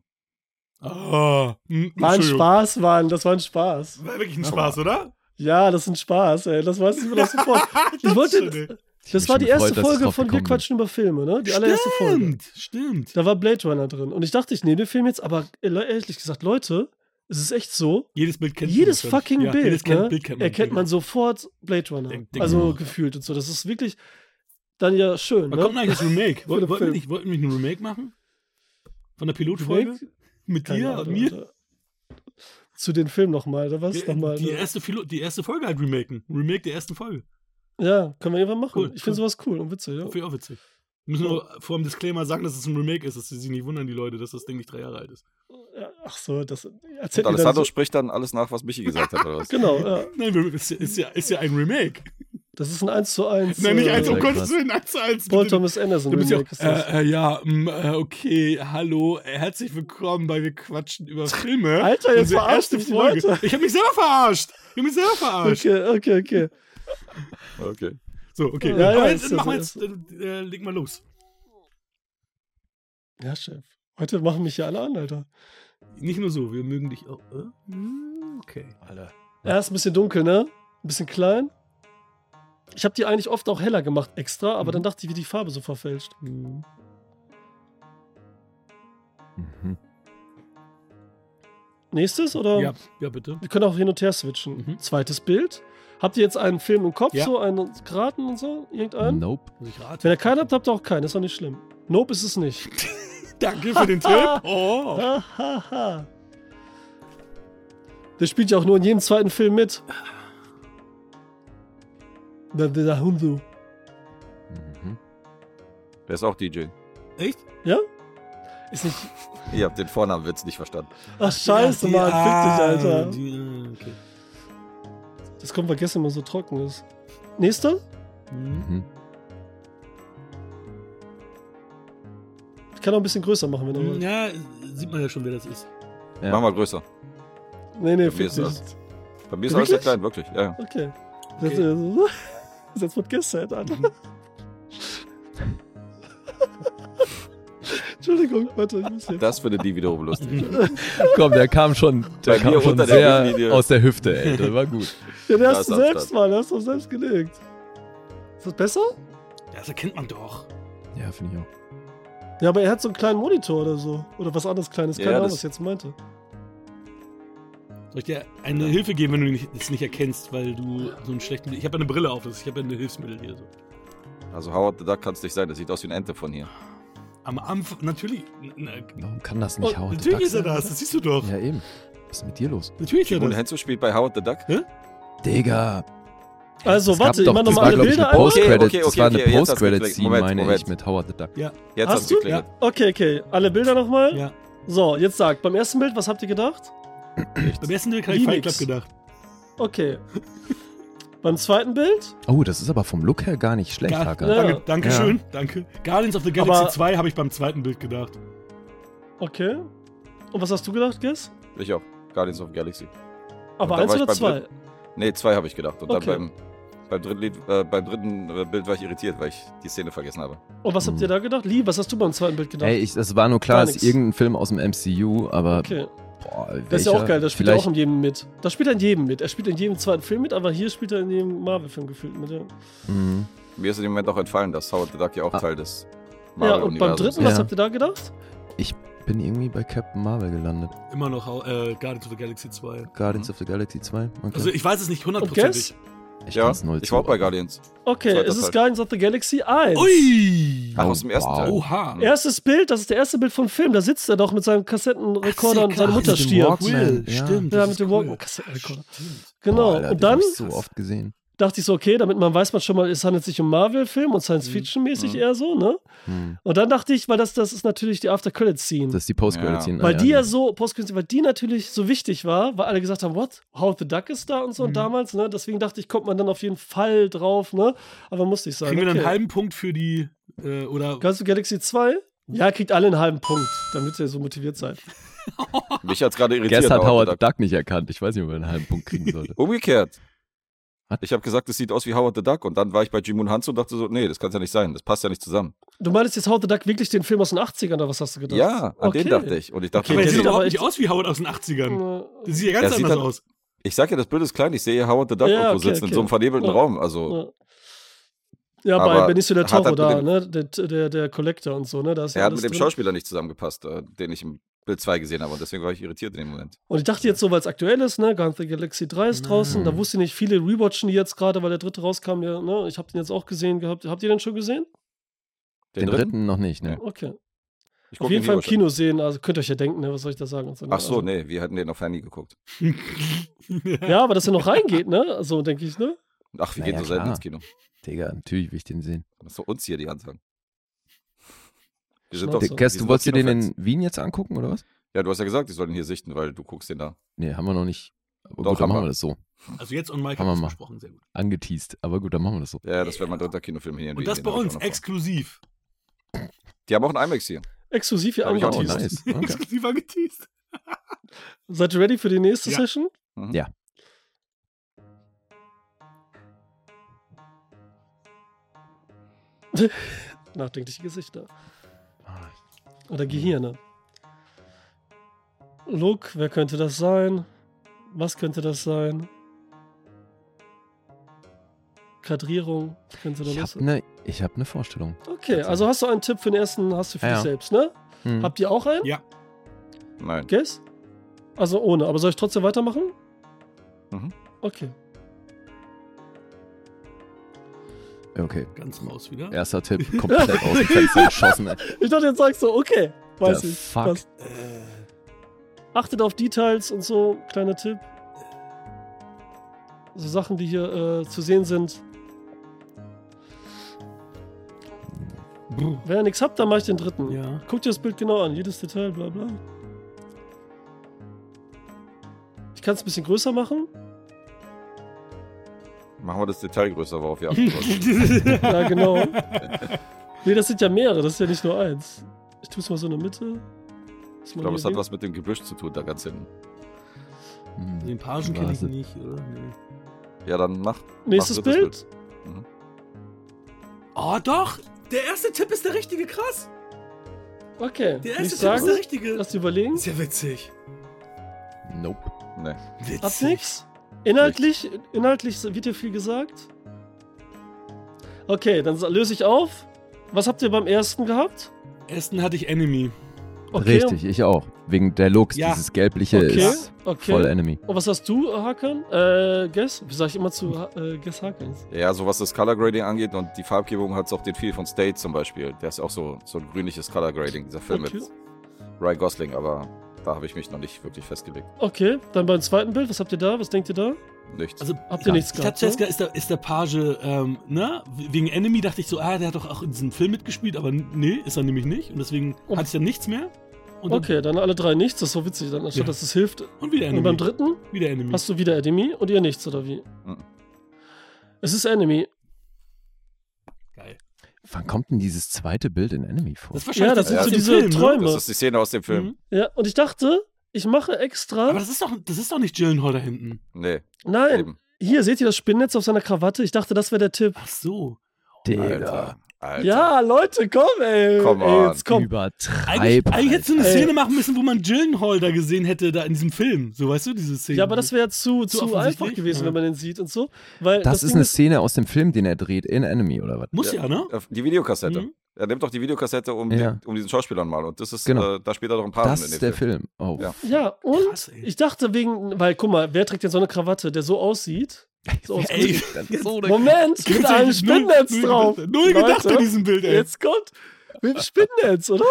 Ah, hm,
War ein
Entschuldigung.
Spaß, Mann. Das war ein Spaß.
War wirklich ein Spaß, oder?
Ja, das ist ein Spaß, ey. Das weißt du mir doch sofort. Ich
schon,
wollte,
Ich
das
hab
war
mich
die
schon
erste
gefreut, dass ich
Folge
drauf
von Wir
gekommen bin.
quatschen über Filme, ne? Die allererste Folge.
Stimmt, stimmt.
Da war Blade Runner drin. Und ich dachte, ich nehme den Film jetzt, aber äh, ehrlich gesagt, Leute, es ist echt so.
Jedes Bild kennt
jedes
man, glaub ich.
fucking
Ja,
Bild,
Jedes kennt,
ne?
Bild kennt man.
erkennt man sofort Blade Runner.
Denk- denk
also
mal.
gefühlt und so. Das ist wirklich dann ja schön.
Wann kommt denn
Ne?
eigentlich das
Für
Remake?
den
Wollten wir
Film.
nicht, wollten wir nicht ein Remake machen? Von der Pilotfolge? Mit
Keine
dir
Ahnung,
und mir?
Alter. Zu den Film nochmal, oder was? nochmal,
Die, die,
ne?
erste Filo- die erste Folge halt remaken. Remake der ersten Folge.
Ja, können wir irgendwann machen.
Cool,
ich finde
cool.
sowas cool und witzig. Ja.
Finde ich auch witzig. Wir müssen nur vor dem Disclaimer sagen, dass es ein Remake ist, dass sie sich nicht wundern, die Leute, dass das Ding nicht drei Jahre alt ist.
Ja, Ach so, das
Und
erzählt ihr dann
Alessandro
so.
spricht dann alles nach, was Michi gesagt hat, oder was?
Genau, ja.
Nein, wir- ist ja, ist ja, ist ja ein Remake.
Das ist ein 1 zu 1.
Nein, nicht eins, um
ja,
Gottes
krass.
Willen, eins zu eins.
Paul
bitte.
Thomas Anderson.
Du bist ja
Remake
auch,
ist das.
äh, äh, ja, mm, äh, okay, hallo, äh, herzlich willkommen bei Wir quatschen über Filme.
Alter, jetzt
äh, Unsere
verarscht
erste Ah,
mich die Leute.
Ich habe mich selber verarscht. Ich habe mich selber verarscht.
Okay, okay, okay. Genau.
Okay.
So, okay.
Ja,
Aber
ja,
jetzt,
ist ja
machen wir jetzt,
so,
äh, äh, leg mal los.
Ja, Chef. Heute machen mich ja alle an, Alter.
Nicht nur so, wir mögen dich auch. Äh?
Hm,
Mm, Okay.
Alter.
Ja, ist ein bisschen dunkel, ne? Ein bisschen klein. Ich habe die eigentlich oft auch heller gemacht extra,
Mhm.
aber dann dachte ich, wie die Farbe so verfälscht.
Hm.
Mhm.
Nächstes oder?
Ja, ja, bitte.
Wir können auch hin und her switchen.
Mhm.
Zweites Bild. Habt ihr jetzt einen Film im Kopf,
Ja.
so einen geraten und so? Irgendeinen?
Nope.
Muss ich raten?
Wenn ihr keinen habt, habt ihr auch keinen. Ist doch nicht schlimm. Nope ist es nicht.
Danke für den Tipp. Oh.
Ha, ha, ha. Der spielt ja auch nur in jedem zweiten Film mit. Der, der, der Hundu.
Mhm.
Der ist auch DJ.
Echt?
Ja? Ist nicht.
Ihr habt den Vornamenwitz nicht verstanden.
Ach, scheiße,
Die-
Mann.
ah,
Fick dich, Alter.
die- ah, okay.
Das kommt, weil gestern mal so trocken ist. Nächster?
Hm.
Mhm.
Ich kann auch ein bisschen größer machen, wenn du willst.
Hm, Ja, sieht man ja schon, wer das ist.
Ja.
Mach mal größer.
Nee, nee,
Bei mir
fick
ist
dich.
das. Bei mir ist alles sehr
Wirklich?
klein, wirklich. Ja, ja.
Okay. Das,
Okay. Mhm.
das, das wird gestern, Alter. Entschuldigung, warte, ich muss hier.
Das findet die wiederum lustig.
Komm, der kam schon, der
Bei mir
kam schon
unter der
sehr
Gürtellinie.
aus der Hüfte, ey. Das war gut.
ja, den
da
hast
ist
du
Abstand.
selbst, Mann. Den hast du doch selbst gelegt. Ist das besser?
Ja, Das erkennt man doch.
Ja, finde ich auch.
Ja, aber er hat so einen kleinen Monitor oder so. Oder was anderes Kleines.
Ja,
Keine Ahnung,
das-
was ich jetzt meinte.
Soll ich dir eine
Ja.
Hilfe geben, wenn du nicht- das nicht erkennst, weil du so einen schlechten Blick. Ich habe ja eine Brille auf, das- ich habe ja eine Hilfsmittel hier so.
Also Howard the Duck kann es nicht sein. Das sieht aus wie eine Ente von hier.
Am Anfang, natürlich. Na,
Warum kann das nicht
oh,
hauen?
natürlich ist er das, das siehst du doch.
Ja, eben. Was ist mit dir los?
Natürlich ist er
Und
das.
Henzo spielt bei Howard the Duck.
Digga.
Also,
Es gab
warte, ich
doch-
mach
das
nochmal
war,
alle
glaub ich,
Bilder
eine
einmal.
Post-Credit.
Okay, okay,
das war
okay,
eine
jetzt hat's
Post-Credit-Scene,
geklickt.
meine
Moment,
ich, mit Howard the Duck.
Jetzt
Hast
hat's
du?
geklingelt.
Okay, okay. Alle Bilder nochmal.
Ja.
So, jetzt sagt, beim ersten Bild, was habt ihr gedacht?
Beim ersten Bild habe ich
Wie
Fight
nix.
Club gedacht.
Okay. beim zweiten Bild?
Oh, das ist aber vom Look her gar nicht schlecht,
Gar-
Hakan.
Ja.
Danke, Dankeschön, danke. Guardians of the Galaxy
Aber-
2 habe ich beim zweiten Bild gedacht.
Okay. Und was hast du gedacht, Guess?
Ich auch. Guardians of the Galaxy.
Aber
Da
eins
war ich
oder
beim
zwei?
Nee, zwei habe ich gedacht. Und
Okay.
dann beim, beim dritten, Lied, äh, beim dritten äh, Bild war ich irritiert, weil ich die Szene vergessen habe.
Und was habt ihr da gedacht? Lee, was hast du beim zweiten Bild gedacht?
Ey, ich, das war nur klar,
Gar
es
nix.
ist irgendein Film aus dem MCU, aber
okay.
boah,
Das ist ja
welcher?
auch geil, das spielt er
Vielleicht
auch in jedem mit. Das spielt er in jedem mit. Er spielt in jedem zweiten Film mit, aber hier spielt er in jedem Marvel-Film gefühlt mit. Ja,
Mhm.
Mir ist in dem Moment auch entfallen, dass Howard the Duck ja auch
Ah.
Teil des
ja und beim
Marvel-Universums
dritten,
ist.
was
Ja.
habt ihr da gedacht?
Bin irgendwie bei Captain Marvel gelandet.
Immer noch äh, Guardians of the Galaxy 2.
Guardians
Mhm.
of the Galaxy 2. Okay.
Also ich weiß es nicht
Und
hundertprozentig.
Guess?
ich
Ja,
kann's null
ich war auch bei
zuordnen.
Guardians.
Okay,
Zweiter
es ist
Teil.
Guardians of the Galaxy 1.
Ui!
Ach, aus dem ersten
wow.
Teil.
Oh,
Oha!
Erstes Bild, das ist der erste Bild vom Film. Da sitzt er doch mit seinem Kassettenrekorder und seine
klar,
Mutter
mit dem
stirbt.
Walkman.
Will,
Ja.
stimmt.
Ja,
das
mit
ist
dem
cool.
Walkman. Kassettenrekorder.
Stimmt.
Genau.
Boah, Alter,
und
den
dann
hab ich so oft gesehen.
dachte ich so, okay, damit man weiß man schon mal, es handelt sich um Marvel-Film und Science-Fiction-mäßig
Mhm.
eher so, ne?
Hm.
Und dann dachte ich, weil das, das ist natürlich die After-Credit-Scene.
Das ne. ist die post credit szene
Weil die ja so, Postkünstler, weil die natürlich so wichtig war, weil alle gesagt haben, what? How the Duck ist da und so und damals, ne? Deswegen dachte ich, kommt man dann auf jeden Fall drauf, ne? Aber musste ich sagen.
Kriegen wir dann
okay.
einen halben Punkt für die äh, oder
Guardians of the Galaxy 2? Ja, kriegt alle einen halben Punkt, damit ihr so motiviert seid.
Mich hat's gerade irritiert.
Gestern hat Howard
the
the Duck nicht erkannt. Ich weiß nicht, ob er einen halben Punkt kriegen sollte.
Umgekehrt.
Was?
Ich habe gesagt, es sieht aus wie Howard the Duck und dann war ich bei Jim und Hans und dachte so, nee, das kann's ja nicht sein, das passt ja nicht zusammen.
Du meinst jetzt How the Duck wirklich den Film aus den 80ern oder was hast du gedacht?
ja, an
Okay.
den dachte ich und ich dachte,
Okay,
Aber
nee,
der
der sieht
sieht
überhaupt
aber
nicht
echt-
aus wie Howard aus den 80ern.
Äh,
Der sieht ja
Er
ganz
sieht
anders
dann-
aus.
ich sag ja, das Bild ist klein, ich sehe hier Howard the Duck
Ja,
irgendwo
okay,
sitzen in
okay.
so einem vernebelten
Ja.
Raum, also
äh, Ja, bei
Aber
Benicio del
hat das
Toro
mit
da,
dem-
ne? Der, der, der Collector und so, ne? Da ist ja
er hat
alles
mit dem
drin.
Schauspieler nicht zusammengepasst, äh, den ich im Bild 2 gesehen habe und deswegen war ich irritiert in dem Moment.
Und ich dachte jetzt so, weil es aktuell ist, ne, Guardians of the Galaxy 3 ist draußen, da wusste ich nicht, viele rewatchen die jetzt gerade, weil der dritte rauskam, ja, ne, ich habe den jetzt auch gesehen gehabt. Habt ihr den schon gesehen?
Den, dritten? noch nicht, ne?
Okay.
Ich guck
Auf jeden
ihn
Fall im
hier wahrscheinlich.
Kino sehen, also könnt ihr euch ja denken, ne, was soll ich da sagen? Und so, ne,
Ach so,
also-
nee, wir hatten den auf Handy geguckt.
Ja, aber dass er noch reingeht, ne? Also denke ich, ne?
Ach, wir
Naja,
gehen so selten
klar.
ins Kino.
Digga, natürlich will ich den sehen.
Das ist doch uns hier die Ansagen. Wir
Schnauze.
sind doch,
Also,
Also,
Dick,
wir
Guess,
sind
du
doch
wolltest dir den in
Kinofans.
Wien jetzt angucken, oder was?
Ja, du hast ja gesagt, ich soll den hier sichten, weil du guckst den da.
Nee, haben wir noch nicht. Aber
Doch,
gut, dann
haben
machen
wir.
wir das so.
Also jetzt und Mike haben
Kann man
es
machen.
besprochen, sehr gut.
Angeteased. Aber gut, dann machen wir das so.
Ja, ja, das wäre mein dritter Kinofilm hier in Wien,
Und das
den
bei
hab ich
uns,
auch noch vor.
exklusiv.
Die haben auch einen IMAX hier.
Exklusiv hier
Hab ich auch
angeteased.
noch.
Oh, nice. Okay.
Exklusiv angeteased.
Seid ihr ready für die nächste
Ja.
Session?
Mhm.
Ja.
Nachdenkliche Gesichter. Oder Gehirne. Look, wer könnte das sein? Was könnte das sein? Kadrierung könnte da
Ich
los
habe
sein.
eine hab ne Vorstellung.
Okay, also hast du einen Tipp für den ersten, hast du für
Ah, Ja.
dich selbst, ne?
Hm.
Habt ihr auch einen?
Ja.
Nein.
Guess? Also ohne, aber soll ich trotzdem weitermachen?
Mhm.
Okay.
Okay.
Ganz raus wieder.
Erster Tipp, komplett aus dem Fenster geschossen. Ey.
Ich dachte, jetzt sagst du, okay. Weiß
The
ich.
fuck?
Passt. Achtet auf Details und so, kleiner Tipp. So Sachen, die hier äh, zu sehen sind.
Brr.
Wenn ihr nichts habt, dann mache ich den dritten.
Ja.
Guckt dir das Bild genau an, jedes Detail, bla bla. Ich kann es ein bisschen größer machen.
Machen wir das Detail größer, worauf wir achten wollen.
Ja, genau. Nee, das sind ja mehrere, das ist ja nicht nur eins. Ich tue es mal so in der Mitte.
Ich glaube, es hat was mit dem Gebüsch zu tun, da ganz hinten.
Hm.
Den Pagen kenne ich
Warte.
nicht, oder? Nee.
Ja, dann mach.
Nächstes
mach drittes
Bild.
Oh, doch! Der erste Tipp ist der richtige, krass!
Okay.
Der
Nicht
erste Tipp ist
sagen,
der richtige!
lasst überlegen.
Ist ja witzig.
Nope.
Nee.
Witzig.
Habt nix? Inhaltlich, inhaltlich wird hier viel gesagt. Okay, dann löse ich auf. Was habt ihr beim ersten gehabt?
Ersten hatte ich Enemy.
Okay.
Richtig, ich auch. Wegen der Looks.
Ja.
Dieses gelbliche
Okay,
ist
okay.
voll Enemy.
Und was hast du, äh, Hakan? Äh, Guess? Wie sag ich immer zu Ha- äh, Guess Hakan?
Ja, so was das Color Grading angeht und die Farbgebung hat es auch den Feel von State zum Beispiel. Der ist auch so, so ein grünliches Color Grading, dieser Film
Okay.
mit Ryan Gosling, aber da habe ich mich noch nicht wirklich festgelegt.
Okay, dann beim zweiten Bild. Was habt ihr da? Was denkt ihr da?
Nichts.
Also,
Habt ihr
Ja,
nichts
ich dachte
gehabt? ne?
zuerst, ist der, ist der Page, ähm, ne? Wegen Enemy dachte ich so, ah, der hat doch auch in diesem Film mitgespielt, aber n- nee, ist er nämlich nicht. Und deswegen
Und-
hatte ich dann nichts mehr. Und,
ne? Oh. Okay, dann alle drei nichts. Das ist so witzig, dann, anstatt
Ja.
dass es hilft.
dann, und wieder
Und beim
Enemy. Mhm.
dritten
Wieder Enemy.
hast du wieder Enemy und ihr nichts, oder wie?
Mhm.
Es ist Enemy.
Geil.
Wann kommt denn dieses zweite Bild in Enemy vor?
Das ist wahrscheinlich
Ja, das
das
sind
aus
so
dem
diese
Film, ne?
Träume.
Das ist die Szene aus dem Film.
Mhm.
Ja, und ich dachte, ich mache
Aber
extra.
das ist doch, das ist doch nicht Gyllenhaal da hinten.
Nee,
Nein,
eben.
hier seht ihr das Spinnennetz auf seiner Krawatte. Ich dachte, das wäre der Tipp.
Ach so.
Digga.
Alter. Alter.
Ja, Leute, komm, ey.
Come
ey,
on.
jetzt komm.
Übertreib. halt.
Eigentlich, eigentlich hättest du eine
Ey.
Szene machen müssen, wo man Gyllenhaal da gesehen hätte, da in diesem Film. So, weißt du, diese Szene.
Ja, aber das wäre zu,
Zu
zu,
offensichtlich?
einfach gewesen,
Ja.
wenn man den sieht und so. Weil
das ist
Ding
eine Szene aus dem Film, den er dreht, in Enemy oder was?
Muss ja, ne?
Äh, Die Videokassette.
Mhm.
Er nimmt doch die Videokassette um,
Ja.
den, um diesen Schauspielern mal. Und das ist,
Genau.
äh, da spielt er doch ein paar
Das ist der Film. Oh,
Ja.
Ja, und
Krass, ey.
ich dachte wegen, weil guck mal, wer trägt denn so eine Krawatte, der so aussieht? So aus-
Ey,
das ist so eine
Moment, mit einem Spinnnetz
null,
drauf.
Null gedacht
Leute,
an diesem Bild, ey.
Jetzt kommt mit dem Spinnnetz, oder?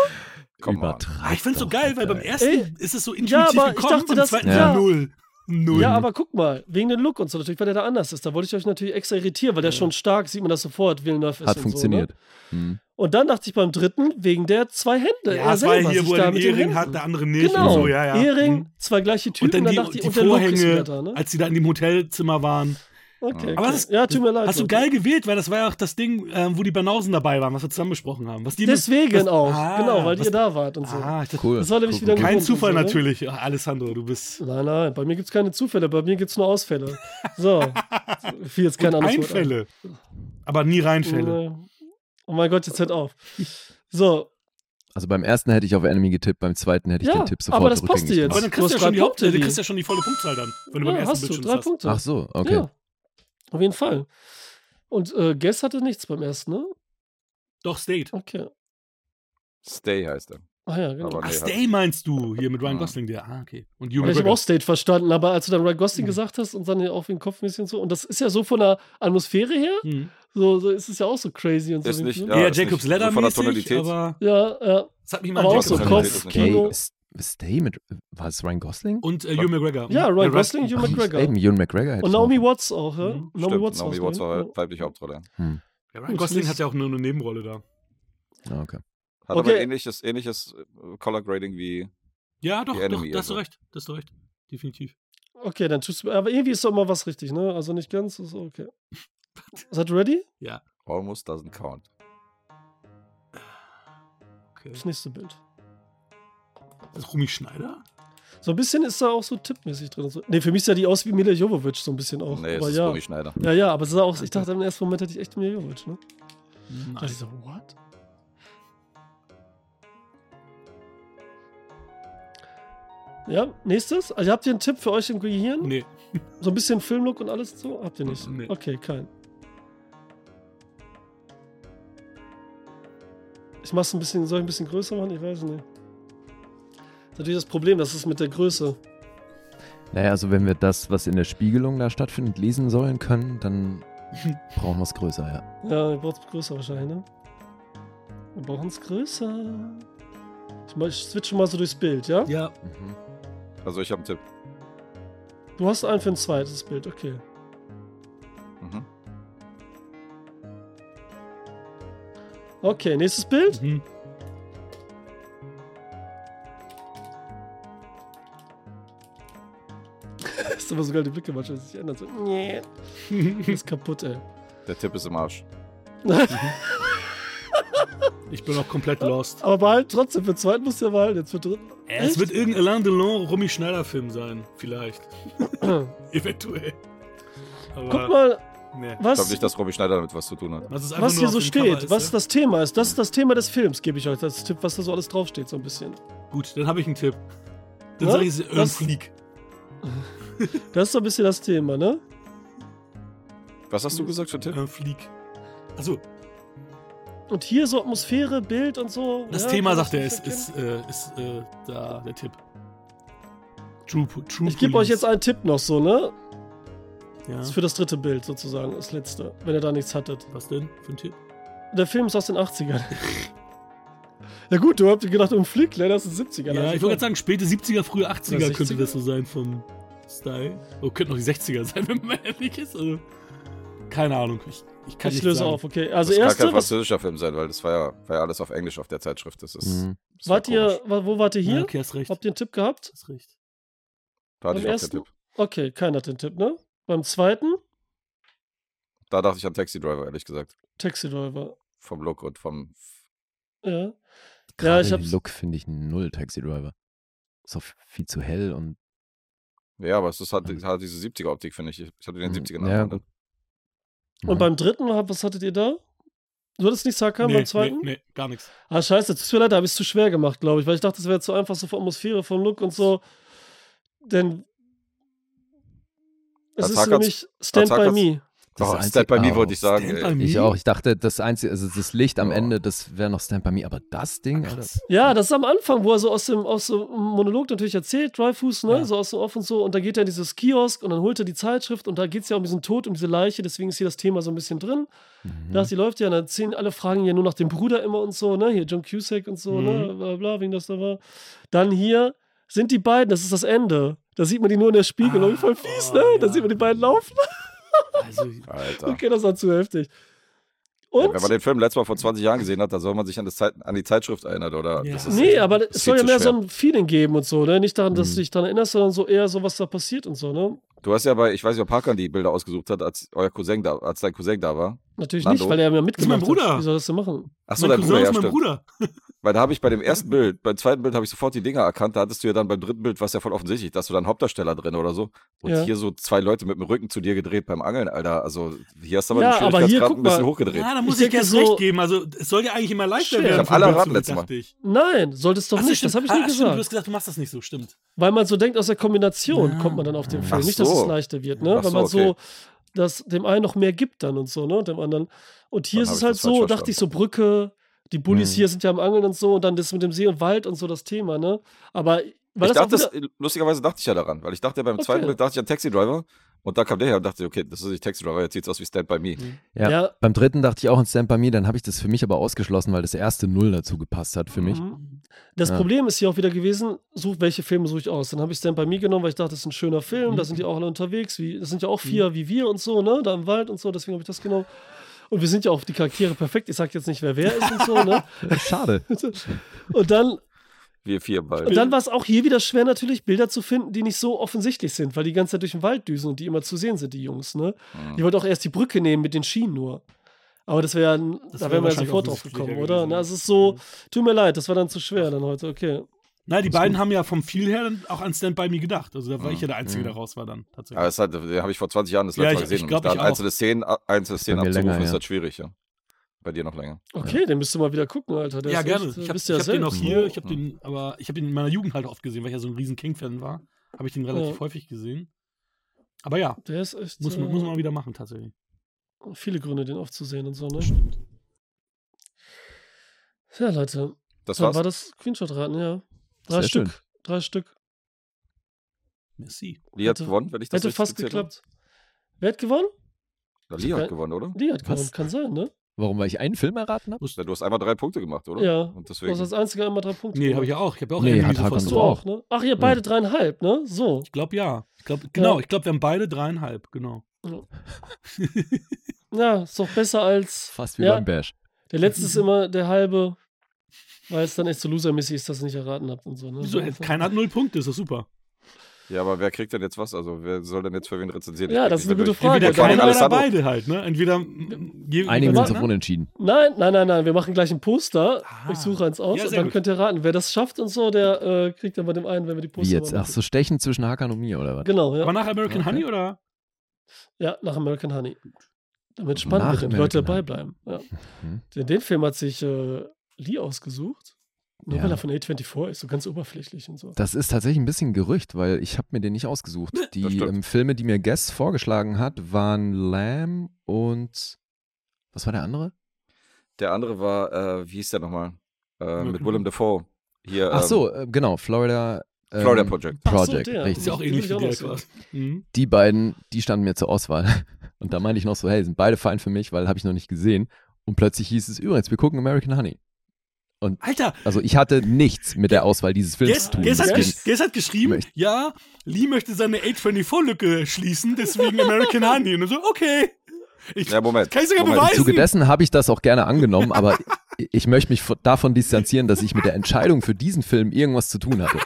Come on.
Übertreib.
Ah, ich find's so
doch,
geil, weil beim
Alter.
ersten
Ey.
ist es so
Ja,
intuitiv
aber ich
gekommen,
dachte,
beim
das-
zweiten
Ja.
ja. null. Null.
Ja, aber guck mal, wegen dem Look und so natürlich, weil der da anders ist. Da wollte ich euch natürlich extra irritieren, weil der schon stark, sieht man das sofort, Villeneuve ist
Hat
und
funktioniert.
So, ne?
Hm.
Und dann dachte ich beim dritten, wegen der zwei Hände.
ja,
er
es war
äh, selber
hier,
sich
wo
da
er den
mit den
Ehering
Händen-
hat, der andere nicht.
Genau,
Und so, ja, ja.
Ehering,
Mhm.
zwei gleiche Typen
Und dann die,
dachte ich,
die
und der Look ist wieder
Vorhänge,
da, ne?
als sie da in dem Hotelzimmer waren.
Okay,
Aber
okay.
das-
ja, tut mir leid.
Hast du
Leute.
geil gewählt, weil das war ja auch das Ding, ähm, wo die Banausen dabei waren, was wir zusammen besprochen haben. Was die
Deswegen
was,
auch,
Ah,
genau, weil
was,
ihr da wart und so.
Ah, ich dachte,
Cool.
Das war nämlich
cool,
wieder
cool,
ein
Kein
Grund und
Zufall
so, ne?
natürlich. Ach, Alessandro, du bist.
Nein, nein, bei mir gibt es keine Zufälle, bei mir gibt es nur Ausfälle. So, viel jetzt kein
Und
anderes Wort ein.
Einfälle. Aber nie Reinfälle.
Nee. Oh mein Gott, jetzt hört auf. So,
Also beim ersten hätte ich auf Enemy getippt, beim zweiten hätte ich
Ja,
den Tipp
aber
sofort
das passte
rückgängig
jetzt.
Aber
gemacht.
dann
Du
kriegst
hast
du, ja schon die
drei
Haupt,
Punkte,
du
die-
kriegst ja schon die volle Punktzahl dann, wenn du beim
ja,
ersten
hast
Bild
du
schon
drei
was hast.
Punkte.
Ach so, okay.
Ja. Auf jeden Fall. Und äh, Guess hatte nichts beim ersten, ne?
Doch,
Oh,
State.
Okay.
Stay heißt er.
Ah ja, genau.
Aber
Ach,
nee, hat-
Stay meinst du, hier mit Ryan
Mhm.
Gosling, der. Ah, okay. Und
Ja,
Human
ich habe auch
Records.
State verstanden, aber als du dann Ryan Gosling
Mhm.
gesagt hast und dann auch wegen Kopfmäßig und so, und das ist ja so von der Atmosphäre her,
Hm.
so, so ist es ja auch so crazy und so.
Ist
den
nicht-
Film.
Ja,
Ja,
ist
Jacobs
nicht-
Ladder
so von der
mäßig,
Tonalität.
aber
ja, ja.
das hat mich mal
Aber
an
auch
Jacobs
so
Gosling
erinnert.
ist
Kopf,
nicht-
Kino.
Stay, Stay mit. War es Ryan Gosling?
Und äh, Hugh McGregor.
Ja, Ryan
Hm? Der Rest-
Gosling, Hugh
Ach,
McGregor.
Eben, Ewan McGregor. hätte
Und
ich
Naomi
noch-
Watts auch, ja?
Mhm.
Naomi Watts, ne?
Naomi
war's,
Watts
glaub ich.
war weibliche Hauptrolle. Hat
Hm.
Ja, Ryan
Gut,
Gosling
nächstes-
hat ja auch nur eine Nebenrolle da.
Ja, Ah, okay.
aber
Okay.
ähnliches, ähnliches äh, Color Grading wie
Ja, doch,
Die
doch,
Enemy
da hast du
also.
recht. Da hast du recht. Definitiv.
Okay, dann tust du. Aber irgendwie ist doch immer was richtig, ne? Also nicht ganz, ist okay. Seid ihr ready?
Almost Doesn't Count.
Okay.
Das nächste Bild.
Das ist Rumi Schneider?
So ein bisschen ist da auch so tippmäßig drin. und So. Ne, für mich sah die aus wie Mila Jovovich, so ein bisschen auch.
nee,
aber
es ist
ja.
Romy Schneider.
ja, ja, aber es sah auch, ich dachte im ersten Moment hätte ich echt Mila Jovovich, ne? Da dachte ich so, what? Ja, nächstes. Also habt ihr einen Tipp für euch im Gehirn?
Nee.
So ein bisschen Filmlook und alles so? Habt ihr nicht?
Nee.
Okay, kein. Ich mach's ein bisschen, soll ich ein bisschen größer machen? Ich weiß nicht. Das ist natürlich das Problem, das ist mit der Größe.
Naja, also wenn wir das, was in der Spiegelung da stattfindet, lesen sollen können, dann brauchen wir es größer, ja.
Ja, ihr braucht's größer wahrscheinlich, ne? Wir brauchen's größer. Ich, mach- ich switche mal so durchs Bild, ja?
Ja,
Mhm.
Also ich habe einen Tipp.
Du hast einen für ein zweites Bild, okay.
Mhm.
Okay, nächstes Bild.
Mhm.
Das ist aber sogar die Blicke manchmal sich ändert. So, nee. Ist kaputt, ey.
Der Tipp ist im Arsch.
Ich bin auch
Äh,
komplett lost.
Aber behalt trotzdem, für zweiten muss der behalten, jetzt für dritten.
Es wird irgendein Alain Delon Romy Schneider Film sein, vielleicht. Eventuell. Aber
Guck mal,
nee.
Ich
was,
glaube nicht, dass Robbie Schneider damit was zu tun hat.
Was, ist einfach
was
nur
hier
auf
so
dem Cover
steht,
ist, ne?
was
ja?
das Thema ist. Das ist das Thema des Films, gebe ich euch als Tipp, was da so alles draufsteht, so ein bisschen.
Gut, dann habe ich einen Tipp. Dann
Ne?
sage ich Ön
Das-
Flieg.
Das ist so ein bisschen das Thema, ne?
Was hast du gesagt für einen Tipp?
Ön Flieg. Also, Achso,
Und hier so Atmosphäre, Bild und so.
das
ja,
Thema,
kann
sagt er,
ich
ist,
verstehen.
ist, äh, ist äh, da der Tipp. True, Po- True
Ich gebe euch jetzt
Police.
einen Tipp noch so, ne?
Ja.
Das ist für das dritte Bild sozusagen, das letzte, wenn ihr da nichts hattet.
Was denn für ein Tipp?
Der Film ist aus den 80ern. ja gut, du habt gedacht, um Flick, ne? Das ist ein 70er. Also
Ja, ich wollte gerade sagen, späte 70er, frühe 80er
Oder
könnte
60er?
das so sein vom Style. Oh, könnte noch die 60er sein, wenn man ehrlich ist. Also, keine Ahnung. Ich, ich kann
Ich
nicht
löse
sagen.
auf, okay.
Das
Also
kann kein
erste, was,
französischer Film sein, weil das war ja, war ja alles auf Englisch auf der Zeitschrift. Das ist.
Mhm.
Das war
wart ihr,
komisch.
wa- wo wart ihr
Ja,
hier?
okay, hast recht.
Habt ihr einen Tipp gehabt?
Hast recht.
Da hatte
Am
ich auch
ersten?
den Tipp.
Okay, keiner hat den Tipp, ne? Beim zweiten,
Da dachte ich an Taxi Driver, ehrlich gesagt.
Taxi Driver.
Vom Look und vom.
Ja.
Gerade
ich
den
hab's-
Look finde ich null Taxi Driver. Ist auch viel zu hell und
Ja, aber es ist halt, halt diese 70er-Optik, finde ich. Ich hatte den 70er
Ja,
Anfang.
gut.
Und
ne?
beim dritten, was hattet ihr da? Du hattest nichts Hakan beim zweiten?
Nee, nee, gar nichts.
Ah, scheiße, tut mir leid, da habe ich es zu schwer gemacht, glaube ich, weil ich dachte, es wäre zu einfach so von Atmosphäre, vom Look und so. Denn es
Als
ist
Hackers-
nämlich Stand
als
by
Hackers-
Me.
Das
Oh,
Einzige-
Stand by Me
Ah,
wollte Äh, ich sagen.
Stand
ey.
by Me?
Ich auch. Ich dachte, das einzige, also das Licht am
Ja.
Ende, das wäre noch Stand by Me, aber das Ding, Alter,
Krass.
Ja, das ist am Anfang, wo er so aus dem, aus dem Monolog natürlich erzählt, Dreyfus, ne?
Ja.
So aus dem Off und so. Und da geht er in dieses Kiosk und dann holt er die Zeitschrift und da geht es ja um diesen Tod, um diese Leiche, deswegen ist hier das Thema so ein bisschen drin.
mhm.
Da sie läuft ja, und dann zählen alle Fragen ja nur nach dem Bruder immer und so, ne? Hier John Cusack und so,
Mhm.
ne? Bla, bla, wegen das da war. Dann hier sind die beiden, das ist das Ende. Da sieht man die nur in der Spiegelung,
Ah,
voll fies,
oh,
ne? Da
ja.
sieht man die beiden laufen. ne?
Also,
Alter.
Okay, das war zu heftig.
Ja,
Und,
wenn man den Film letztes Mal vor 20 Jahren gesehen hat, dann soll man sich an, das Zeit, an die Zeitschrift erinnern, oder?
Ja.
Das ist-
nee, aber es
ist
soll ja
viel zu
mehr so
schwer.
ein Feeling geben und so, ne? Nicht daran, dass
Mhm.
du dich daran erinnerst, sondern so eher so, was da passiert und so, ne?
Du hast ja bei, ich weiß nicht, ob Hakan die Bilder ausgesucht hat, als euer Cousin da, als dein Cousin da war.
Natürlich
Nando?
nicht, weil er ja
ist mein
mitgemacht
Bruder.
hat. Wie soll das denn machen?
Achso,
mein
dein
Cousin
Bruder, ja,
ist mein
stimmt.
Bruder.
Weil da habe ich bei
Mhm.
dem ersten Bild, beim zweiten Bild habe ich sofort die Dinger erkannt. Da hattest du ja dann beim dritten Bild, was ja voll offensichtlich, dass du dann Hauptdarsteller drin oder so. Und
Ja.
hier so zwei Leute mit dem Rücken zu dir gedreht beim Angeln, Alter. Also hier hast du aber
Ja,
den
aber hier,
Schwierigkeitsgrad
guck
ein bisschen
mal.
hochgedreht.
Ja, da muss
Ich
ich,
denke
erst
so-
recht geben. Also, es soll ja eigentlich immer leichter
Shit.
werden.
Ich
hab alle
für
raten
Würzburg,
letztes Mal.
dachte ich.
Nein, solltest doch
Ach, so,
nicht.
stimmt.
Das habe ich
ah,
nie
stimmt,
gesagt.
Du hast gesagt, du machst das nicht so, stimmt.
weil man so denkt, aus der Kombination
Ja.
kommt man dann auf den
Ach
Film. Nicht, dass
so.
es leichter wird,
Ach
ne? Weil
so,
man so
okay.
das dem einen noch mehr gibt dann und so, ne? Und dem anderen. Und hier
Dann
ist
hab
es
ich
halt
das
so,
falsch
dachte ich so, Brücke, die Bullis
Hm.
hier sind ja am Angeln und so und dann das mit dem See und Wald und so das Thema, ne? Aber weil
ich
das auch
dachte,
wieder,
das, lustigerweise dachte ich ja daran, weil ich dachte beim zweiten
Okay.
Bild dachte ich an Taxi Driver und da kam der her und dachte, okay, das ist nicht Taxi Driver, jetzt sieht's aus wie Stand by Me.
Mhm.
ja.
ja,
Beim dritten dachte ich auch an Stand by Me, dann habe ich das für mich aber ausgeschlossen, weil das erste Null dazu gepasst hat für mich.
Mhm. Das
Ja.
Problem ist hier auch wieder gewesen, such, welche Filme suche ich aus. Dann habe ich Stand by Me genommen, weil ich dachte, das ist ein schöner Film, da sind die auch alle unterwegs, wie, das sind ja auch vier wie wir und so, ne? Da im Wald und so, deswegen habe ich das genommen. Und wir sind ja auch die Charaktere perfekt. Ich sag jetzt nicht, wer wer ist und so, ne?
Schade.
Und dann,
Wir vier bald.
und dann war es auch hier wieder schwer, natürlich Bilder zu finden, die nicht so offensichtlich sind, weil die ganze Zeit durch den Wald düsen und die immer zu sehen sind, die Jungs, ne?
Mhm.
Ich wollte auch erst die Brücke nehmen mit den Schienen nur. Aber das wäre,
Das
da wären
wär
wir ja
wahrscheinlich
sofort
auch
drauf gekommen,
offensichtlicher
oder?
gewesen, ne? Mhm.
Na,
ja.
es ist so, tut mir leid, das war dann zu schwer dann heute, okay.
Nein, die beiden haben ja vom Feel her dann auch an Stand By Me gedacht. Also da war
Mhm.
ich ja der Einzige, der
Mhm.
raus war dann. Tatsächlich.
Aber das hat, den habe ich vor 20 Jahren das
Ja,
letzte
ich-
Mal gesehen.
ich
und
glaub,
da
ich auch.
einzelne Szenen, äh, einzelne Szenen
mir
abzurufen,
länger,
ist
ja.
halt schwierig, ja. Bei dir noch länger.
Okay, den müsst ihr mal wieder gucken, Alter. Der
ja,
ist
gerne.
echt, äh,
ich habe
bist ja
hab den auch
selbst,
hier,
ne?
ich habe den, aber ich habe den in meiner Jugend halt oft gesehen, weil ich ja so ein riesen King-Fan war. Habe ich den relativ
Ja.
häufig gesehen. Aber ja,
Der ist echt.
muss,
äh,
man- muss man mal wieder machen tatsächlich.
viele Gründe, den oft zu sehen und so, ne?
Stimmt.
Ja, Leute.
Das
dann
war's.
war das Screenshot-Raten, ja. Drei
Sehr
Stück.
schön.
Drei Stück.
Merci.
Lee hat
hätte-
gewonnen, wenn ich das
Hätte
richtig
fast
gezählt
geklappt. ne? Wer hat gewonnen?
habe. Lee
Geil.
hat gewonnen, oder?
Die hat gewonnen.
Was?
Kann sein, ne?
Warum, weil ich einen Film erraten habe?
Ja, Du hast einmal drei Punkte gemacht, oder?
Ja.
Und
Du
deswegen.
hast als einziger immer drei Punkte.
Nee, habe ich ja auch. Ich habe ja auch
Nee,
Emily
hat
sofort
Hakan
Du
so
drauf.
auch, ne? Ach, ihr beide dreieinhalb, ne? So.
Ich glaube ja. Ich glaub, genau, ich glaube, wir haben beide dreieinhalb, genau.
Ja, ist doch besser als.
Fast wie
Ja.
beim Bash.
Der letzte ist immer der halbe, weil es dann echt so losermäßig ist, dass ich nicht erraten habt und so. Ne?
Wieso? Keiner hat null Punkte, ist doch super.
Ja, aber wer kriegt denn jetzt was? Also, wer soll denn jetzt für wen rezensieren?
Ja,
Ich
das
blick
ist eine
nicht
gute
mehr
Frage.
durch.
Entweder
Der
Vor allem
keiner oder
Alessandro.
beide halt, ne? Entweder mm, je-
Einigen wir uns
Warte,
auf
ne?
unentschieden.
Nein, nein, nein, nein. Wir machen gleich ein Poster.
Ah.
Ich suche eins aus
Ja,
und
sehr
dann
gut.
könnt ihr raten. Wer das schafft und so, der äh, kriegt dann bei dem einen, wenn wir die
Wie
Poster
jetzt?
machen.
Ach so, stechen zwischen Hakan und mir, oder was?
Genau, ja.
Aber nach American
Okay.
Honey oder?
Ja, nach American Honey. Damit spannend
Nach
wird und die
American
Leute dabei
Honey.
bleiben. Ja.
Mhm.
Den, den Film hat sich äh, Lee ausgesucht. Nur
Ja.
weil er von A24 ist, so ganz oberflächlich und so.
Das ist tatsächlich ein bisschen Gerücht, weil ich habe mir den nicht ausgesucht. Die
stimmt.
ähm, Filme, die mir Guess vorgeschlagen hat, waren Lamb und was war der andere?
Der andere war, äh, wie hieß der nochmal? Äh, mit
Wirklich?
Willem Dafoe. Hier,
Ach
ähm,
so, äh, genau, Florida. ähm,
Florida Project.
Ach so,
Project,
der.
richtig.
Ist ja auch
Den
ähnlich
will
wie
ich
der
auch noch
quasi. Mhm.
die beiden, die standen mir zur Auswahl. Und da meinte ich noch so, hey, sind beide fein für mich, weil habe ich noch nicht gesehen. Und plötzlich hieß es übrigens, wir gucken American Honey.
Alter,
Also ich hatte nichts mit der Auswahl dieses Films
Gess,
zu tun.
Gess, hat,
deswegen-
gesch Gess hat geschrieben,
Möcht-
ja, Lee möchte seine 824-Lücke schließen, deswegen American Honey. Und so, okay. Ich,
Ja, Moment.
Kann ich sogar
Moment.
Im
beweisen.
Zuge dessen habe ich das auch gerne angenommen, aber ich- ich möchte mich von- davon distanzieren, dass ich mit der Entscheidung für diesen Film irgendwas zu tun hatte.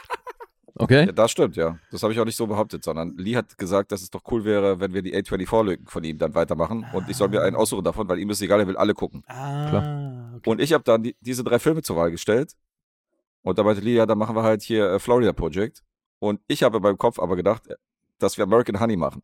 Okay?
Ja, das stimmt, ja. Das habe ich auch nicht so behauptet, sondern Lee hat gesagt, dass es doch cool wäre, wenn wir die A24-Lücken von ihm dann weitermachen und ich soll mir einen aussuchen davon, weil ihm ist egal, er will alle gucken.
ah, okay.
Und ich habe dann die, diese drei Filme zur Wahl gestellt und da meinte Lee, ja, dann machen wir halt hier äh, Florida Project und ich habe in meinem Kopf aber gedacht, äh, dass wir American Honey machen.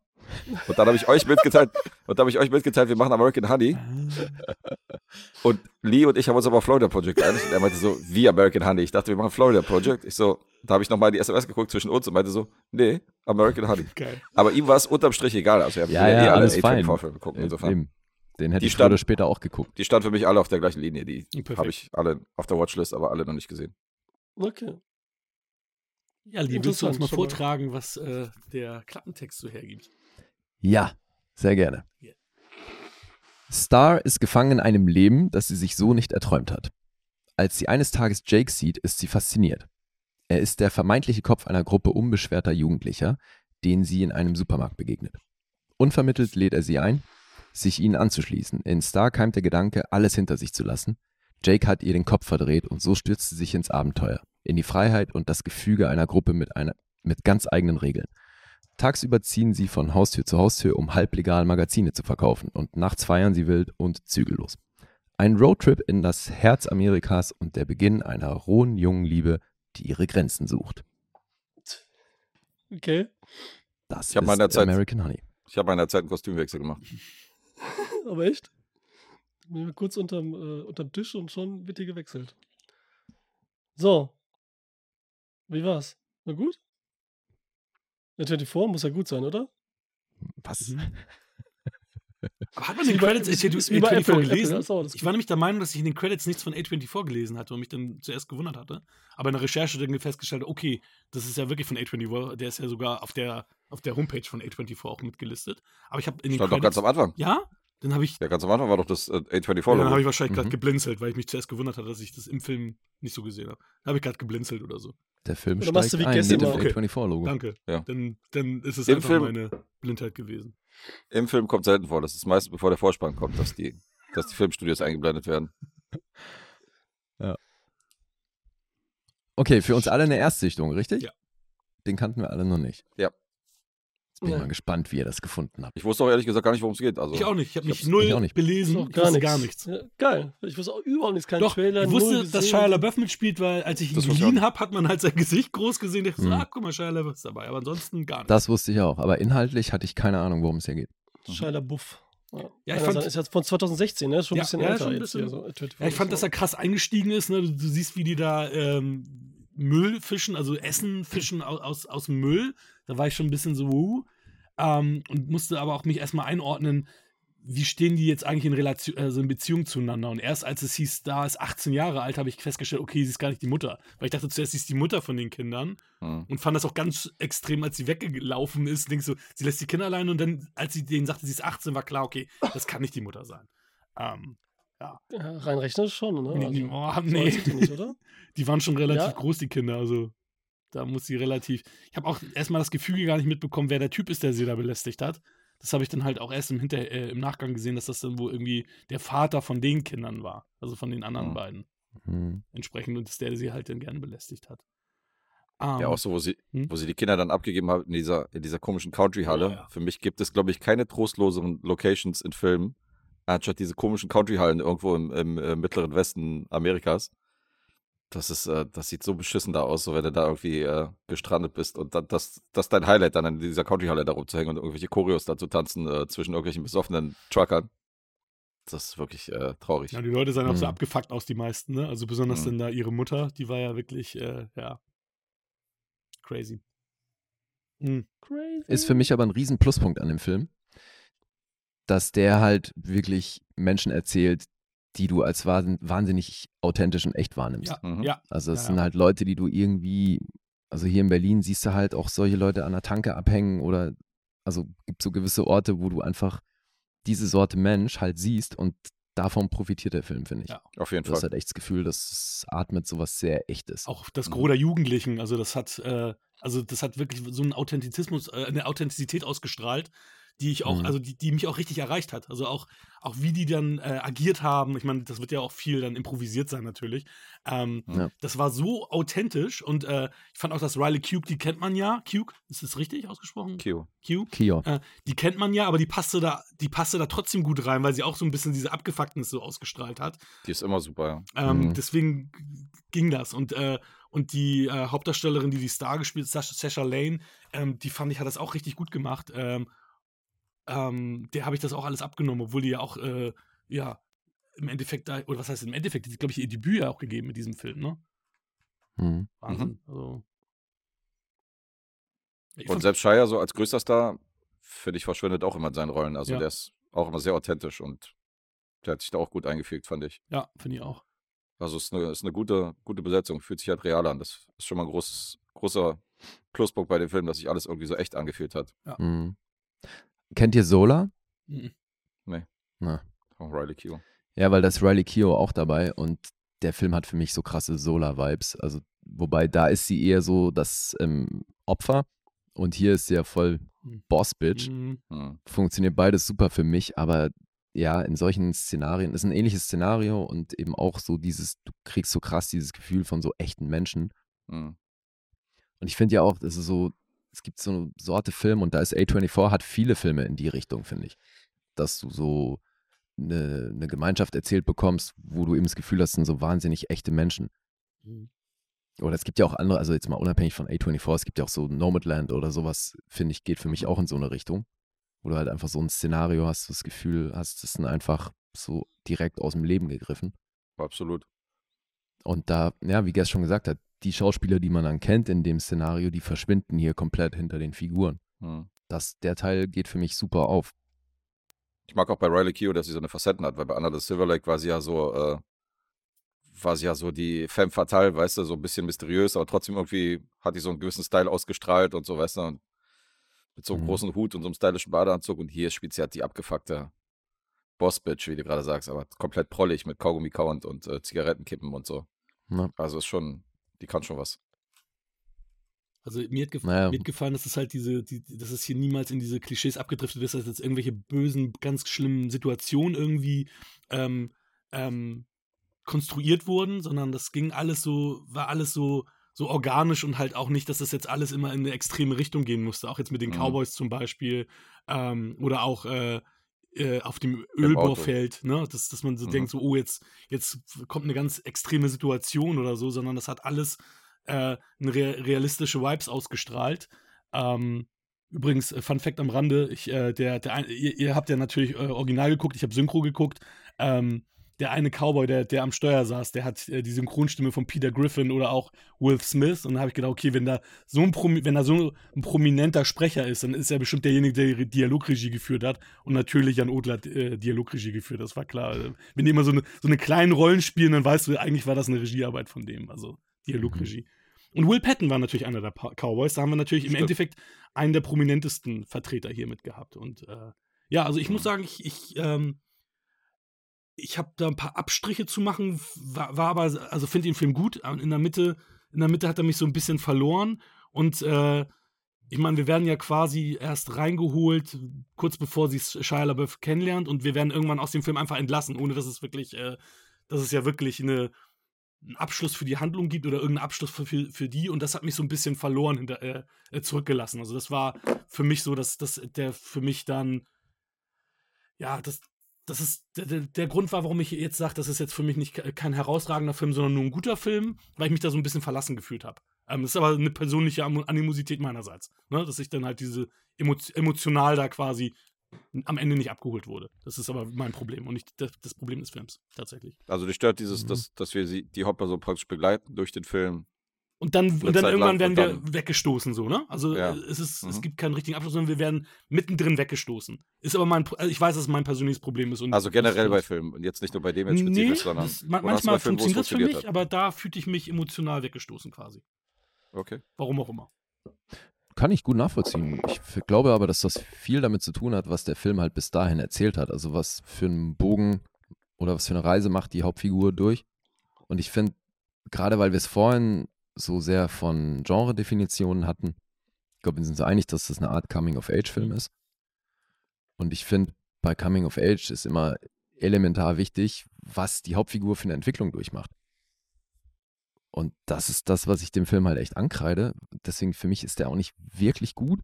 Und dann habe ich euch mitgeteilt, und dann habe ich euch mitgeteilt, wir machen American Honey
Ah.
und Lee und ich haben uns aber auf Florida Project geeinigt und er meinte so, wie American Honey? Ich dachte, wir machen Florida Project. Ich so, da habe ich nochmal die SMS geguckt zwischen uns und meinte so, nee, American Honey.
Geil.
Aber ihm war es unterm Strich egal. Also, er
Ja,
will
ja,
eh alle
alles fein.
A24-Filme gucken.
Äh,
Insofern.
eben. Den hätte
Die
ich früher oder
stand-
später auch geguckt.
Die standen für mich alle auf der gleichen Linie. Die
Perfekt.
habe ich alle auf der Watchlist, aber alle noch nicht gesehen.
Okay.
Ja, Lee, willst du uns
Interessant,
mal
schon mal.
vortragen, was äh, der Klappentext so hergibt?
Ja, sehr gerne.
Ja.
Star ist gefangen in einem Leben, das sie sich so nicht erträumt hat. Als sie eines Tages Jake sieht, ist sie fasziniert. Er ist der vermeintliche Kopf einer Gruppe unbeschwerter Jugendlicher, denen sie in einem Supermarkt begegnet. Unvermittelt lädt er sie ein, sich ihnen anzuschließen. In Star keimt der Gedanke, alles hinter sich zu lassen. Jake hat ihr den Kopf verdreht und so stürzt sie sich ins Abenteuer, in die Freiheit und das Gefüge einer Gruppe mit, einer, mit ganz eigenen Regeln. Tagsüber ziehen sie von Haustür zu Haustür, um halblegal Magazine zu verkaufen und nachts feiern sie wild und zügellos. Ein Roadtrip in das Herz Amerikas und der Beginn einer rohen jungen Liebe, die ihre Grenzen sucht.
Okay.
Das
Ich hab
ist
meiner Zeit-
American Honey.
Ich habe meiner Zeit einen Kostümwechsel gemacht.
Hm,
Aber echt? Nehmen wir kurz unterm, äh, unterm Tisch und schon wird hier gewechselt. So. Wie war's? Na gut? Der 24 muss ja gut sein, oder?
Was?
Mhm.
Aber hat man den
Ist wie bei-
Credits
ist- ist wie bei
A24
Apple.
gelesen?
Apple, das ist auch das
ich war nämlich der Meinung, dass ich in den Credits nichts von A24 gelesen hatte und mich dann zuerst gewundert hatte. Aber in der Recherche dann festgestellt, okay, das ist ja wirklich von A24. Der ist ja sogar auf der, auf der Homepage von A24 auch mitgelistet. Aber ich habe in den
Stand doch
Credits...
ganz am Anfang.
ja? Dann habe ich,
Ja, ganz am Anfang war doch das äh, A24.
ja, dann
-Logo.
hab ich wahrscheinlich gerade
Mhm.
geblinzelt, weil ich mich zuerst gewundert hatte, dass ich das im Film nicht so gesehen habe. Da habe ich gerade geblinzelt oder so.
Der Film
Oder machst
steigt
du wie
ein
gestern
mit dem
mal?
Okay.
A24-Logo.
Danke.
Ja.
Dann, dann ist es
Im
einfach
Film-
meine Blindheit gewesen.
Im Film kommt selten vor. Das ist meistens bevor der Vorspann kommt, dass die, dass die Filmstudios eingeblendet werden.
Okay, für uns alle eine Erstsichtung, richtig?
Ja.
Den kannten wir alle noch nicht.
Ja.
Jetzt bin ich
Ja.
mal gespannt, wie ihr das gefunden habt.
Ich wusste auch ehrlich gesagt gar nicht, worum es geht. Also,
Ich auch nicht. Ich habe mich
hab's-
null
ich auch nicht.
Ist
belesen.
auch
Hm? ich
gar
wusste
nichts.
gar nichts.
Ja, geil. Ich wusste auch überhaupt nichts. Kein
Doch,
Trailer.
ich
null
wusste, dass
gesehen.
Shia LaBeouf mitspielt, weil als ich ihn
Das wusste ich
gesehen
auch.
habe, hat man halt sein Gesicht groß gesehen. Ich dachte so,
Mhm.
ah, guck mal, Shia LaBeouf ist dabei. Aber ansonsten gar nichts.
Das wusste ich auch, aber inhaltlich hatte ich keine Ahnung, worum es hier geht.
Shia LaBeouf. Ja,
ich
Einer
fand-
seiner- ist jetzt von 2016, ne? Ist schon ein
Ja,
bisschen
ja,
älter
schon ein
jetzt hier.
bisschen-
So, A24
Ja, ich fand,
ist
dass er krass eingestiegen ist. Ne? Du, du siehst, wie die da ähm, Müll fischen, also Essen fischen aus, aus, aus dem Müll. Da war ich schon ein bisschen so, uh, ähm, und musste aber auch mich erstmal einordnen, wie stehen die jetzt eigentlich in Relation, also in Beziehung zueinander? Und erst als es hieß, da ist 18 Jahre alt, habe ich festgestellt, okay, sie ist gar nicht die Mutter. Weil ich dachte zuerst, sie ist die Mutter von den Kindern
Hm.
und fand das auch ganz extrem, als sie weggelaufen ist. Denkst du, sie lässt die Kinder allein und dann, als sie denen sagte, sie ist 18, war klar, okay, das kann nicht die Mutter sein. Ähm,
ne? ja, rein rechnerisch schon, ne?
Nee, nee, oh,
so
nee.
alt sind die nicht, oder?
die waren schon relativ
Ja.
groß, die Kinder. Also da muss sie relativ. Ich habe auch erstmal das Gefühl gar nicht mitbekommen, wer der Typ ist, der sie da belästigt hat. Das habe ich dann halt auch erst im, Hinter äh, im Nachgang gesehen, dass das dann wohl irgendwie der Vater von den Kindern war. Also von den anderen
Mhm.
beiden
Hm.
entsprechend und dass der sie halt dann gerne belästigt hat.
Ja,
Ähm,
auch so, wo sie,
Hm?
wo sie die Kinder dann abgegeben haben in dieser, in dieser komischen Country-Halle.
Oh, ja.
Für mich gibt es, glaube ich, keine trostloseren Locations in Filmen, anstatt diese komischen Country-Hallen irgendwo im, im äh, mittleren Westen Amerikas. Das, ist, äh, das sieht so beschissen da aus, so wenn du da irgendwie äh, gestrandet bist. Und dann, das, das ist dein Highlight, dann in dieser Country-Halle da rumzuhängen und irgendwelche Choreos da zu tanzen äh, zwischen irgendwelchen besoffenen Truckern. Das ist wirklich äh, traurig.
Ja, die Leute sahen auch so
Mhm.
abgefuckt aus, die meisten, ne? Also besonders
Mhm.
dann da ihre Mutter, die war ja wirklich, äh, ja, crazy. Mhm.
Crazy.
Ist für mich aber ein riesen Pluspunkt an dem Film, dass der halt wirklich Menschen erzählt, die du als wahn- wahnsinnig authentisch und echt wahrnimmst.
Ja,
Mhm.
ja.
Also es
Ja,
sind
ja.
halt Leute, die du irgendwie, also hier in Berlin siehst du halt auch solche Leute an der Tanke abhängen oder also gibt so gewisse Orte, wo du einfach diese Sorte Mensch halt siehst und davon profitiert der Film, finde ich.
Ja.
Auf jeden
Du hast
Fall.
halt echt das Gefühl, dass es atmet sowas sehr echtes.
Auch das
mhm.
Gros der Jugendlichen, also das hat, äh, also das hat wirklich so einen Authentizismus, äh, eine Authentizität ausgestrahlt, die ich auch,
Mhm.
also die, die mich auch richtig erreicht hat. Also auch, auch wie die dann äh, agiert haben. Ich meine, das wird ja auch viel dann improvisiert sein natürlich. Ähm,
Ja.
Das war so authentisch und äh, ich fand auch, dass Riley Cuke, die kennt man ja. Cuke, ist das richtig ausgesprochen?
Q.
Cuke.
Kio.
Äh, die kennt man ja, aber die passte da, die passte da trotzdem gut rein, weil sie auch so ein bisschen diese Abgefucktness so ausgestrahlt hat.
Die ist immer super. ja.
Ähm,
Mhm.
Deswegen ging das. Und, äh, und die äh, Hauptdarstellerin, die die Star gespielt hat, Sasha, Sasha Lane, ähm, die fand ich, hat das auch richtig gut gemacht. Ähm, ähm, der habe ich das auch alles abgenommen, obwohl die ja auch, äh, ja, im Endeffekt, da, oder was heißt im Endeffekt, die glaube ich ihr Debüt ja auch gegeben mit diesem Film, ne?
Hm.
Wahnsinn. Also, ich
Und
fand-
selbst Shia, so als größter Star, finde ich, verschwindet auch immer in seinen Rollen. Also
Ja.
der ist auch immer sehr authentisch und der hat sich da auch gut eingefügt, fand ich.
ja, finde ich auch.
Also es ist eine, ist eine gute, gute Besetzung, fühlt sich halt real an. Das ist schon mal ein großes, großer Pluspunkt bei dem Film, dass sich alles irgendwie so echt angefühlt hat.
Hm. Kennt ihr Sola?
Mhm.
Na.
Von Riley Q.
Ja, weil das Riley Kio auch dabei und der Film hat für mich so krasse Sola-Vibes. Also, wobei da ist sie eher so das ähm, Opfer und hier ist sie ja voll
Mhm.
Boss-Bitch.
Mhm.
Hm.
funktioniert beides super für mich, aber ja, in solchen Szenarien ist ein ähnliches Szenario und eben auch so dieses, du kriegst so krass dieses Gefühl von so echten Menschen.
Hm.
Und ich finde ja auch, das ist so, es gibt so eine Sorte Film und da ist A24 hat viele Filme in die Richtung, finde ich. Dass du so eine, eine Gemeinschaft erzählt bekommst, wo du eben das Gefühl hast, das sind so wahnsinnig echte Menschen.
Mhm.
Oder es gibt ja auch andere, also jetzt mal unabhängig von A24, es gibt ja auch so Nomadland oder sowas, finde ich, geht für mich auch in so eine Richtung. Wo du halt einfach so ein Szenario hast, das Gefühl hast, das sind einfach so direkt aus dem Leben gegriffen.
Absolut.
Und da, ja, wie Gess schon gesagt hat, die Schauspieler, die man dann kennt in dem Szenario, die verschwinden hier komplett hinter den Figuren.
Hm.
Das, der Teil geht für mich super auf.
Ich mag auch bei Riley Q, dass sie so eine Facetten hat, weil bei Anna de Silver Lake war sie ja so, äh, war sie ja so die Femme fatale, weißt du, so ein bisschen mysteriös, aber trotzdem irgendwie hat die so einen gewissen Style ausgestrahlt und so, weißt du, und mit so einem
Mhm.
großen Hut und so einem stylischen Badeanzug und hier spielt sie halt die abgefuckte Boss-Bitch, wie du gerade sagst, aber komplett prollig mit Kaugummi kauend und äh, Zigarettenkippen und so.
Ja.
Also ist schon, die kann schon was.
Also mir hat, gef
Naja.
mir hat gefallen, dass es halt diese, die, dass es hier niemals in diese Klischees abgedriftet ist, dass jetzt irgendwelche bösen, ganz schlimmen Situationen irgendwie ähm, ähm, konstruiert wurden, sondern das ging alles so, war alles so, so organisch und halt auch nicht, dass das jetzt alles immer in eine extreme Richtung gehen musste. Auch jetzt mit den
Mhm.
Cowboys zum Beispiel ähm, oder auch äh, äh, auf dem
Im Auto.
Ölbohrfeld, ne? dass, dass man so
Mhm.
denkt, so, oh, jetzt, jetzt kommt eine ganz extreme Situation oder so, sondern das hat alles äh, eine rea- realistische Vibes ausgestrahlt. Ähm, übrigens, äh, Fun Fact am Rande, ich, äh, der, der ein, ihr, ihr habt ja natürlich äh, original geguckt, ich habe Synchro geguckt. Ähm, der eine Cowboy, der, der am Steuer saß, der hat äh, die Synchronstimme von Peter Griffin oder auch Will Smith. Und da habe ich gedacht, okay, wenn da so ein Promi wenn da so ein prominenter Sprecher ist, dann ist er bestimmt derjenige, der die Dialogregie geführt hat. Und natürlich Jan Odler hat äh, Dialogregie geführt, das war klar. Äh, Wenn die immer so eine, so eine kleinen Rollen spielen, dann weißt du, eigentlich war das eine Regiearbeit von dem, also Dialogregie. Und Will Patton war natürlich einer der Pa- Cowboys. Da haben wir natürlich im
Stimmt.
Endeffekt einen der prominentesten Vertreter hier mit gehabt. Und äh, ja, also ich muss
Mhm.
sagen, ich, ich, ähm, ich habe da ein paar Abstriche zu machen, war, war aber, also finde den Film gut. aber In der Mitte, in der Mitte hat er mich so ein bisschen verloren und äh, Ich meine, wir werden ja quasi erst reingeholt, kurz bevor sie Shia LaBeouf kennenlernt und wir werden irgendwann aus dem Film einfach entlassen, ohne dass es wirklich, äh, dass es ja wirklich eine, einen Abschluss für die Handlung gibt oder irgendeinen Abschluss für, für, für die und das hat mich so ein bisschen verloren hinter, äh, äh, zurückgelassen. Also das war für mich so, dass, dass der für mich dann, ja, das, das ist der, der- der Grund war, warum ich jetzt sage, das ist jetzt für mich nicht ke- kein herausragender Film, sondern nur ein guter Film, weil ich mich da so ein bisschen verlassen gefühlt habe. Ähm, das ist aber eine persönliche Am- Animosität meinerseits, ne? dass ich dann halt diese emo emotional da quasi am Ende nicht abgeholt wurde. Das ist aber mein Problem und nicht das, das Problem des Films tatsächlich.
Also dich stört dieses,
Mhm.
dass, dass wir sie, die Hauptperson praktisch begleiten durch den Film.
Und dann,
Eine
und dann
Zeit lang
irgendwann werden
und
wir
dann-
weggestoßen, so, ne? Also
Ja.
äh, es, ist, es
Mhm.
gibt keinen richtigen Abschluss, sondern wir werden mittendrin weggestoßen. Ist aber mein, Pro- also ich weiß, dass es mein persönliches Problem ist. Und
Also generell bei
bei
Filmen und jetzt nicht nur bei dem jetzt spezifisch, sondern
das, ma
oder hast du
manchmal
bei Filmen, wo es
funktioniert das für
funktioniert
mich, aber da fühlte ich mich emotional weggestoßen quasi.
okay.
Warum auch immer.
Kann ich gut nachvollziehen. Ich f- glaube aber, dass das viel damit zu tun hat, was der Film halt bis dahin erzählt hat. Also was für einen Bogen oder was für eine Reise macht die Hauptfigur durch. Und ich finde, gerade weil wir es vorhin so sehr von Genre-Definitionen hatten, ich glaube, wir sind uns einig, dass das eine Art Coming-of-Age-Film ist. Und ich finde, bei Coming-of-Age ist immer elementar wichtig, was die Hauptfigur für eine Entwicklung durchmacht. Und das ist das, was ich dem Film halt echt ankreide. Deswegen für mich ist der auch nicht wirklich gut,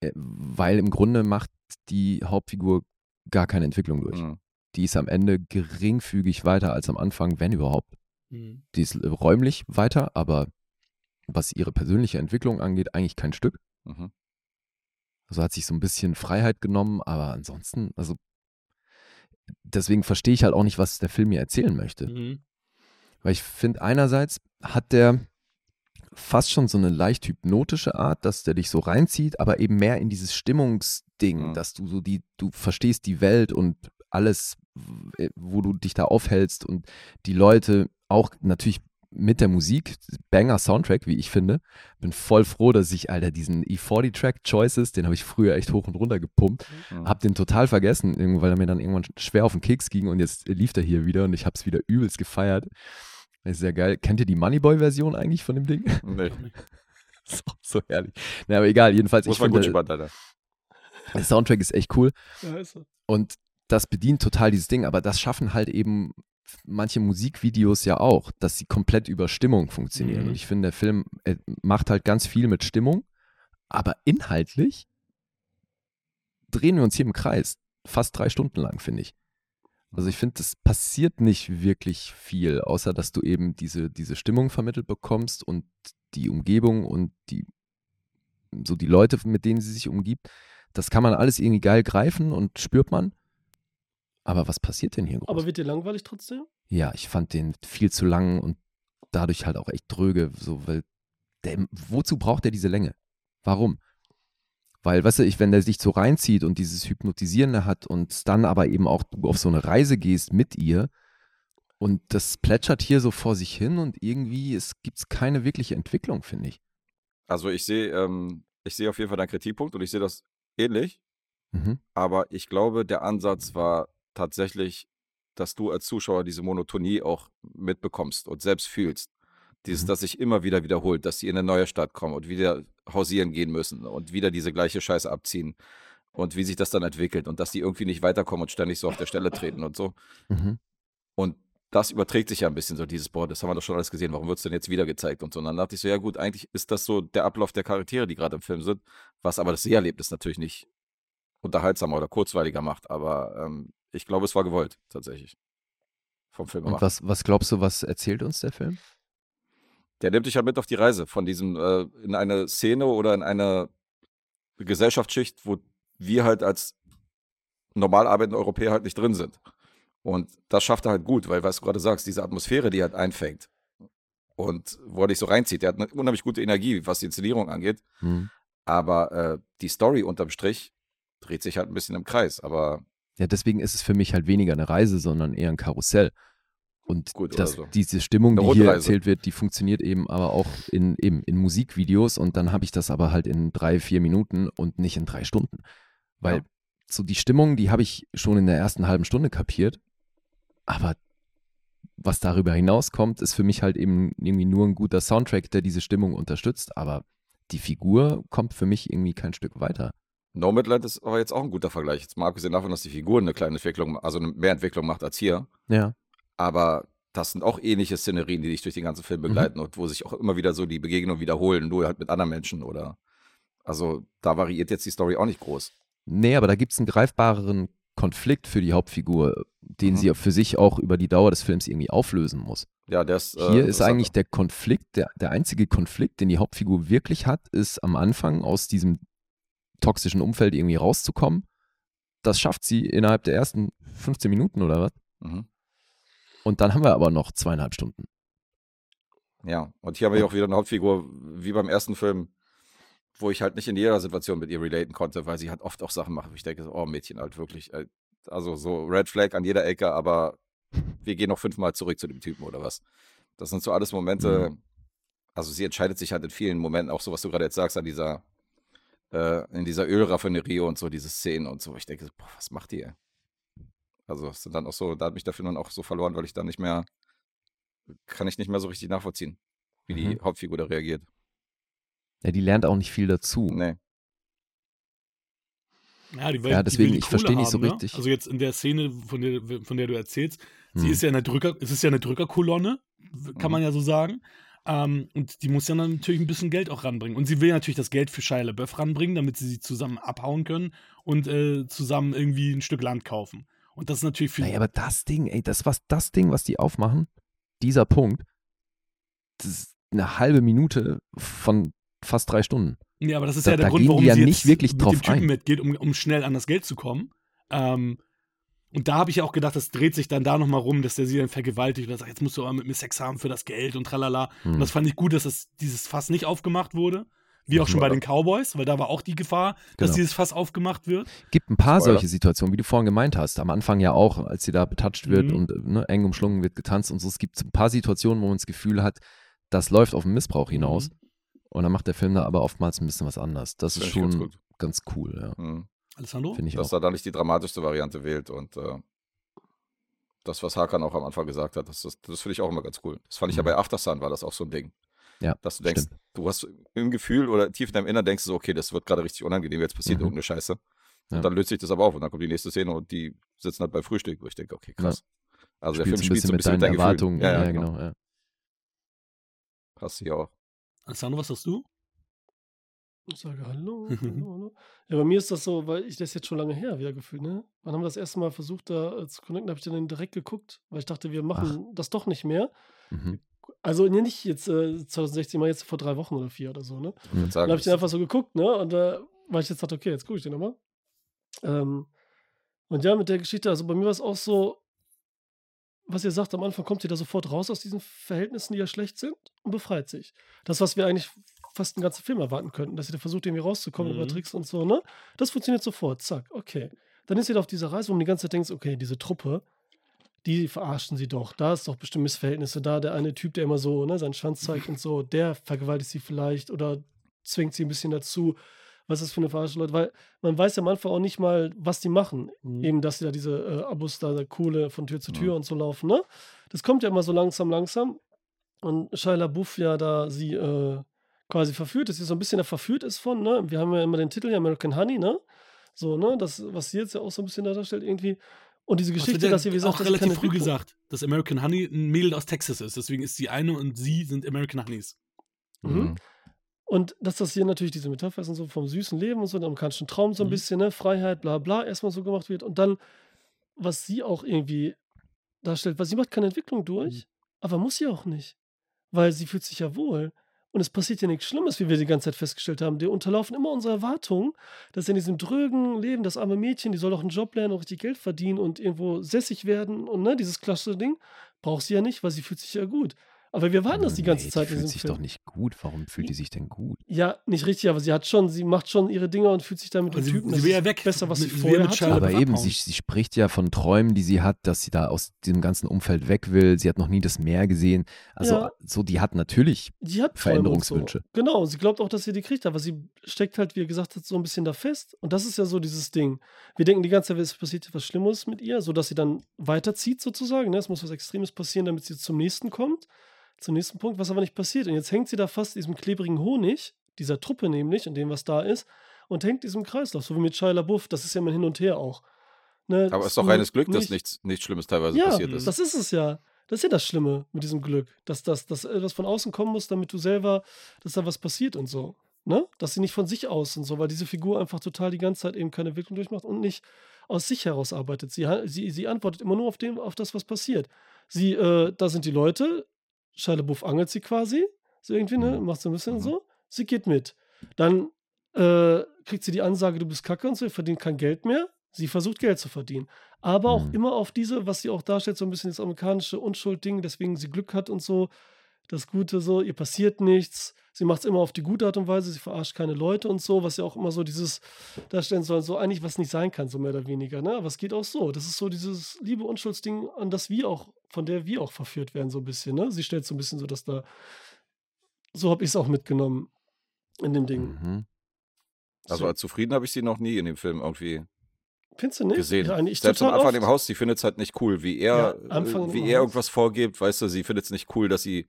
äh, weil im Grunde macht die Hauptfigur gar keine Entwicklung durch.
Mhm.
Die ist am Ende geringfügig weiter als am Anfang, wenn überhaupt.
Mhm.
Die ist räumlich weiter, aber was ihre persönliche Entwicklung angeht, eigentlich kein Stück.
Mhm.
Also hat sich so ein bisschen Freiheit genommen, aber ansonsten, also deswegen verstehe ich halt auch nicht, was der Film mir erzählen möchte.
Mhm.
Weil ich finde, einerseits hat der fast schon so eine leicht hypnotische Art, dass der dich so reinzieht, aber eben mehr in dieses Stimmungsding,
Mhm.
dass du so die, du verstehst die Welt und alles, w- wo du dich da aufhältst und die Leute auch natürlich mit der Musik, Banger Soundtrack, wie ich finde, bin voll froh, dass ich, Alter, diesen E40-Track Choices, den habe ich früher echt hoch und runter gepumpt,
Mhm.
hab den total vergessen, irgend- weil er mir dann irgendwann schwer auf den Keks ging und jetzt lief der hier wieder und ich hab's wieder übelst gefeiert. Das ist ja geil. Kennt ihr die Moneyboy-Version eigentlich von dem Ding?
Nee.
Das ist auch so herrlich. Na, aber egal, jedenfalls,
Muss
also ich
man
finde,
gut
der,
spannend, Alter.
der Soundtrack ist echt cool
Ja, ist so.
und das bedient total dieses Ding, aber das schaffen halt eben manche Musikvideos ja auch, dass sie komplett über Stimmung funktionieren.
Mhm.
Und ich finde, der Film äh, macht halt ganz viel mit Stimmung, aber inhaltlich drehen wir uns hier im Kreis fast drei Stunden lang, finde ich. Also ich finde, es passiert nicht wirklich viel, außer dass du eben diese, diese Stimmung vermittelt bekommst und die Umgebung und die, so die Leute, mit denen sie sich umgibt. Das kann man alles irgendwie geil greifen und spürt man. Aber was passiert denn hier groß?
Aber wird dir langweilig trotzdem?
Ja, ich fand den viel zu lang und dadurch halt auch echt dröge, so, weil der, wozu braucht er diese Länge? Warum? Weil, weißt du, ich, wenn der sich so reinzieht und dieses Hypnotisierende hat und dann aber eben auch du auf so eine Reise gehst mit ihr und das plätschert hier so vor sich hin und irgendwie es gibt's keine wirkliche Entwicklung, finde ich.
Also ich sehe, ähm, ich sehe auf jeden Fall deinen Kritikpunkt und ich sehe das ähnlich.
Mhm.
Aber ich glaube, der Ansatz war tatsächlich, dass du als Zuschauer diese Monotonie auch mitbekommst und selbst fühlst. Dieses,
Mhm.
dass sich immer wieder wiederholt, dass sie in eine neue Stadt kommen und wieder hausieren gehen müssen und wieder diese gleiche Scheiße abziehen und wie sich das dann entwickelt und dass die irgendwie nicht weiterkommen und ständig so auf der Stelle treten und so.
Mhm.
Und das überträgt sich ja ein bisschen so dieses, boah, das haben wir doch schon alles gesehen, warum wird es denn jetzt wieder gezeigt und so. Und dann dachte ich so, ja gut, eigentlich ist das so der Ablauf der Charaktere, die gerade im Film sind, was aber das Seherlebnis natürlich nicht unterhaltsamer oder kurzweiliger macht. Aber ähm, ich glaube, es war gewollt, tatsächlich. Vom Film
Und was, was glaubst du, was erzählt uns der Film?
Der nimmt dich halt mit auf die Reise von diesem, äh, in eine Szene oder in eine Gesellschaftsschicht, wo wir halt als normal arbeitende Europäer halt nicht drin sind. Und das schafft er halt gut, weil, was du gerade sagst, diese Atmosphäre, die er halt einfängt und wo er dich so reinzieht. Der hat eine unheimlich gute Energie, was die Inszenierung angeht.
Mhm.
Aber äh, die Story unterm Strich dreht sich halt ein bisschen im Kreis. Aber
Ja, deswegen ist es für mich halt weniger eine Reise, sondern eher ein Karussell. Und
Gut,
das,
oder so.
diese Stimmung, die
Eine
hier
Rundreise.
erzählt wird, die funktioniert eben aber auch in, eben in Musikvideos und dann habe ich das aber halt in drei, vier Minuten und nicht in drei Stunden. Weil
Ja.
so die Stimmung, die habe ich schon in der ersten halben Stunde kapiert, aber was darüber hinauskommt, ist für mich halt eben irgendwie nur ein guter Soundtrack, der diese Stimmung unterstützt, aber die Figur kommt für mich irgendwie kein Stück weiter.
Nomadland ist aber jetzt auch ein guter Vergleich. Jetzt mal abgesehen davon, dass die Figur eine kleine Entwicklung, also eine Mehrentwicklung macht als hier.
Ja.
Aber das sind auch ähnliche Szenerien, die dich durch den ganzen
Mhm.
Film begleiten und wo sich auch immer wieder so die Begegnungen wiederholen, nur halt mit anderen Menschen oder. Also da variiert jetzt die Story auch nicht groß.
Nee, aber da gibt es einen greifbareren Konflikt für die Hauptfigur, den
Mhm.
sie für sich auch über die Dauer des Films irgendwie auflösen muss.
Ja, der ist. äh,
Hier ist
das hat-
eigentlich der Konflikt, der, der einzige Konflikt, den die Hauptfigur wirklich hat, ist am Anfang aus diesem toxischen Umfeld irgendwie rauszukommen. Das schafft sie innerhalb der ersten 15 Minuten oder was.
Mhm.
Und dann haben wir aber noch zweieinhalb Stunden.
Ja, und hier haben wir auch wieder eine Hauptfigur, wie beim ersten Film, wo ich halt nicht in jeder Situation mit ihr relaten konnte, weil sie halt oft auch Sachen macht. wo Ich denke, so, oh Mädchen, halt wirklich. äh, Also so Red Flag an jeder Ecke, aber wir gehen noch fünfmal zurück zu dem Typen oder was. Das sind so alles Momente. Also sie entscheidet sich halt in vielen Momenten, auch so, was du gerade jetzt sagst, an dieser, äh, in dieser Ölraffinerie und so, diese Szenen und so. Ich denke, so, boah, was macht die, ey? Also es sind dann auch so, da hat mich dafür dann auch so verloren, weil ich dann nicht mehr, kann ich nicht mehr so richtig nachvollziehen wie die
Mhm.
Hauptfigur da reagiert.
Ja, die lernt auch nicht viel dazu.
Nee.
Ja, die will,
Ja,
die
deswegen,
will die
ich
Kohle
versteh nicht so
haben, ne?
richtig.
Also jetzt in der Szene, von der, von der du erzählst, Sie
Hm.
ist ja eine Drücker, es ist ja eine Drückerkolonne,
Mhm.
kann man ja so sagen. Ähm, und die muss ja dann natürlich ein bisschen Geld auch ranbringen. Und sie will natürlich das Geld für Shia LaBeouf ranbringen, damit sie sie zusammen abhauen können und äh, zusammen irgendwie ein Stück Land kaufen. Und das ist natürlich für
Naja, aber das Ding, ey, das was das Ding, was die aufmachen, dieser Punkt, das ist eine halbe Minute von fast drei Stunden.
Ja, aber das ist
Da-
ja der
da
Grund,
gehen
warum
die ja
sie
nicht
jetzt
wirklich
mit
drauf
dem Typen
ein.
mitgeht, um, um schnell an das Geld zu kommen. Ähm, und da habe ich ja auch gedacht, das dreht sich dann da nochmal rum, dass der sie dann vergewaltigt oder sagt, jetzt musst du aber mit mir Sex haben für das Geld und tralala.
Hm.
Und das fand ich gut, dass das, dieses Fass nicht aufgemacht wurde. Wie auch schon bei den Cowboys, weil da war auch die Gefahr, dass
Genau.
dieses Fass aufgemacht wird.
gibt ein paar
Spoiler.
solche Situationen, wie du vorhin gemeint hast. Am Anfang ja auch, als sie da betatscht wird
Mhm.
und äh, ne, eng umschlungen wird, getanzt und so. Es gibt so ein paar Situationen, wo man das Gefühl hat, das läuft auf den
Mhm.
Missbrauch hinaus. Und dann macht der Film da aber oftmals ein bisschen was anders. Das ist
Find ich ganz
schon ganz,
gut.
cool, ja.
Mhm.
Alessandro?
Finde ich
Dass
auch.
er da nicht die dramatischste Variante wählt und äh, das, was Hakan auch am Anfang gesagt hat, das, das, das finde ich auch immer ganz cool. Das fand ich ja
Mhm.
bei Aftersun war das auch so ein Ding.
Ja,
Dass du denkst,
stimmt.
du hast im Gefühl oder tief in deinem Inneren denkst du so, okay, das wird gerade richtig unangenehm, jetzt passiert
Mhm.
irgendeine Scheiße. Und
Ja.
dann löst sich das aber auf und dann kommt die nächste Szene und die sitzen halt beim Frühstück, wo ich denke, okay, krass. Also der Film spielt so ein bisschen mit deinen,
Erwartungen.
Gefühlen.
Ja, ja, genau. Ja.
Krass hier auch.
Alessandro, was hast du?
Ich sage hallo, hallo, hallo. Ja, bei mir ist das so, weil ich das ist jetzt schon lange her wieder gefühlt, ne? Wann haben wir das erste Mal versucht, da äh, zu connecten, habe ich dann direkt geguckt, weil ich dachte, wir machen das doch nicht mehr.
Mhm.
Also nee, nicht jetzt äh, 2016, mal jetzt vor drei Wochen oder vier oder so, ne?
Ich würd
Mhm.
Dann
sagen,
habe ich
das-
den einfach so geguckt, ne? Und äh, weil ich jetzt dachte, okay, jetzt gucke ich den nochmal. Ähm, und ja, mit der Geschichte, also bei mir war es auch so, was ihr sagt, am Anfang kommt ihr da sofort raus aus diesen Verhältnissen, die ja schlecht sind, und befreit sich. Das, was wir eigentlich fast einen ganzen Film erwarten könnten, dass ihr da versucht, irgendwie rauszukommen
Mhm.
über Tricks und so, ne? Das funktioniert sofort, zack, okay. Dann ist ihr da auf dieser Reise, wo man die ganze Zeit denkt, okay, diese Truppe, die verarschen sie doch. Da ist doch bestimmt Missverhältnisse da. Der eine Typ, der immer so ne, seinen Schwanz zeigt und so, der vergewaltigt sie vielleicht oder zwingt sie ein bisschen dazu. Was ist das für eine verarsche Leute? Weil man weiß ja am Anfang auch nicht mal, was die machen.
Mhm.
Eben, dass sie da diese äh, Abos da, da Kohle von Tür zu Tür
Mhm.
und so laufen. Ne? Das kommt ja immer so langsam, langsam. Und Shia Buff ja da sie äh, quasi verführt ist, sie so ein bisschen da verführt ist von. Ne? Wir haben ja immer den Titel ja American Honey, ne? So, ne? Das, was sie jetzt ja auch so ein bisschen da darstellt irgendwie. Und diese
Was
Geschichte,
wird
dass sie,
ja
wie gesagt,
auch
dass sie
relativ
keine
früh
Entwicklung-
gesagt, dass American Honey ein Mädel aus Texas ist. Deswegen ist die eine und sie sind American Honeys.
Mhm.
Mhm.
Und dass das hier natürlich diese Metapher ist und so vom süßen Leben und so, dem amerikanischen Traum so ein
Mhm.
bisschen, ne, Freiheit, bla bla, erstmal so gemacht wird. Und dann, was sie auch irgendwie darstellt, weil sie macht keine Entwicklung
Mhm.
durch, aber muss sie auch nicht. Weil sie fühlt sich ja wohl. Und es passiert ja nichts Schlimmes, wie wir die ganze Zeit festgestellt haben. Die unterlaufen immer unsere Erwartungen, dass in diesem drögen Leben das arme Mädchen, die soll doch einen Job lernen und richtig Geld verdienen und irgendwo sässig werden und ne, dieses klassische Ding, braucht sie ja nicht, weil sie fühlt sich ja gut. Aber wir warten das die ganze
Hm, Äh, nee,
Zeit in
Die fühlt
diesem
sich
Film.
doch nicht gut. Warum fühlt die sich denn gut?
Ja, nicht richtig, aber sie hat schon, sie macht schon ihre Dinger und fühlt sich damit
Aber
den
sie-
Typen.
sie
das
will ja
ist
weg.
Besser, was sie
Sie will
vorher
mit
hatte.
Charlotte
Aber
Abhauen.
eben, sie, sie spricht ja von Träumen, die sie hat, dass sie da aus diesem ganzen Umfeld weg will. Sie hat noch nie das Meer gesehen. Also,
Ja.
so, die hat natürlich
Die hat Träume und
Veränderungswünsche.
So. Genau, sie glaubt auch, dass sie die kriegt, aber sie steckt halt, wie ihr gesagt habt, so ein bisschen da fest. Und das ist ja so dieses Ding. Wir denken die ganze Zeit, es passiert was Schlimmes mit ihr, sodass sie dann weiterzieht sozusagen. ne? Es muss was Extremes passieren, damit sie zum nächsten kommt. Zum nächsten Punkt, was aber nicht passiert. Und jetzt hängt sie da fast diesem klebrigen Honig, dieser Truppe nämlich und dem, was da ist, und hängt diesem Kreislauf, so wie mit Shia LaBeouf, das ist ja mal hin und her auch. Ne,
Aber es
dass
ist doch
du
reines Glück, dass nichts, nichts Schlimmes teilweise
Ja,
passiert ist.
Das ist es ja. Das ist ja das Schlimme mit diesem Glück, dass das, dass etwas von außen kommen muss, damit du selber, dass da was passiert und so. Ne? Dass sie nicht von sich aus und so, weil diese Figur einfach total die ganze Zeit eben keine Entwicklung durchmacht und nicht aus sich heraus arbeitet. Sie, ha- sie, sie antwortet immer nur auf, dem, auf das, was passiert. Sie, äh, da sind die Leute, Shia LaBeouf angelt sie quasi, so irgendwie, ne,
Mhm.
macht so ein bisschen
Mhm.
so, sie geht mit. Dann äh, kriegt sie die Ansage, du bist kacke und so, ihr verdient kein Geld mehr. Sie versucht Geld zu verdienen. Aber auch
Mhm.
immer auf diese, was sie auch darstellt, so ein bisschen das amerikanische Unschuldding, deswegen sie Glück hat und so, das Gute so, ihr passiert nichts. Sie macht es immer auf die gute Art und Weise, sie verarscht keine Leute und so, was ja auch immer so dieses darstellen soll, so eigentlich was nicht sein kann, so mehr oder weniger. Ne? Aber es geht auch so. Das ist so dieses liebe Unschuldsding, an das wir auch, von der wir auch verführt werden, so ein bisschen. Ne? Sie stellt so ein bisschen so, dass da, so habe ich es auch mitgenommen in dem Ding.
Mhm.
Also
So.
als zufrieden habe ich sie noch nie in dem Film irgendwie
Findest du nicht?
gesehen.
Ja, eigentlich
Selbst am
total
Anfang
oft.
im Haus, sie findet es halt nicht cool, wie er,
Ja, Anfang
äh, wie
im
er
Haus.
irgendwas vorgibt, weißt du, sie findet es nicht cool, dass sie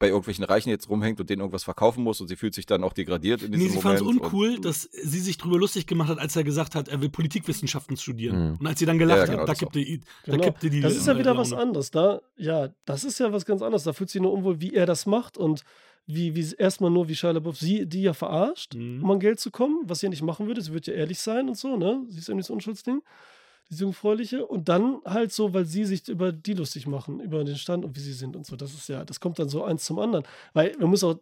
bei irgendwelchen Reichen jetzt rumhängt und denen irgendwas verkaufen muss und sie fühlt sich dann auch degradiert in
Nee,
diesem
sie fand
Moment.
es
und-
uncool, dass sie sich drüber lustig gemacht hat, als er gesagt hat, er will Politikwissenschaften studieren.
Mhm.
Und als sie dann gelacht
Ja, genau,
hat, da
das auch.
kippte, i- da
Genau.
kippte die
Das ist ja
äh,
wieder was
Laune.
anderes. Da, ja, das ist ja was ganz anderes. Da fühlt sie nur unwohl, wie er das macht und wie, wie erstmal nur wie Shia LaBeouf sie die ja verarscht,
Mhm.
um an Geld zu kommen, was sie ja nicht machen würde. Sie wird ja ehrlich sein und so, ne? Sie ist eben dieses Unschuldsding, diese Jungfräuliche. Und dann halt so, weil sie sich über die lustig machen, über den Stand und wie sie sind und so. Das ist ja, das kommt dann so eins zum anderen. Weil man muss auch,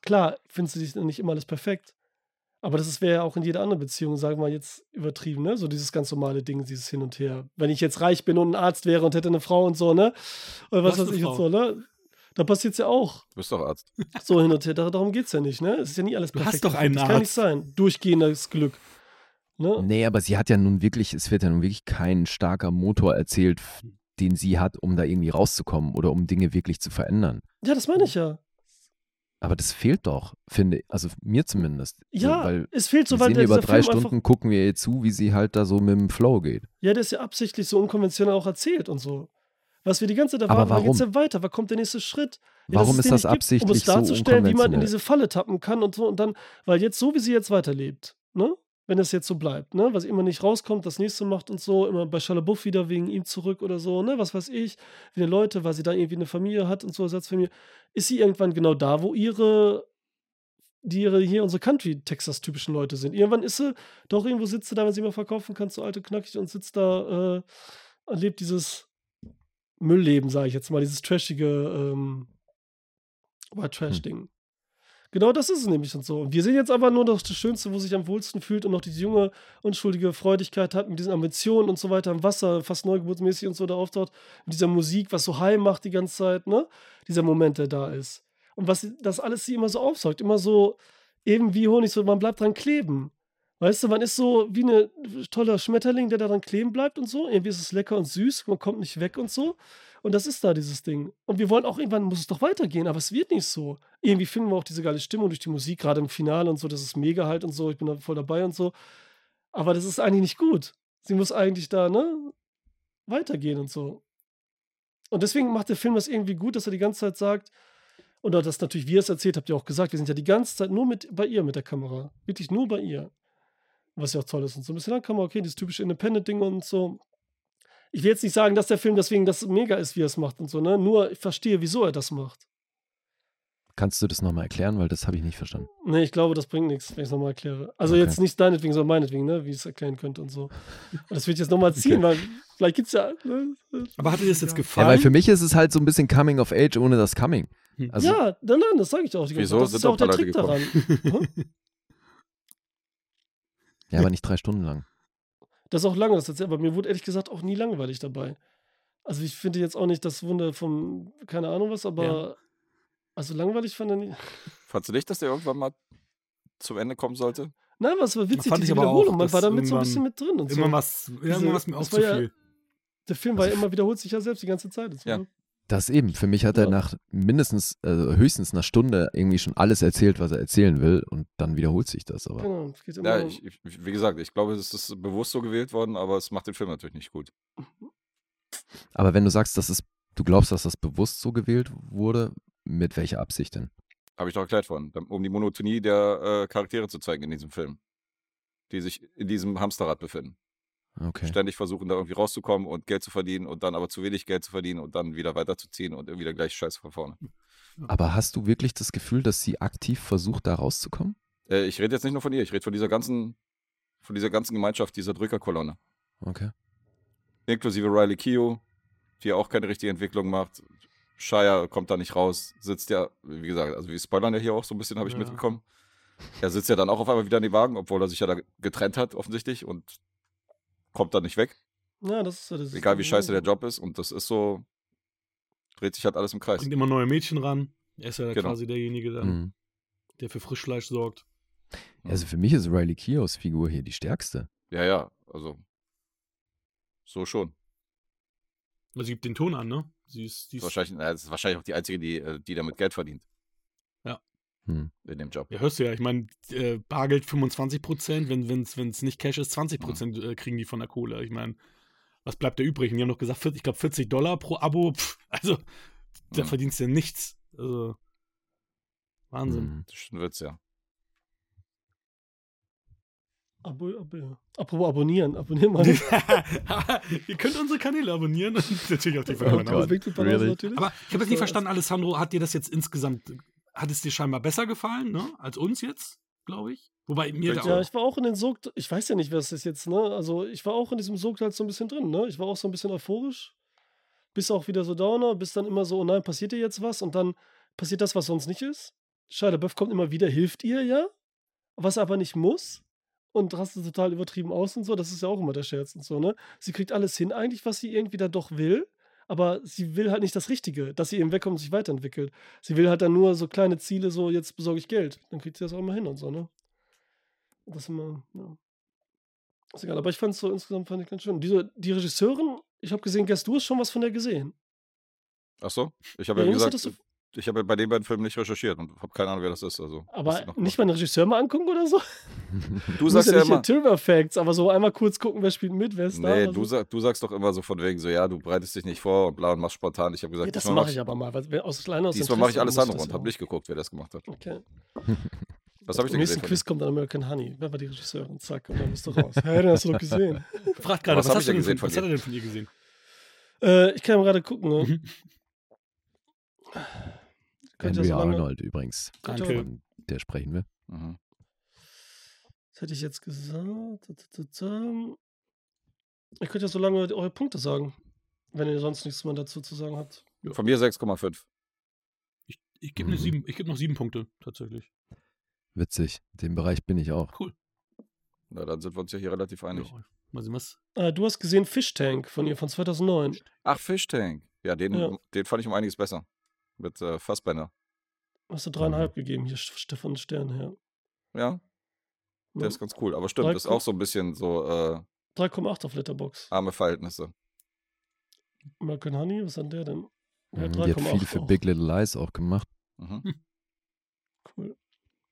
klar, findest du dich nicht immer alles perfekt. Aber das ist- wäre ja auch in jeder anderen Beziehung, sagen wir mal, jetzt übertrieben, ne? So dieses ganz normale Ding, dieses Hin und Her. Wenn ich jetzt reich bin und ein Arzt wäre und hätte eine Frau und so, ne? Oder was
Was
weiß
eine
ich
Frau?
jetzt so, ne? Da passiert es ja auch.
Du bist doch Arzt.
So hin und her. Dar- Darum geht es ja nicht, ne? Es ist ja nie alles
Du hast
perfekt.
doch einen
das kann nicht
Arzt.
sein. Durchgehendes Glück. Ne?
Nee, aber sie hat ja nun wirklich, es wird ja nun wirklich kein starker Motor erzählt, f- den sie hat, um da irgendwie rauszukommen oder um Dinge wirklich zu verändern.
Ja, das meine ich ja.
Aber das fehlt doch, finde ich, also mir zumindest.
Ja,
so, weil
es fehlt so,
wir
weil
sehen
der,
hier über
dieser Film
drei Stunden,
einfach.
gucken wir ihr zu, wie sie halt da so mit dem Flow geht.
Ja, der ist ja absichtlich so unkonventionell auch erzählt und so. Was wir die ganze Zeit
Aber
erwarten, wann geht's
warum?
denn weiter? Wann kommt der nächste Schritt? Ja, dass
Warum
es
ist
den
das
nicht gibt,
absichtlich
Um es
so
darzustellen, wie man in
unkonventionell?
diese Falle tappen kann und so und dann, weil jetzt so wie sie jetzt weiterlebt, ne? Wenn das jetzt so bleibt, ne? Was immer nicht rauskommt, das nächste macht und so, immer bei Schalabuff wieder wegen ihm zurück oder so, ne? Was weiß ich, wie die Leute, weil sie da irgendwie eine Familie hat und so, Ersatzfamilie, ist sie irgendwann genau da, wo ihre die ihre, hier unsere Country-Texas-typischen Leute sind. Irgendwann ist sie doch irgendwo sitzt sie da, wenn sie mal verkaufen kannst, so alt und knackig und sitzt da äh, und lebt dieses Müllleben, sage ich jetzt mal, dieses trashige ähm, White
Hm.
Trash-Ding. Genau das ist es nämlich und so. Und wir sehen jetzt aber nur noch das Schönste, wo sie sich am wohlsten fühlt und noch diese junge, unschuldige Freudigkeit hat mit diesen Ambitionen und so weiter am Wasser, fast neugeburtsmäßig und so da auftaucht, mit dieser Musik, was so high macht die ganze Zeit, ne? Dieser Moment, der da ist. Und was sie- das alles sie immer so aufsaugt, immer so eben wie Honig, so man bleibt dran kleben. Weißt du, man ist so wie ein toller Schmetterling, der daran kleben bleibt und so. Irgendwie ist es lecker und süß, man kommt nicht weg und so. Und das ist da dieses Ding. Und wir wollen auch irgendwann, muss es doch weitergehen, aber es wird nicht so. Irgendwie finden wir auch diese geile Stimmung durch die Musik, gerade im Finale und so. Das ist mega halt und so. Ich bin da voll dabei und so. Aber das ist eigentlich nicht gut. Sie muss eigentlich da, ne, weitergehen und so. Und deswegen macht der Film das irgendwie gut, dass er die ganze Zeit sagt, und auch das natürlich, wie ihr es erzählt habt, ihr auch gesagt, wir sind ja die ganze Zeit nur mit, bei ihr mit der Kamera. Wirklich nur bei ihr. Was ja auch toll ist. Und so ein bisschen dann kann man, okay, dieses typische Independent-Ding und so. Ich will jetzt nicht sagen, dass der Film deswegen das mega ist, wie er es macht und so, ne? Nur ich verstehe, wieso er das macht.
Kannst du das nochmal erklären, weil das habe ich nicht verstanden.
Nee, ich glaube, das bringt nichts, wenn ich es nochmal erkläre. Also
Okay.
jetzt nicht deinetwegen, sondern meinetwegen, ne? Wie ich es erklären könnte und so. Und das will ich jetzt nochmal ziehen, weil vielleicht gibt's ja. Ne?
Aber hat dir das
Ja.
jetzt
Ja, weil
gefallen? Hm.
für mich ist es halt so ein bisschen Coming of Age ohne das Coming. Also,
ja, nein, nein, das sage ich auch die ganze
Wieso
Zeit. Das
sind
ist ja
doch
auch der
alle
Trick daran.
gekommen?
ja, aber nicht drei Stunden lang.
Das ist auch lange, das erzählt, aber mir wurde ehrlich gesagt auch nie langweilig dabei. Also ich finde jetzt auch nicht das Wunder vom, keine Ahnung was, aber also langweilig fand er nicht.
Fandst du nicht, dass der irgendwann mal zum Ende kommen sollte?
Nein, was war witzig,
Fand
diese
ich aber auch,
Wiederholung. Man
dass
war damit so ein
irgendwann-
bisschen mit drin und so.
Immer was, irgendwann war es mir auch
das
zu
war ja-
viel.
Der Film war ja immer, wiederholt sich ja selbst die ganze Zeit. Das war-
Ja.
Das eben. Für mich hat er
Ja.
nach mindestens, also höchstens einer Stunde irgendwie schon alles erzählt, was er erzählen will. Und dann wiederholt sich das. Aber
Genau, es geht immer.
Ja, ich, ich, wie gesagt, ich glaube, es ist bewusst so gewählt worden, aber es macht den Film natürlich nicht gut.
Aber wenn du sagst, das ist, du glaubst, dass das bewusst so gewählt wurde, mit welcher Absicht denn?
Habe ich doch erklärt vorhin. dam- Um die Monotonie der äh, Charaktere zu zeigen in diesem Film. Die sich in diesem Hamsterrad befinden.
Okay.
Ständig versuchen, da irgendwie rauszukommen und Geld zu verdienen und dann aber zu wenig Geld zu verdienen und dann wieder weiterzuziehen und irgendwie der gleiche Scheiß von vorne.
Aber hast du wirklich das Gefühl, dass sie aktiv versucht, da rauszukommen?
Äh, ich rede jetzt nicht nur von ihr, ich rede von dieser ganzen, von dieser ganzen Gemeinschaft, dieser Drückerkolonne.
Okay.
Inklusive Riley Keough, die auch keine richtige Entwicklung macht. Shire kommt da nicht raus, sitzt ja, wie gesagt, also wir spoilern ja hier auch so ein bisschen, habe ich
Ja.
mitbekommen. Er sitzt ja dann auch auf einmal wieder in den Wagen, obwohl er sich ja da getrennt hat, offensichtlich, und kommt da nicht weg.
um, Ja, das ist ja das.
Egal wie scheiße der Job ist, und das ist so, dreht sich halt alles im Kreis.
Bringt immer neue Mädchen ran. Er ist ja
Genau.
quasi derjenige, der,
Mhm.
der für Frischfleisch sorgt.
Also für mich ist Riley Kios Figur hier die stärkste.
Ja, ja, also, so schon.
Also sie gibt den Ton an, ne? Sie ist, sie
Ist
ist
wahrscheinlich, na, das ist wahrscheinlich auch die einzige, die, äh, die damit Geld verdient.
Ja.
Hm.
In dem Job.
Ja, hörst du ja. Ich meine, äh, Bargeld 25 Prozent, wenn es wenn's nicht Cash ist, 20 Prozent
Mhm.
äh, kriegen die von der Kohle. Ich meine, was bleibt da übrig? Und die haben noch gesagt, 40, ich glaube 40 Dollar pro Abo. Pff, also, da
Mhm.
verdienst du ja nichts. Also, Wahnsinn.
Mhm.
Das ist ein Witz, ja.
Abo, abo, apropos abonnieren, abonnieren
Oh
mal. den-
Ihr könnt unsere Kanäle abonnieren und natürlich auch die
Oh
Verkäufer.
Gott,
Big Blue Bananas
really?
natürlich.
Aber ich habe jetzt nicht verstanden, Alessandro, hat dir das jetzt insgesamt, hat es dir scheinbar besser gefallen, ne? Als uns jetzt, glaube ich? Wobei mir da
Ja,
auch.
Ja, ich war auch in den Sog, ich weiß ja nicht, was das jetzt, ne? Also ich war auch in diesem Sog halt so ein bisschen drin, ne? Ich war auch so ein bisschen euphorisch, bis auch wieder so Downer, bis dann immer so, oh nein, passiert dir jetzt was? Und dann passiert das, was sonst nicht ist. Shia LaBeouf kommt immer wieder, hilft ihr, ja? Was er aber nicht muss. Und rastet total übertrieben aus und so. Das ist ja auch immer der Scherz und so, ne? Sie kriegt alles hin eigentlich, was sie irgendwie da doch will. Aber sie will halt nicht das Richtige, dass sie eben wegkommt und sich weiterentwickelt. Sie will halt dann nur so kleine Ziele, so jetzt besorge ich Geld. Dann kriegt sie das auch immer hin und so, ne? Das ist immer, ja. Ist egal, aber ich fand es so insgesamt fand ich ganz schön. Diese, die Regisseurin, ich habe gesehen, Guess du hast schon was von der gesehen.
Ach so? Ich habe ja,
Ja, irgendwas
gesagt,
hattest
ich habe ja bei den beiden Filmen nicht recherchiert und habe keine Ahnung, wer das ist. Also, was die
Aber
noch
nicht mal
gemacht
einen Regisseur mal angucken oder so?
haben. Du
Muss
sagst
ja
ja
nicht
immer.
Interior Facts, aber so einmal kurz gucken, wer spielt mit, wer ist da.
Nee,
oder
du,
so.
sag, du sagst doch immer so von wegen so, ja, du bereitest dich nicht vor und bla und machst spontan. Ich habe gesagt,
nee, das
diesmal
mache ich aber mal. Weil, wenn- aus, allein aus
Diesmal mache ich
Interesse
alles
muss
andere
das
und
ja
habe nicht geguckt, wer das gemacht hat.
auch. Okay.
Was habe ich
Im
denn
nächsten
gesehen? von
Quiz kommt dann American Honey. Wer war die Regisseurin? Zack, und dann bist du raus. Hä, den hast du doch gesehen.
Fragt gerade,
Was
was,
hab ich
hast du
denn gesehen
denn von,
von
was
dir?
hat er denn von ihr gesehen?
äh, ich kann ja mal gerade gucken. Ne?
Mhm.
Könnt ihr so
Andrea
lange-
Arnold übrigens.
Könnt ihr-
Danke.
Von der sprechen wir.
dir? Mhm.
Was hätte ich jetzt gesagt? Ta, ta, ta, ta. Ihr könnt ja so lange eure Punkte sagen, wenn ihr sonst nichts mehr dazu zu sagen habt.
Von mir 6,5.
Ich, ich gebe
Mhm.
sieben, ich geb noch sieben Punkte, tatsächlich.
Witzig. In dem Bereich bin ich auch.
Cool.
Na, dann sind wir uns ja hier relativ einig.
Ja. Mal sehen, was.
Äh, du hast gesehen Fish Tank von ihr von 2009.
Ach, Fishtank. Ja, den,
Ja.
den fand ich um einiges besser. Mit äh, Fassbender.
Hast du dreieinhalb gegeben, hier Sch- Stefan Stern her. ne?
Ja, der
Ja.
ist ganz cool. Aber stimmt,
Drei
ist
Ko-
auch so ein bisschen so äh,
3,8 auf
Ah.
Letterbox.
arme Verhältnisse.
American Honey, was ist denn der denn? Ja,
Mhm, Die hat
3,8
viel für
auch.
Big Little Lies auch gemacht.
Mhm.
Cool.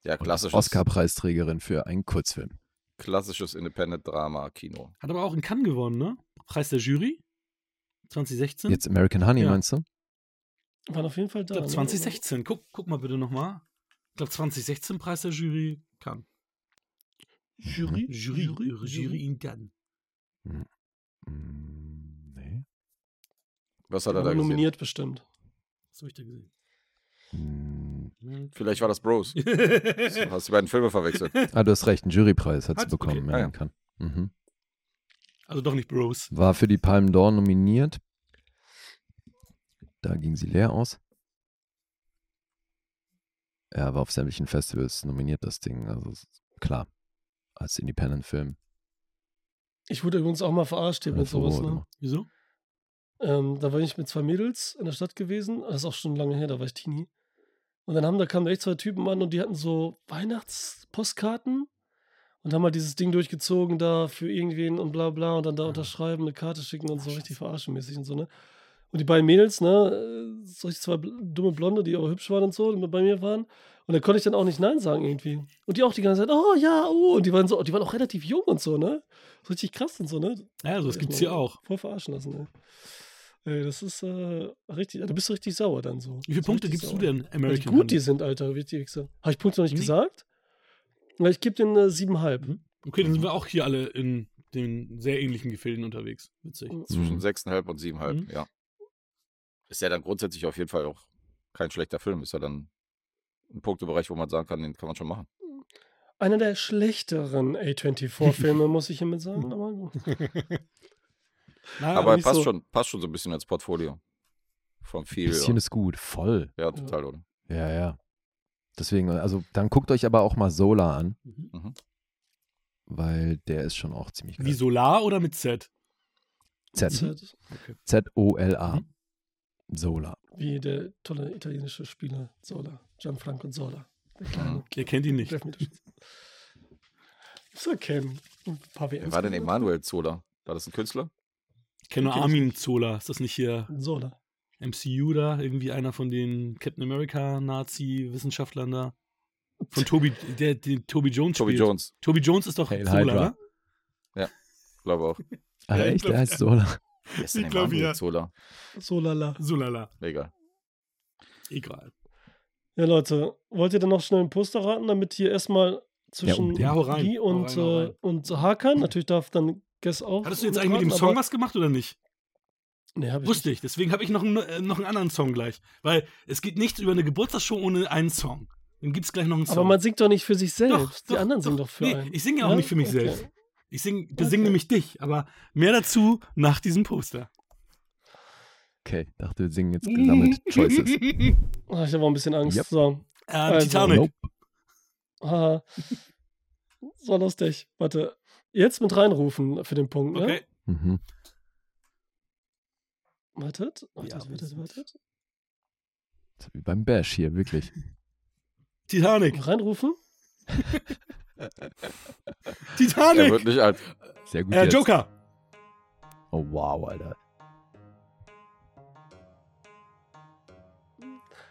Ja,
Und
klassisches,
Oscar-Preisträgerin für einen Kurzfilm.
klassisches Independent-Drama-Kino.
Hat aber auch in Cannes gewonnen, ne? Preis der Jury? 2016?
Jetzt American Honey,
Ja.
meinst du?
Waren auf jeden Fall
ich
da.
glaube
ne?
2016. Guck, guck mal bitte nochmal. Ich glaube 2016 Preis der Jury Cannes. Mhm.
Jury?
Jury, Jury, Jury in Cannes.
Mm, Nee.
Was hat er da
Jury.
gesehen?
Nominiert bestimmt.
Was habe ich da gesehen?
Mm.
Vielleicht war das Bros. Du hast die beiden Filme verwechselt.
Ah, du hast recht, einen Jurypreis hat sie
Hat's? Okay.
bekommen.
Ah,
ja.
ja.
Kann. Mhm.
also doch nicht Bros.
War für die Palme d'Or nominiert. Da ging sie leer aus. Er war auf sämtlichen Festivals nominiert, das Ding. Also ist klar, als Independent-Film.
Ich wurde übrigens auch mal verarscht hier
eine
mit sowas,
Furore
ne?
gemacht.
Wieso?
Ähm, da war ich mit zwei Mädels in der Stadt gewesen. Das ist auch schon lange her, da war ich Teenie. Und dann haben, da kamen echt zwei Typen an und die hatten so Weihnachtspostkarten und haben halt dieses Ding durchgezogen da für irgendwen und bla bla und dann da unterschreiben, eine Karte schicken und so richtig verarschenmäßig und so, ne? Und die beiden Mädels, ne, äh, solche zwei bl- dumme Blonde, die aber hübsch waren und so, die bei mir waren. Und da konnte ich dann auch nicht Nein sagen irgendwie. Und die auch die ganze Zeit, oh ja, oh. Und die waren so, die waren auch relativ jung und so, ne? So richtig krass und so, ne?
Naja, so das gibt's hier auch.
Voll verarschen lassen, ey. Ey, das ist äh, richtig. Du bist richtig sauer dann so.
Wie viele
So
Punkte
richtig
gibst
sauer.
du denn,
Weil
American
Wie gut die sind, Alter. Wie die Wichser. Habe ich Punkte noch nicht
Nee.
gesagt? Na, ich gebe den äh, 7,5.
Okay, dann sind wir auch hier alle in den sehr ähnlichen Gefilden unterwegs. Witzig.
Mhm.
Zwischen 6,5 und 7,5,
Mhm.
ja. Ist ja dann grundsätzlich auf jeden Fall auch kein schlechter Film. Ist ja dann ein Punktebereich, wo man sagen kann, den kann man schon machen.
Einer der schlechteren A24-Filme, muss ich hiermit
Mhm.
sagen. Aber gut.
Naja,
Aber
nicht
passt,
Ah, so.
schon, passt schon so ein bisschen ins Portfolio. Von viel.
Bisschen ist gut, voll.
ja, total, oder?
Ja, ja. Deswegen, also dann guckt euch aber auch mal Solar an,
Mhm.
weil der ist schon auch ziemlich
Wie
geil.
Solar oder mit Z?
Z-
Z,
Z-O-L-A.
Mhm.
Solar.
Wie der tolle italienische Spieler Sola. Gianfranco Also, Sola. Der
Mhm.
kleine.
Ihr kennt ihn nicht.
Elfmeterschütze. So, Cam. Ein paar
Wer
WMs.
war denn Emanuel Zola? War das ein Künstler?
Ich kenne nur
Kenn ich
Armin Zola. Ist das nicht hier
Sola.
MCU da? Irgendwie einer von den Captain America-Nazi-Wissenschaftlern da? Von Toby, der den Toby Jones
Toby
spielt.
Jones,
Toby Jones ist doch
Hail
Zola,
Hydra.
ne?
glaube auch.
Ah,
Ja, ich
echt,
glaub-
der heißt Solar.
Wer ist denn
Ich glaub,
Emanuel
ja.
Zola?
Solala.
Solala.
Egal.
Egal.
Ja, Leute, wollt ihr denn noch schnell ein Poster raten, damit hier erstmal zwischen
unbedingt. Ja,
hau rein,
Lee
hau
und,
rein, hau rein.
äh, und Hakan? Natürlich darf dann Guess auch.
Hattest du jetzt eigentlich mit dem Song was gemacht oder nicht?
Nee, hab ich
Wusste ich. Deswegen habe ich noch, einen- äh, noch einen anderen Song gleich. Weil es geht nichts über eine Geburtstagsshow ohne einen Song. Dann gibt es gleich noch einen
nicht.
Song.
Aber man singt doch nicht für sich selbst. Die
doch,
anderen singen
doch.
doch für
Nee,
einen. ne?
ich singe ja auch nicht für mich
okay.
selbst. Ich sing,
Okay.
besinge nämlich dich, aber mehr dazu nach diesem Poster.
Okay, dachte, wir singen jetzt gesammelt Choices.
Ah, ich habe auch ein bisschen Angst.
Yep.
So.
Äh,
Also,
Titanic.
nope.
Haha. so lustig. Warte. Jetzt mit reinrufen für den Punkt, ne?
Okay.
Mhm.
Wartet, wartet,
Ja, wir
wartet,
sind-
wartet.
So Wie beim Bash hier, wirklich.
Titanic.
Reinrufen? Ah,
Er wird
Titanic.
nicht alt.
Sehr gut.
Äh,
jetzt.
Joker.
Oh, wow, Alter.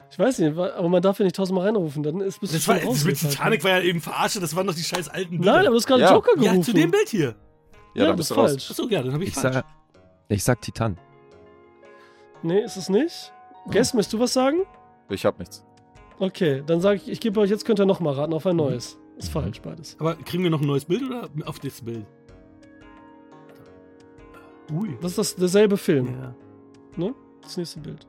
Ich weiß nicht, wa- aber man darf ja nicht tausendmal reinrufen, dann ist bis
Das war, das mit Titanic war ja eben verarscht. Das waren doch die scheiß alten Bilder.
Nein, aber du hast gerade
Ja.
Joker gerufen.
ja, zu dem Bild hier.
Ja,
Ja,
da
das
bist
ist
du raus.
falsch.
Achso, ja, dann habe ich,
Ich
falsch.
sag, ich sag Titan.
Nee, ist es nicht. Guess, müsst du was sagen?
Ich hab nichts.
Okay, dann sage ich, ich gebe euch, jetzt könnt ihr nochmal raten auf ein neues. Ist falsch beides.
Aber kriegen wir noch ein neues Bild oder auf das Bild? Ui.
Das ist das, derselbe Film,
Ja.
ne? Das nächste Bild.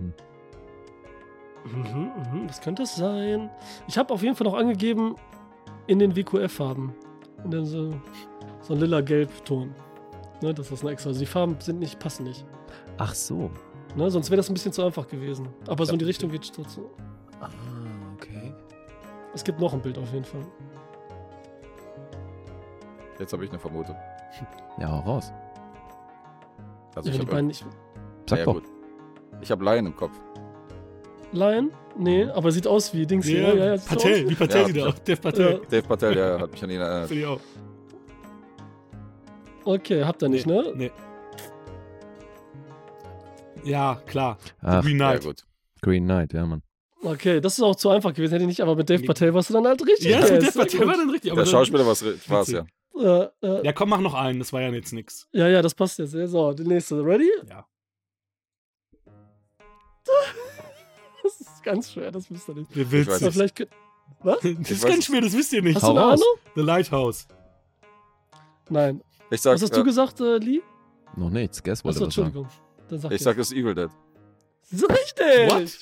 Mhm.
Mhm, mhm, was könnte es sein? Ich habe auf jeden Fall noch angegeben, in den WQF-Farben. Und dann so, so ein lila Gelbton. Ne, das ist ein extra. Also die Farben sind nicht, passen nicht.
Ach so.
Ne, sonst wäre das ein bisschen zu einfach gewesen. Aber so in die Richtung geht es trotzdem.
Ah, okay.
Es gibt noch ein Bild auf jeden Fall.
Jetzt habe ich eine Vermutung.
Ja, hau raus.
Also
Ja,
ich
die
habe
beiden nicht.
Sag
ja,
doch.
gut. Ich habe Laien im Kopf.
Lion? Nee, aber sieht aus wie Dings hier.
Ja,
Ja, ja, sieht so
Patel,
aus.
wie Patel
Ja,
sieht er
ja.
aus. Dev Patel.
Dave Patel, der hat mich an ihn erinnert.
Finde ich auch.
Okay, habt ihr nicht,
Nee,
ne?
Nee. Ja, klar.
Ach,
Green
Ja,
Knight.
gut.
Green Knight, ja, Mann.
Okay, das ist auch zu einfach gewesen, hätte ich nicht, aber mit Dave
Nee.
Patel warst du dann halt richtig.
Ja,
Guess.
das war, der war dann richtig. Aber
Der
dann-
Schauspieler war es, ja.
Äh, äh,
Ja, komm, mach noch einen. Das war ja jetzt nix.
ja, ja, das passt jetzt. So, die nächste. Ready?
Ja.
Das ist ganz schwer, das wisst ihr nicht.
Wir
Ich weiß
Aber
nicht.
vielleicht.
willst
kö- Was?
Das
Ich weiß
ist ganz
es.
schwer, das wisst ihr nicht.
Hast du eine
Hau raus.
Ahnung?
The Lighthouse.
Nein.
Ich sag,
Was hast du
äh,
gesagt, äh, Lee?
Noch nichts. Guess wollte
Achso,
das sagen.
Entschuldigung. Dann sag
ich sag, es ist Evil Dead.
So richtig!
What?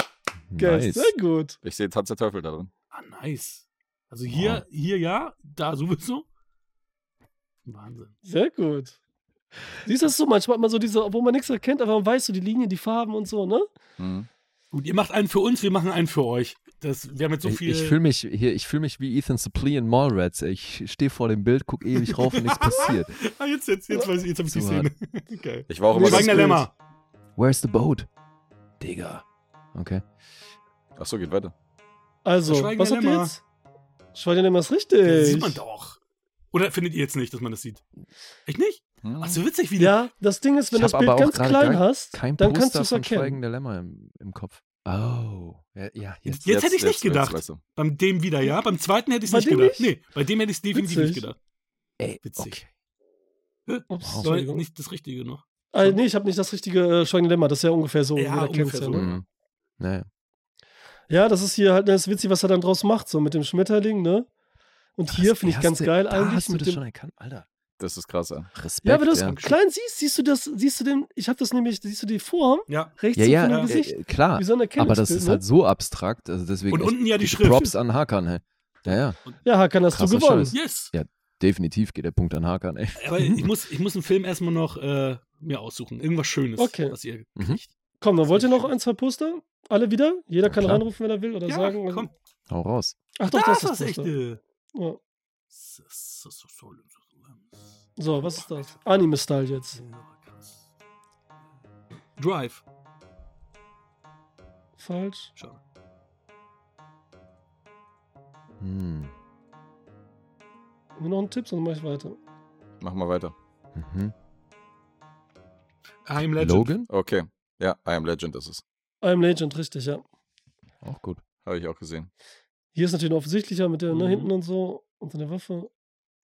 Guess.
Nice.
Sehr gut.
Ich sehe Tanz der Teufel da drin.
Ah, nice. Also hier, hier ja, da sowieso. Wahnsinn.
Sehr gut. Siehst du das so manchmal, hat man so diese, obwohl man nichts erkennt, aber man weiß so die Linien, die Farben und so, ne?
Mhm.
Gut, ihr macht einen für uns, wir machen einen für euch. Das, wir haben jetzt so
Ich,
viel.
ich fühle mich hier, ich fühle mich wie Ethan Suplee in Mallrats. ey. Ich stehe vor dem Bild, guck ewig rauf und nichts passiert.
ah, jetzt, jetzt, jetzt weiß ich, jetzt habe ich die
So
Szene. Geil.
Ich war auch immer
das
ganz
Wagner
Bild.
Lämmer.
Where's the boat? Digga. Okay.
Achso, geht weiter.
Also,
Schweigen
was
der
habt ihr
Lämmer.
jetzt? Schweigen der Lämmer ist
Das
richtig.
sieht man doch. Oder findet ihr jetzt nicht, dass man das sieht? Echt nicht?
Hm?
Ach, so witzig wieder.
Ja, das Ding ist, wenn du
Ich
das
hab
Bild
aber auch
ganz
gerade
klein
gar
hast,
Kein
dann kannst du
Poster
es
von
erkennen.
Schweigen der Lämmer im, im Kopf. Oh. Ja, ja jetzt.
Jetzt hätte ich nicht gedacht.
weißt du.
Beim dem wieder, ja. Beim zweiten hätte ich es
Bei
nicht
dem
gedacht.
nicht?
Nee, bei dem hätte ich es definitiv
Witzig.
nicht gedacht.
Ey,
Witzig.
okay.
Ups,
Wow.
Das war
Entschuldigung.
nicht das Richtige noch.
Ah, nee, ich habe nicht das richtige äh, Schweigende Lämmer. Das ist ja ungefähr so.
Ja,
jeder kennt's
ungefähr
ja,
so.
ne?
Mhm. Naja.
ja, das ist hier halt, das ist witzig, was er dann draus macht, so mit dem Schmetterling, ne? Und hier
Das
finde ich ganz
erste-
geil
da
eigentlich.
Hast du
mit
das
dem,
schon erkannt? Alter.
Das ist krass, ey.
Respekt.
ja, wenn du das
ja.
klein siehst, siehst du das, siehst du den, ich habe das nämlich, siehst du die Form
Ja.
rechts
ja,
von
ja,
dem
ja.
Gesicht?
äh, klar.
Wie so ein
Aber das
Erkennungsbild,
ist
ne?
halt so abstrakt. Also deswegen
Und
echt
unten ja die
dicke
Schrift.
Props an Hakan, hey. Ja, ja.
Ja, Hakan, hast
Krasser
du gewonnen.
Scheiß.
Yes.
Definitiv geht der Punkt an Hakan, ey.
Aber ich muss, ich muss einen Film erstmal noch äh, mir aussuchen. Irgendwas Schönes,
Okay.
was ihr
Mhm.
kriegt.
Komm, dann wollt ihr noch ein, zwei Poster? Alle wieder? Jeder
Ja,
kann
klar.
reinrufen, wenn er will oder
Ja,
sagen. also
komm.
Hau raus.
Ach doch,
Das,
das,
ist das
ist das Poster.
echte.
Ja.
So- so- so- so-
So, was ist das? Anime-Style jetzt.
Drive.
Falsch.
Schade.
Hm.
Nur noch einen Tipp, sonst mache ich weiter.
Mach mal weiter.
Mhm.
I'm Legend.
Logan?
Okay. Ja, I am Legend ist es.
I am Legend, richtig, ja.
Auch gut.
Habe ich auch gesehen.
Hier ist natürlich ein offensichtlicher mit der, ne,
Mhm.
hinten und so, unter der Waffe.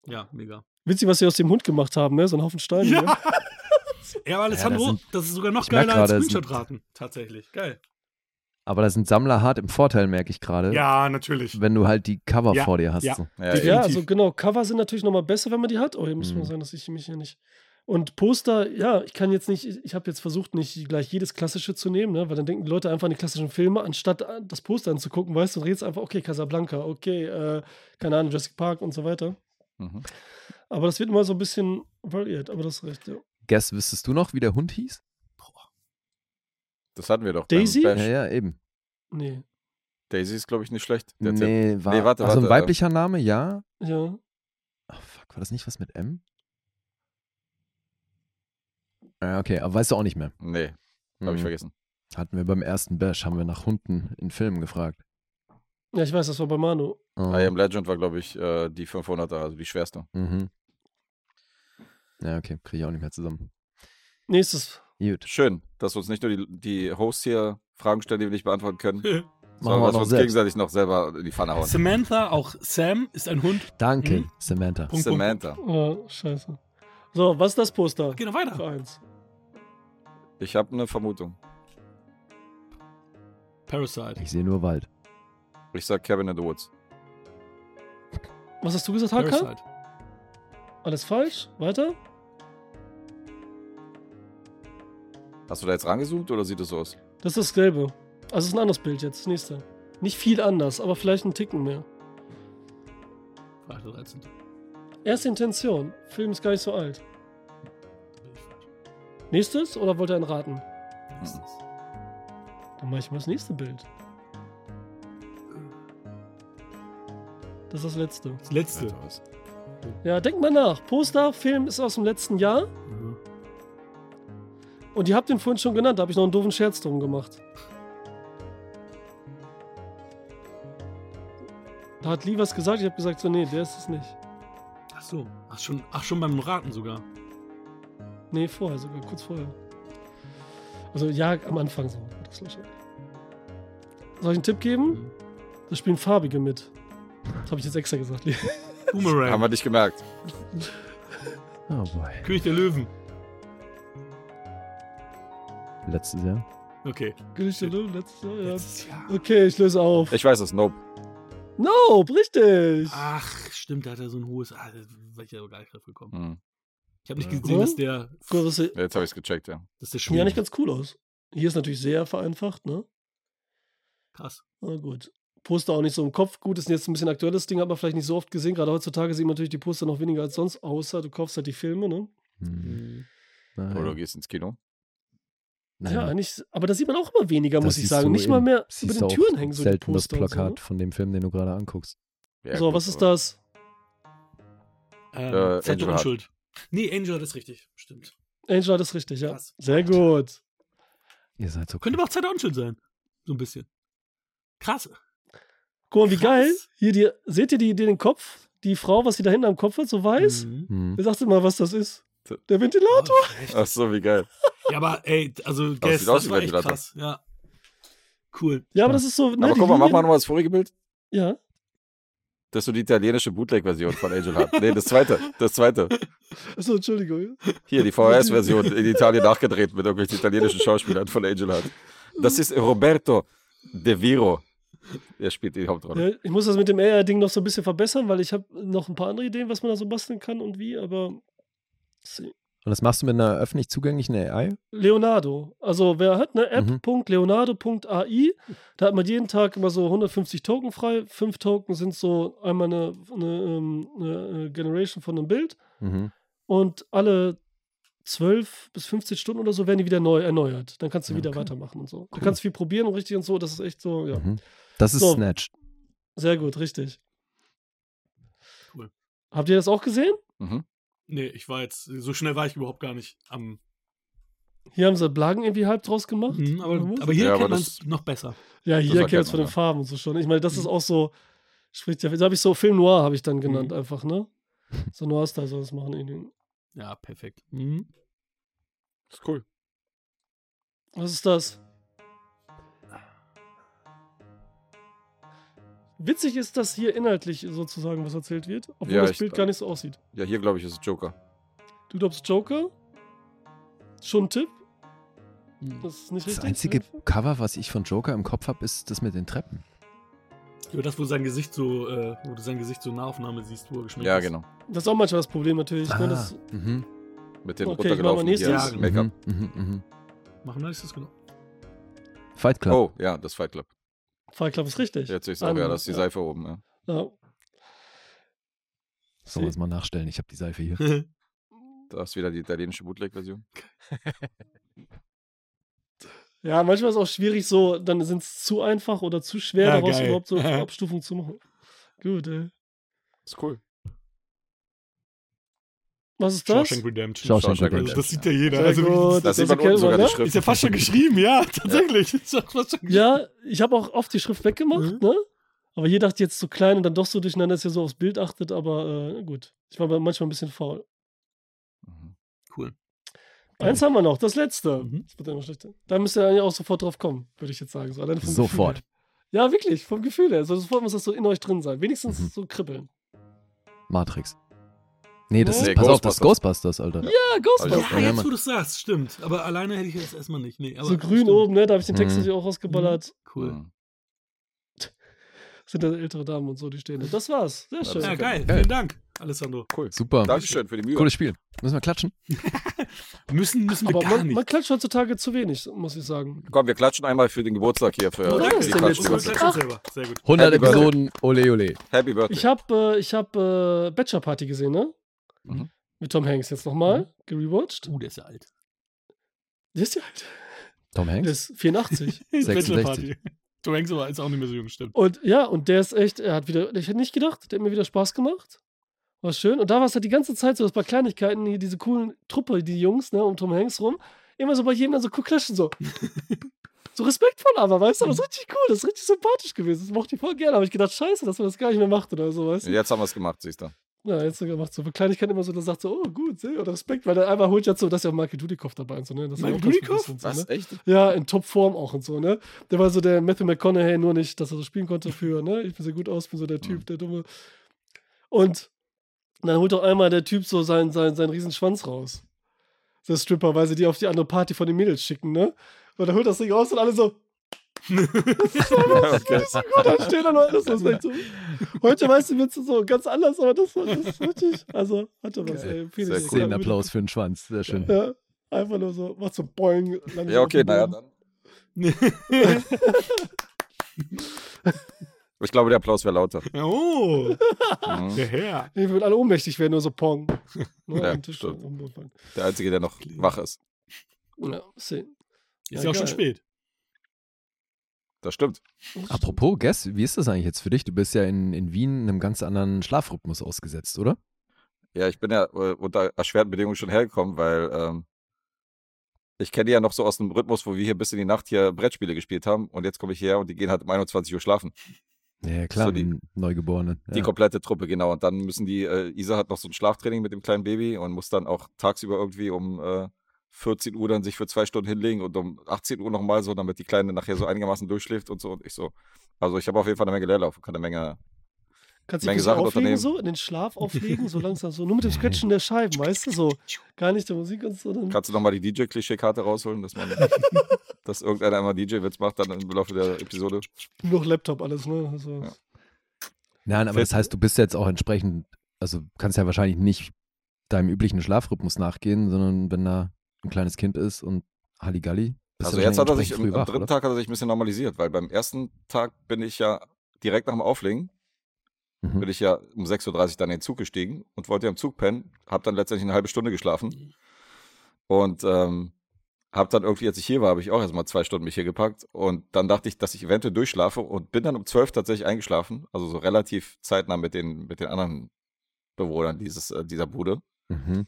Ja, mega.
Witzig, was sie aus dem Hund gemacht haben, ne? So ein Haufen Steine. Ne?
Ja. ja, aber Alessandro,
Ja, das
das, ist sogar noch
Ich merk
geiler als
gerade, das
Screenshot-Raten. Tatsächlich. Geil.
Aber da sind Sammler hart im Vorteil, merke ich gerade.
Ja, natürlich.
Wenn du halt die Cover
Ja,
vor dir hast.
ja.
So.
Ja,
Die-
ey.
Ja,
Definitiv.
also genau, Cover sind natürlich nochmal besser, wenn man die hat. Oh, hier muss man
Mhm.
sagen, dass ich mich hier nicht. Und Poster, ja, ich kann jetzt nicht, ich habe jetzt versucht, nicht gleich jedes Klassische zu nehmen, ne? weil dann denken die Leute einfach an die klassischen Filme, anstatt äh, das Poster anzugucken, weißt du, und redest einfach, okay, Casablanca, okay, äh, keine Ahnung, Jurassic Park und so weiter.
Mhm.
Aber das wird immer so ein bisschen variiert, aber das ist recht, ja.
Guess, wüsstest du noch, wie der Hund hieß?
Das hatten wir doch.
Daisy?
Beim
Ja,
Bash.
ja, eben.
Nee,
Daisy ist, glaube ich, nicht schlecht. Der Tipp.
Nee, war,
Nee, warte,
also
warte,
ein weiblicher Name, ja.
ja.
Ach, fuck, war das nicht was mit M? Ja, okay, aber weißt du auch nicht mehr.
Nee, habe ich
Mhm.
vergessen.
Hatten wir beim ersten Bash, haben wir nach Hunden in Filmen gefragt.
Ja, ich weiß, das war bei Manu.
Oh,
I am Legend war, glaube ich, äh, die 500er, also die schwerste.
Mhm. Ja, okay, kriege ich auch nicht mehr zusammen.
Nächstes.
Gut.
Schön, dass uns nicht nur die, die Hosts hier Fragen stellen, die wir nicht beantworten können,
Machen
sondern
wir
dass
auch
wir
noch
uns
selbst.
gegenseitig noch selber in die Pfanne hauen.
Samantha, auch Sam, ist ein Hund.
Danke,
Mhm.
Samantha.
Punkt,
Samantha.
Oh, scheiße. So, was ist das Poster?
Geh noch weiter.
Für eins.
Ich habe eine Vermutung.
Parasite.
Ich sehe nur Wald.
Ich sag Cabin in the Woods.
Was hast du gesagt, Hakan?
Parasite.
Alles falsch? Weiter?
Hast du da jetzt rangezoomt oder sieht es so aus?
Das ist dasselbe. Also es ist ein anderes Bild jetzt, das nächste. Nicht viel anders, aber vielleicht einen Ticken mehr.
Freitag 13.
Erste Intention. Film ist gar nicht so alt.
Bin ich falsch.
Nächstes oder wollt ihr einen raten?
Nächstes.
Dann mache ich mal das nächste Bild. Das ist das letzte.
Das letzte.
Alter, was?
Ja, denkt mal nach. Poster, Film ist aus dem letzten Jahr.
Mhm.
Und ihr habt den vorhin schon genannt, da habe ich noch einen doofen Scherz drum gemacht. Da hat Lee was gesagt, ich habe gesagt, so, nee, der ist es nicht.
Ach so. Ach schon, ach, schon beim Raten sogar.
Nee, vorher sogar, kurz vorher. Also ja, am Anfang so. Das ist lächerlich. Soll ich einen Tipp geben? Da spielen Farbige mit. Das habe ich jetzt extra gesagt.
Haben
Boomerang.
wir nicht gemerkt.
Oh boy.
König der Löwen.
Letztes Jahr.
Okay.
Gültige Löwen, letztes Jahr, ja.
Letztes Jahr.
Okay, ich Ah. löse auf.
Ich weiß es, nope.
Nope, richtig.
Ach, stimmt, da hat er so ein hohes. Ah, da war ich ja gar nicht drauf gekommen.
Hm.
Ich habe nicht
Ja.
gesehen,
So?
dass der.
Gut, das sieht
Jetzt habe ich es gecheckt, ja.
Dass der
ja nicht
schwierig
ganz cool aus. Hier ist natürlich sehr vereinfacht, ne?
Krass.
Na gut. Poster auch nicht so im Kopf. Gut, ist jetzt ein bisschen aktuelles Ding, hat man vielleicht nicht so oft gesehen. Gerade heutzutage sieht man natürlich die Poster noch weniger als sonst, außer du kaufst halt die Filme, ne?
Hm.
Mhm.
Naja.
Oder du gehst ins Kino.
Ja, eigentlich, aber da sieht man auch immer weniger,
Das
muss ich
siehst
sagen.
du
Nicht
eben.
mal mehr über
Siehst
den
du auch
Türen hängen so die
selten
Poster.
das
und so,
Plakat von dem Film, den du gerade anguckst.
ne?
Ja,
So,
gut,
was ist
aber-
das?
Ähm,
Äh,
Zettel
Angel hat-
Unschuld. Nee, Angel hat es richtig. Stimmt.
Angel hat es richtig, ja.
Krass.
Sehr gut.
Ihr seid so
Könnte aber auch Zettel Unschuld sein. So ein bisschen. Krass.
Guck mal, wie
Krass.
geil. Hier, die, seht ihr die, die den Kopf? Die Frau, was sie da hinten am Kopf hat, so weiß?
Mhm.
Hm.
Sagt ihr mal, was das ist? Der
Oh,
Ventilator?
echt.
Ach so, wie geil.
ja, aber ey, also, Guess,
sieht aus
das
wie
war echt
Ventilator.
krass. Ja. Cool.
Ja, aber das ist so. Ne,
Aber
die
guck mal, mach mal
Linien-
nochmal das vorige Bild.
Ja.
Das ist so die italienische Bootleg-Version von Angel Heart. Nee, das zweite. Das zweite.
Achso, Entschuldigung.
Hier, die VHS-Version in Italien nachgedreht mit irgendwelchen italienischen Schauspielern von Angel Heart. Das ist Roberto De Viro. Er spielt die Hauptrolle.
Ja, ich muss das mit dem AR-Ding noch so ein bisschen verbessern, weil ich habe noch ein paar andere Ideen, was man da so basteln kann und wie, aber
Und das machst du mit einer öffentlich zugänglichen AI?
Leonardo. Also wer hat eine
Mhm.
App.leonardo.ai, da hat man jeden Tag immer so 150 Token frei. Fünf Token sind so einmal eine, eine, ähm, eine äh, Generation von einem Bild
Mhm.
und alle 12 bis 15 Stunden oder so werden die wieder neu erneuert. Dann kannst du
Ja,
wieder
okay.
weitermachen und so.
Cool.
Du kannst viel probieren und richtig und so. Das ist echt so, ja.
Mhm. Das ist
So.
Snatch.
Sehr gut, richtig.
Cool.
Habt ihr das auch gesehen?
Mhm.
Nee, ich war jetzt, so schnell war ich überhaupt gar nicht am.
Hier haben sie Blagen irgendwie halb draus gemacht.
Mhm, aber,
Man muss-
aber hier
Ja, aber
kennt man
das-
es noch besser.
ja, hier
erkennt
kennt es von
man,
den
ja.
Farben und so schon. Ich meine, das ist auch so, spricht ja, da habe ich so Film Noir, habe ich dann genannt,
Mhm. Mhm.
einfach, ne? So Noir-Style soll das machen. irgendwie.
Ja, perfekt. Mhm.
Ist cool.
Was ist das? Witzig ist, dass hier inhaltlich sozusagen was erzählt wird, obwohl
Ja,
das
ich-
Bild gar nicht so aussieht.
Ja, hier glaube ich ist es Joker.
Du glaubst Joker? Schon ein Tipp?
Mhm.
Das ist nicht
Das
richtig.
einzige Cover, was ich von Joker im Kopf habe, ist das mit den Treppen.
Über das, wo sein Gesicht so, äh, wo du sein Gesicht so in Nahaufnahme siehst, wo er geschminkt
Ja,
ist.
genau.
Das ist auch manchmal das Problem natürlich.
Ah.
Ne? Das,
mhm.
Mit den
Okay, ich mach mal
runtergelaufenen
nächstes.
hier,
Ja,
das
genau.
Make-up.
Mhm. Mhm. Mhm.
Machen wir nächstes genau.
Fight Club.
Oh, ja, das Fight Club.
Fight Club ist richtig.
Jetzt sehe ich es auch, ja, das ist die
also Ja.
Seife oben. Ja.
Ja.
Sollen wir es mal nachstellen? Ich habe die Seife hier.
Da ist wieder die italienische Bootleg-Version.
ja, manchmal ist es auch schwierig, so, dann sind es zu einfach oder zu schwer,
Ja,
daraus
geil.
überhaupt so eine Abstufung zu machen. Gut, ey.
Ist cool.
Was ist das?
Shawshank Redemption.
Schau, schau,
Shawshank
schau.
Also, das
Redemption.
sieht ja jeder.
Sehr
Also,
gut.
Da
Das
sieht man
erkennt
unten sogar
man,
die
ne?
Schrift.
Ist ja fast schon geschrieben, ja, tatsächlich. Ist ja fast schon geschrieben.
Ja, ich habe auch oft die Schrift weggemacht,
Mhm.
ne? Aber hier dachte ich jetzt zu klein und dann doch so durcheinander, dass ihr so aufs Bild achtet, aber äh, gut. Ich war aber manchmal ein bisschen faul.
Mhm.
Eins haben wir noch, das letzte.
Mhm.
Das wird ja immer schlechter. Da müsst ihr eigentlich auch sofort drauf kommen, würde ich jetzt sagen. So, alleine vom Gefühl
Sofort.
her. Ja, wirklich, vom Gefühl her. So, sofort muss das so in euch drin sein. Wenigstens
Mhm.
so kribbeln.
Matrix. Nee, das
Nee,
ist, pass auf, das ist Ghostbusters, Alter.
Ja, Ghostbusters.
Ja,
Ja,
jetzt,
Mann.
wo du es sagst, stimmt. Aber alleine hätte ich es erstmal nicht. Nee, aber
so grün
stimmt.
oben, ne? Da habe ich den Text
Mhm.
natürlich auch rausgeballert.
Cool.
Mhm.
Sind da ältere Damen und so, die stehen da. Das war's. Sehr
Ja,
schön.
das
Ja, geil.
Geil.
Vielen Dank, Alessandro.
Cool.
Super.
Dankeschön für die Mühe.
Cooles Spiel. Müssen wir klatschen?
Müssen, müssen wir
Aber
gar
man,
nicht.
man klatscht heutzutage zu wenig, muss ich sagen.
Komm, wir klatschen einmal für den Geburtstag hier für
Oh, danke,
die
ist denn jetzt
Unsere
Klatschspitze.
Klatschen selber. Sehr gut.
100
Happy
Episoden, ole ole.
Happy Birthday.
Ich habe äh, ich hab, äh, Bachelor Party gesehen, ne?
Mhm.
Mit Tom Hanks jetzt nochmal. Gerewatcht.
Uh, der ist ja alt.
Der ist ja alt.
Tom
Der
Hanks?
ist 84.
66.
Bachelorparty. Du hängst aber ist auch nicht mehr so jung, stimmt.
und ja, und der ist echt, er hat wieder, ich hätte nicht gedacht, der hat mir wieder Spaß gemacht. War schön. Und da war es halt die ganze Zeit so, dass bei Kleinigkeiten hier diese coolen Truppe, die Jungs, ne, um Tom Hanks rum, immer so bei jedem dann so cool klatschen, so. so respektvoll aber, weißt du, aber das ist richtig cool, das ist richtig sympathisch gewesen. Das mochte ich voll gerne, aber ich gedacht, scheiße, dass man das gar nicht mehr macht oder so, weißt du.
Jetzt haben wir es gemacht, siehst du.
Ja, jetzt sogar macht so für Kleinigkeit immer so, der sagt so, oh gut, sehr, oder Respekt, weil der einmal holt ja so, dass ja Michael Dudikoff dabei und so, ne. Das war
Michael
auch ganz
Dudikoff?
bewusst und So, ne?
Echt?
Ja, in Topform auch und so, ne? Der war so der Matthew McConaughey, nur nicht, dass er so spielen konnte für, ne? Ich bin so gut aus, bin so der
Mhm.
Typ, der Dumme. Und dann holt doch einmal der Typ so seinen, seinen, seinen Riesenschwanz raus. Der Stripper, weil sie die auf die andere Party von den Mädels schicken, ne? Und dann holt das Ding raus und alle so.
Okay.
Das ist so gut, dann stehen da noch alles so. Ist echt so. Heute weißt du, wird so ganz anders, aber das war das ist richtig. Also, hatte was, ey. Felix,
Sehr cool.
Zehn Applaus für den Schwanz. Sehr schön.
Ja, einfach nur so, macht so Boing. landet
Ja,
auf
okay,
den
naja,
Boden.
dann. Ich glaube, der Applaus wäre lauter.
Oh,
Mhm.
der Herr.
Wir würden alle ohnmächtig werden, nur so Pong. Ne,
Ja,
am Tisch
stimmt.
am Boden fallen.
Der Einzige, der noch wach ist.
Ja, sehen.
Ist ja auch schon
geil.
spät.
Das stimmt.
Apropos, Guess, wie ist das eigentlich jetzt für dich? Du bist ja in, in Wien einem ganz anderen Schlafrhythmus ausgesetzt, oder?
Ja, ich bin ja äh, unter erschwerten Bedingungen schon hergekommen, weil ähm, ich kenne die ja noch so aus dem Rhythmus, wo wir hier bis in die Nacht hier Brettspiele gespielt haben und jetzt komme ich hierher und die gehen halt um 21 Uhr schlafen.
Ja, klar,
So die-
die Neugeborenen.
Die
ja.
komplette Truppe, genau. Und dann müssen die, äh, Isa hat noch so ein Schlaftraining mit dem kleinen Baby und muss dann auch tagsüber irgendwie um äh, 14 Uhr dann sich für zwei Stunden hinlegen und um 18 Uhr nochmal so, damit die Kleine nachher so einigermaßen durchschläft und so. Und ich so. Also ich habe auf jeden Fall eine Menge Leerlauf und kann eine Menge,
Kannst dich
Menge
ein bisschen
Sachen
auflegen,
unternehmen.
so, in den Schlaf auflegen, so langsam, so nur mit dem Scratchen der Scheiben, weißt du, so. Gar nicht der Musik und so. Dann,
Kannst du nochmal die DJ-Klischee-Karte rausholen, dass man, dass irgendeiner einmal DJ-Witz macht, dann im Laufe der Episode?
noch Laptop alles, ne? Also,
Ja.
Nein, aber das
Fett-
heißt, du bist jetzt auch entsprechend, also kannst ja wahrscheinlich nicht deinem üblichen Schlafrhythmus nachgehen, sondern wenn da ein kleines Kind ist und Halligalli. bist
Also
du
jetzt hat er
wahrscheinlich
sich,
entsprechend
im,
früh
am
wach,
dritten
oder?
Tag hat er sich ein bisschen normalisiert, weil beim ersten Tag bin ich ja direkt nach dem Auflegen,
Mhm.
bin ich ja um 6.30 Uhr dann in den Zug gestiegen und wollte ja im Zug pennen, habe dann letztendlich eine halbe Stunde geschlafen und ähm, habe dann irgendwie, als ich hier war, habe ich auch erstmal zwei Stunden mich hier gepackt und dann dachte ich, dass ich eventuell durchschlafe und bin dann um 12 tatsächlich eingeschlafen, also so relativ zeitnah mit den, mit den anderen Bewohnern dieses, äh, dieser Bude
Mhm.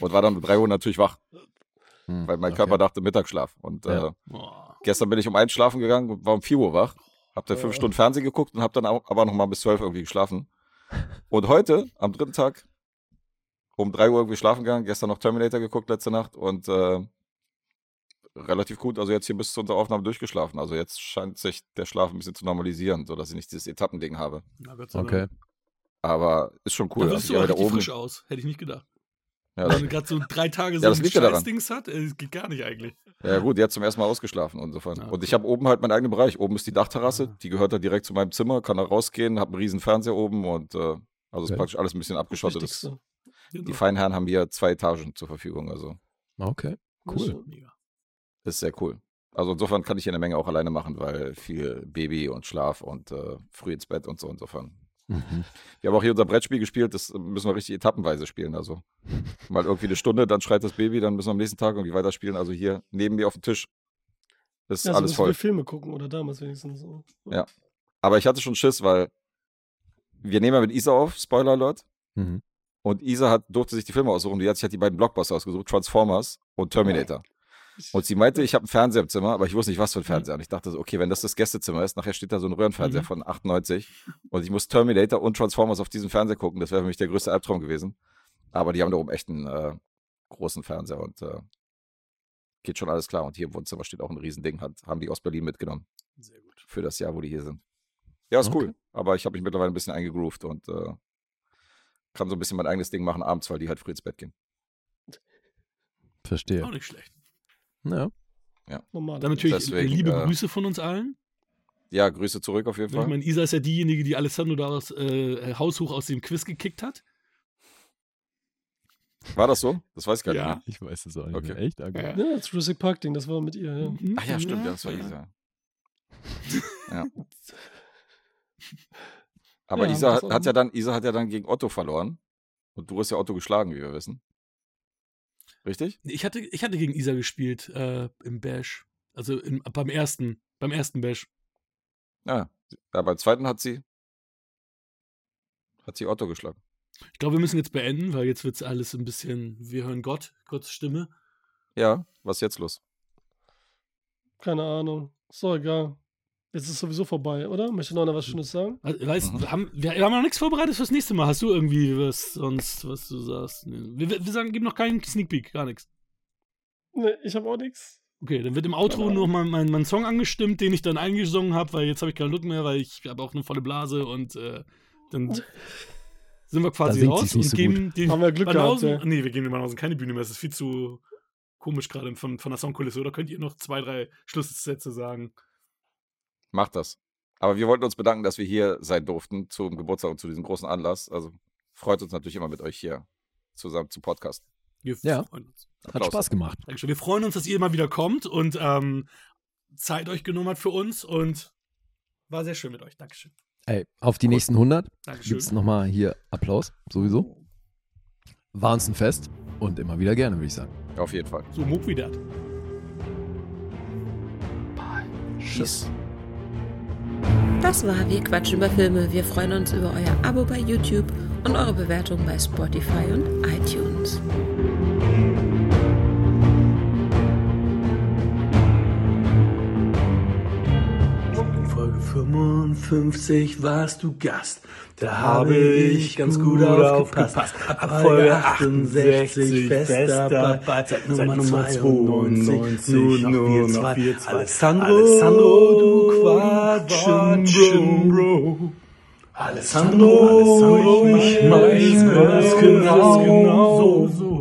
und war dann um 3 Uhr natürlich wach,
Mhm.
weil mein
Okay.
Körper dachte Mittagsschlaf und
Ja.
äh,
Boah.
Gestern bin ich um eins schlafen gegangen und war um 4 Uhr wach. Hab dann fünf
Ja.
Stunden Fernsehen geguckt und hab dann auch, aber noch mal bis 12 irgendwie geschlafen. Und heute, am dritten Tag, um 3 Uhr irgendwie schlafen gegangen. Gestern noch Terminator geguckt letzte Nacht und äh, relativ gut. Also jetzt hier bis zu unserer Aufnahme durchgeschlafen. Also jetzt scheint sich der Schlaf ein bisschen zu normalisieren, sodass ich nicht dieses Etappending habe.
Na, Gott sei Dank.
Okay.
Aber ist schon cool.
Cool, da
Also
siehst
ich
du aber
arbeite
richtig frisch aus. Hätte ich nicht gedacht.
Ja,
Wenn
dann,
du gerade so drei Tage so
Ja, das
ein
liegt ja daran.
Scheißdings hat, äh, geht gar nicht eigentlich.
ja gut, jetzt zum ersten Mal ausgeschlafen und insofern.
Ja,
und ich habe oben halt meinen eigenen Bereich. Oben ist die Dachterrasse, die gehört da direkt zu meinem Zimmer, kann da rausgehen, habe einen riesen Fernseher oben und äh, also ist
Geil.
praktisch alles ein bisschen abgeschottet. Das,
Wichtigste.
die
Genau.
Feinherren haben hier zwei Etagen zur Verfügung, also
Okay. Cool.
Mega.
ist sehr cool. Also insofern kann ich hier eine Menge auch alleine machen, weil viel Baby und Schlaf und äh, früh ins Bett und so insofern.
Mhm.
Wir haben auch hier unser Brettspiel gespielt, das müssen wir richtig etappenweise spielen. Also mal irgendwie eine Stunde, dann schreit das Baby, dann müssen wir am nächsten Tag irgendwie weiterspielen. Also hier neben mir auf dem Tisch ist
Ja, so
alles
müssen
voll.
wir Filme gucken oder damals wenigstens so.
Ja. Aber ich hatte schon Schiss, weil wir nehmen ja mit Isa auf, Spoiler Alert.
Mhm.
Und Isa hat, durfte sich die Filme aussuchen. Die hat sich halt die beiden Blockbuster ausgesucht, Transformers und Terminator. Und sie meinte, ich habe einen Fernseher im Zimmer, aber ich wusste nicht, was für ein Fernseher. Und ich dachte so, okay, wenn das das Gästezimmer ist, nachher steht da so ein Röhrenfernseher
Mhm.
von 98 und ich muss Terminator und Transformers auf diesem Fernseher gucken. Das wäre für mich der größte Albtraum gewesen. Aber die haben da oben echt einen äh, großen Fernseher und äh, geht schon alles klar. Und hier im Wohnzimmer steht auch ein Riesending, hat, haben die aus Berlin mitgenommen
Sehr gut.
für das Jahr, wo die hier sind. Ja, ist
Okay.
cool. Aber ich habe mich mittlerweile ein bisschen eingegroovt und äh, kann so ein bisschen mein eigenes Ding machen abends, weil die halt früh ins Bett gehen.
Verstehe.
Oh.
Auch nicht schlecht.
Ja.
Normal. Also,
Dann natürlich
Deswegen,
liebe
äh,
Grüße von uns allen.
Ja, Grüße zurück auf jeden
Ich
Fall.
meine, Isa ist ja diejenige, die Alessandro da aus, äh, haushoch aus dem Quiz gekickt hat.
War das so? Das weiß ich gar nicht.
Ja.
mehr.
Ich weiß es auch nicht.
Okay.
Mehr. Echt? Ah, Okay.
Ja, ne, das Jurassic Park-Ding, das war mit ihr, ja.
Ach Ah ja, stimmt, ja, das war Isa. ja. Aber
Ja,
Isa
das
hat,
auch
hat ja dann, Isa hat ja dann gegen Otto verloren. Und du hast ja Otto geschlagen, wie wir wissen. Richtig?
Ich hatte, ich hatte gegen Isa gespielt äh, im Bash. Also im, beim ersten, beim ersten Bash.
Ja. ja beim zweiten hat sie. Hat sie Otto geschlagen.
Ich glaube, wir müssen jetzt beenden, weil jetzt wird es alles ein bisschen, wir hören Gott, Gottes Stimme.
Ja, was ist jetzt los?
Keine Ahnung. So, egal. Jetzt ist sowieso vorbei, oder? Möchte noch einer was Schönes sagen?
Also, Weißt,
Mhm.
wir, haben, wir, wir haben noch nichts vorbereitet fürs nächste Mal. Hast du irgendwie was sonst, was du sagst? Nee. Wir, wir wir sagen, gib noch keinen Sneak Peek, gar nichts.
Ne, ich habe auch nichts.
Okay, dann wird im Outro
Keine
noch mal mein, mein Song angestimmt, den ich dann eingesungen habe, weil jetzt habe ich keine Lust mehr, weil ich habe auch eine volle Blase und äh, dann sind wir quasi
Oh. singt
raus
sie's nicht
und
so
geben den
Haben wir Glück gehabt,
Bannhausen.
ja.
Nee, wir geben den Bannhausen keine Bühne mehr. Es ist viel zu komisch gerade von, von der Songkulisse. Oder könnt ihr noch zwei, drei Schlusssätze sagen?
Macht das. Aber wir wollten uns bedanken, dass wir hier sein durften zum Geburtstag und zu diesem großen Anlass. Also freut uns natürlich immer mit euch hier zusammen zu podcasten.
Wir
Ja.
freuen uns.
Hat
Applaus.
Spaß gemacht.
Dankeschön. Wir freuen uns, dass ihr mal wieder kommt und ähm, Zeit euch genommen habt für uns und war sehr schön mit euch. Dankeschön.
Ey, auf die nächsten 100
Dankeschön.
gibt es nochmal hier Applaus, sowieso. War uns ein Fest und immer wieder gerne, würde ich sagen.
Auf jeden Fall.
So, Muck wieder.
Tschüss.
Das war Wir quatschen über Filme. Wir freuen uns über euer Abo bei YouTube und eure Bewertung bei Spotify und iTunes.
In Folge 55 warst du Gast. Da habe ich ganz gut aufgepasst. Ab Folge 68 fest dabei. Seit Nummer 92 nur noch wir zwei. Alessandro, du Quatschen, Bro. Alessandro,
Alessandro,
ich
ich
weiß
weiß
ganz
ganz
genau,
genau
so, so.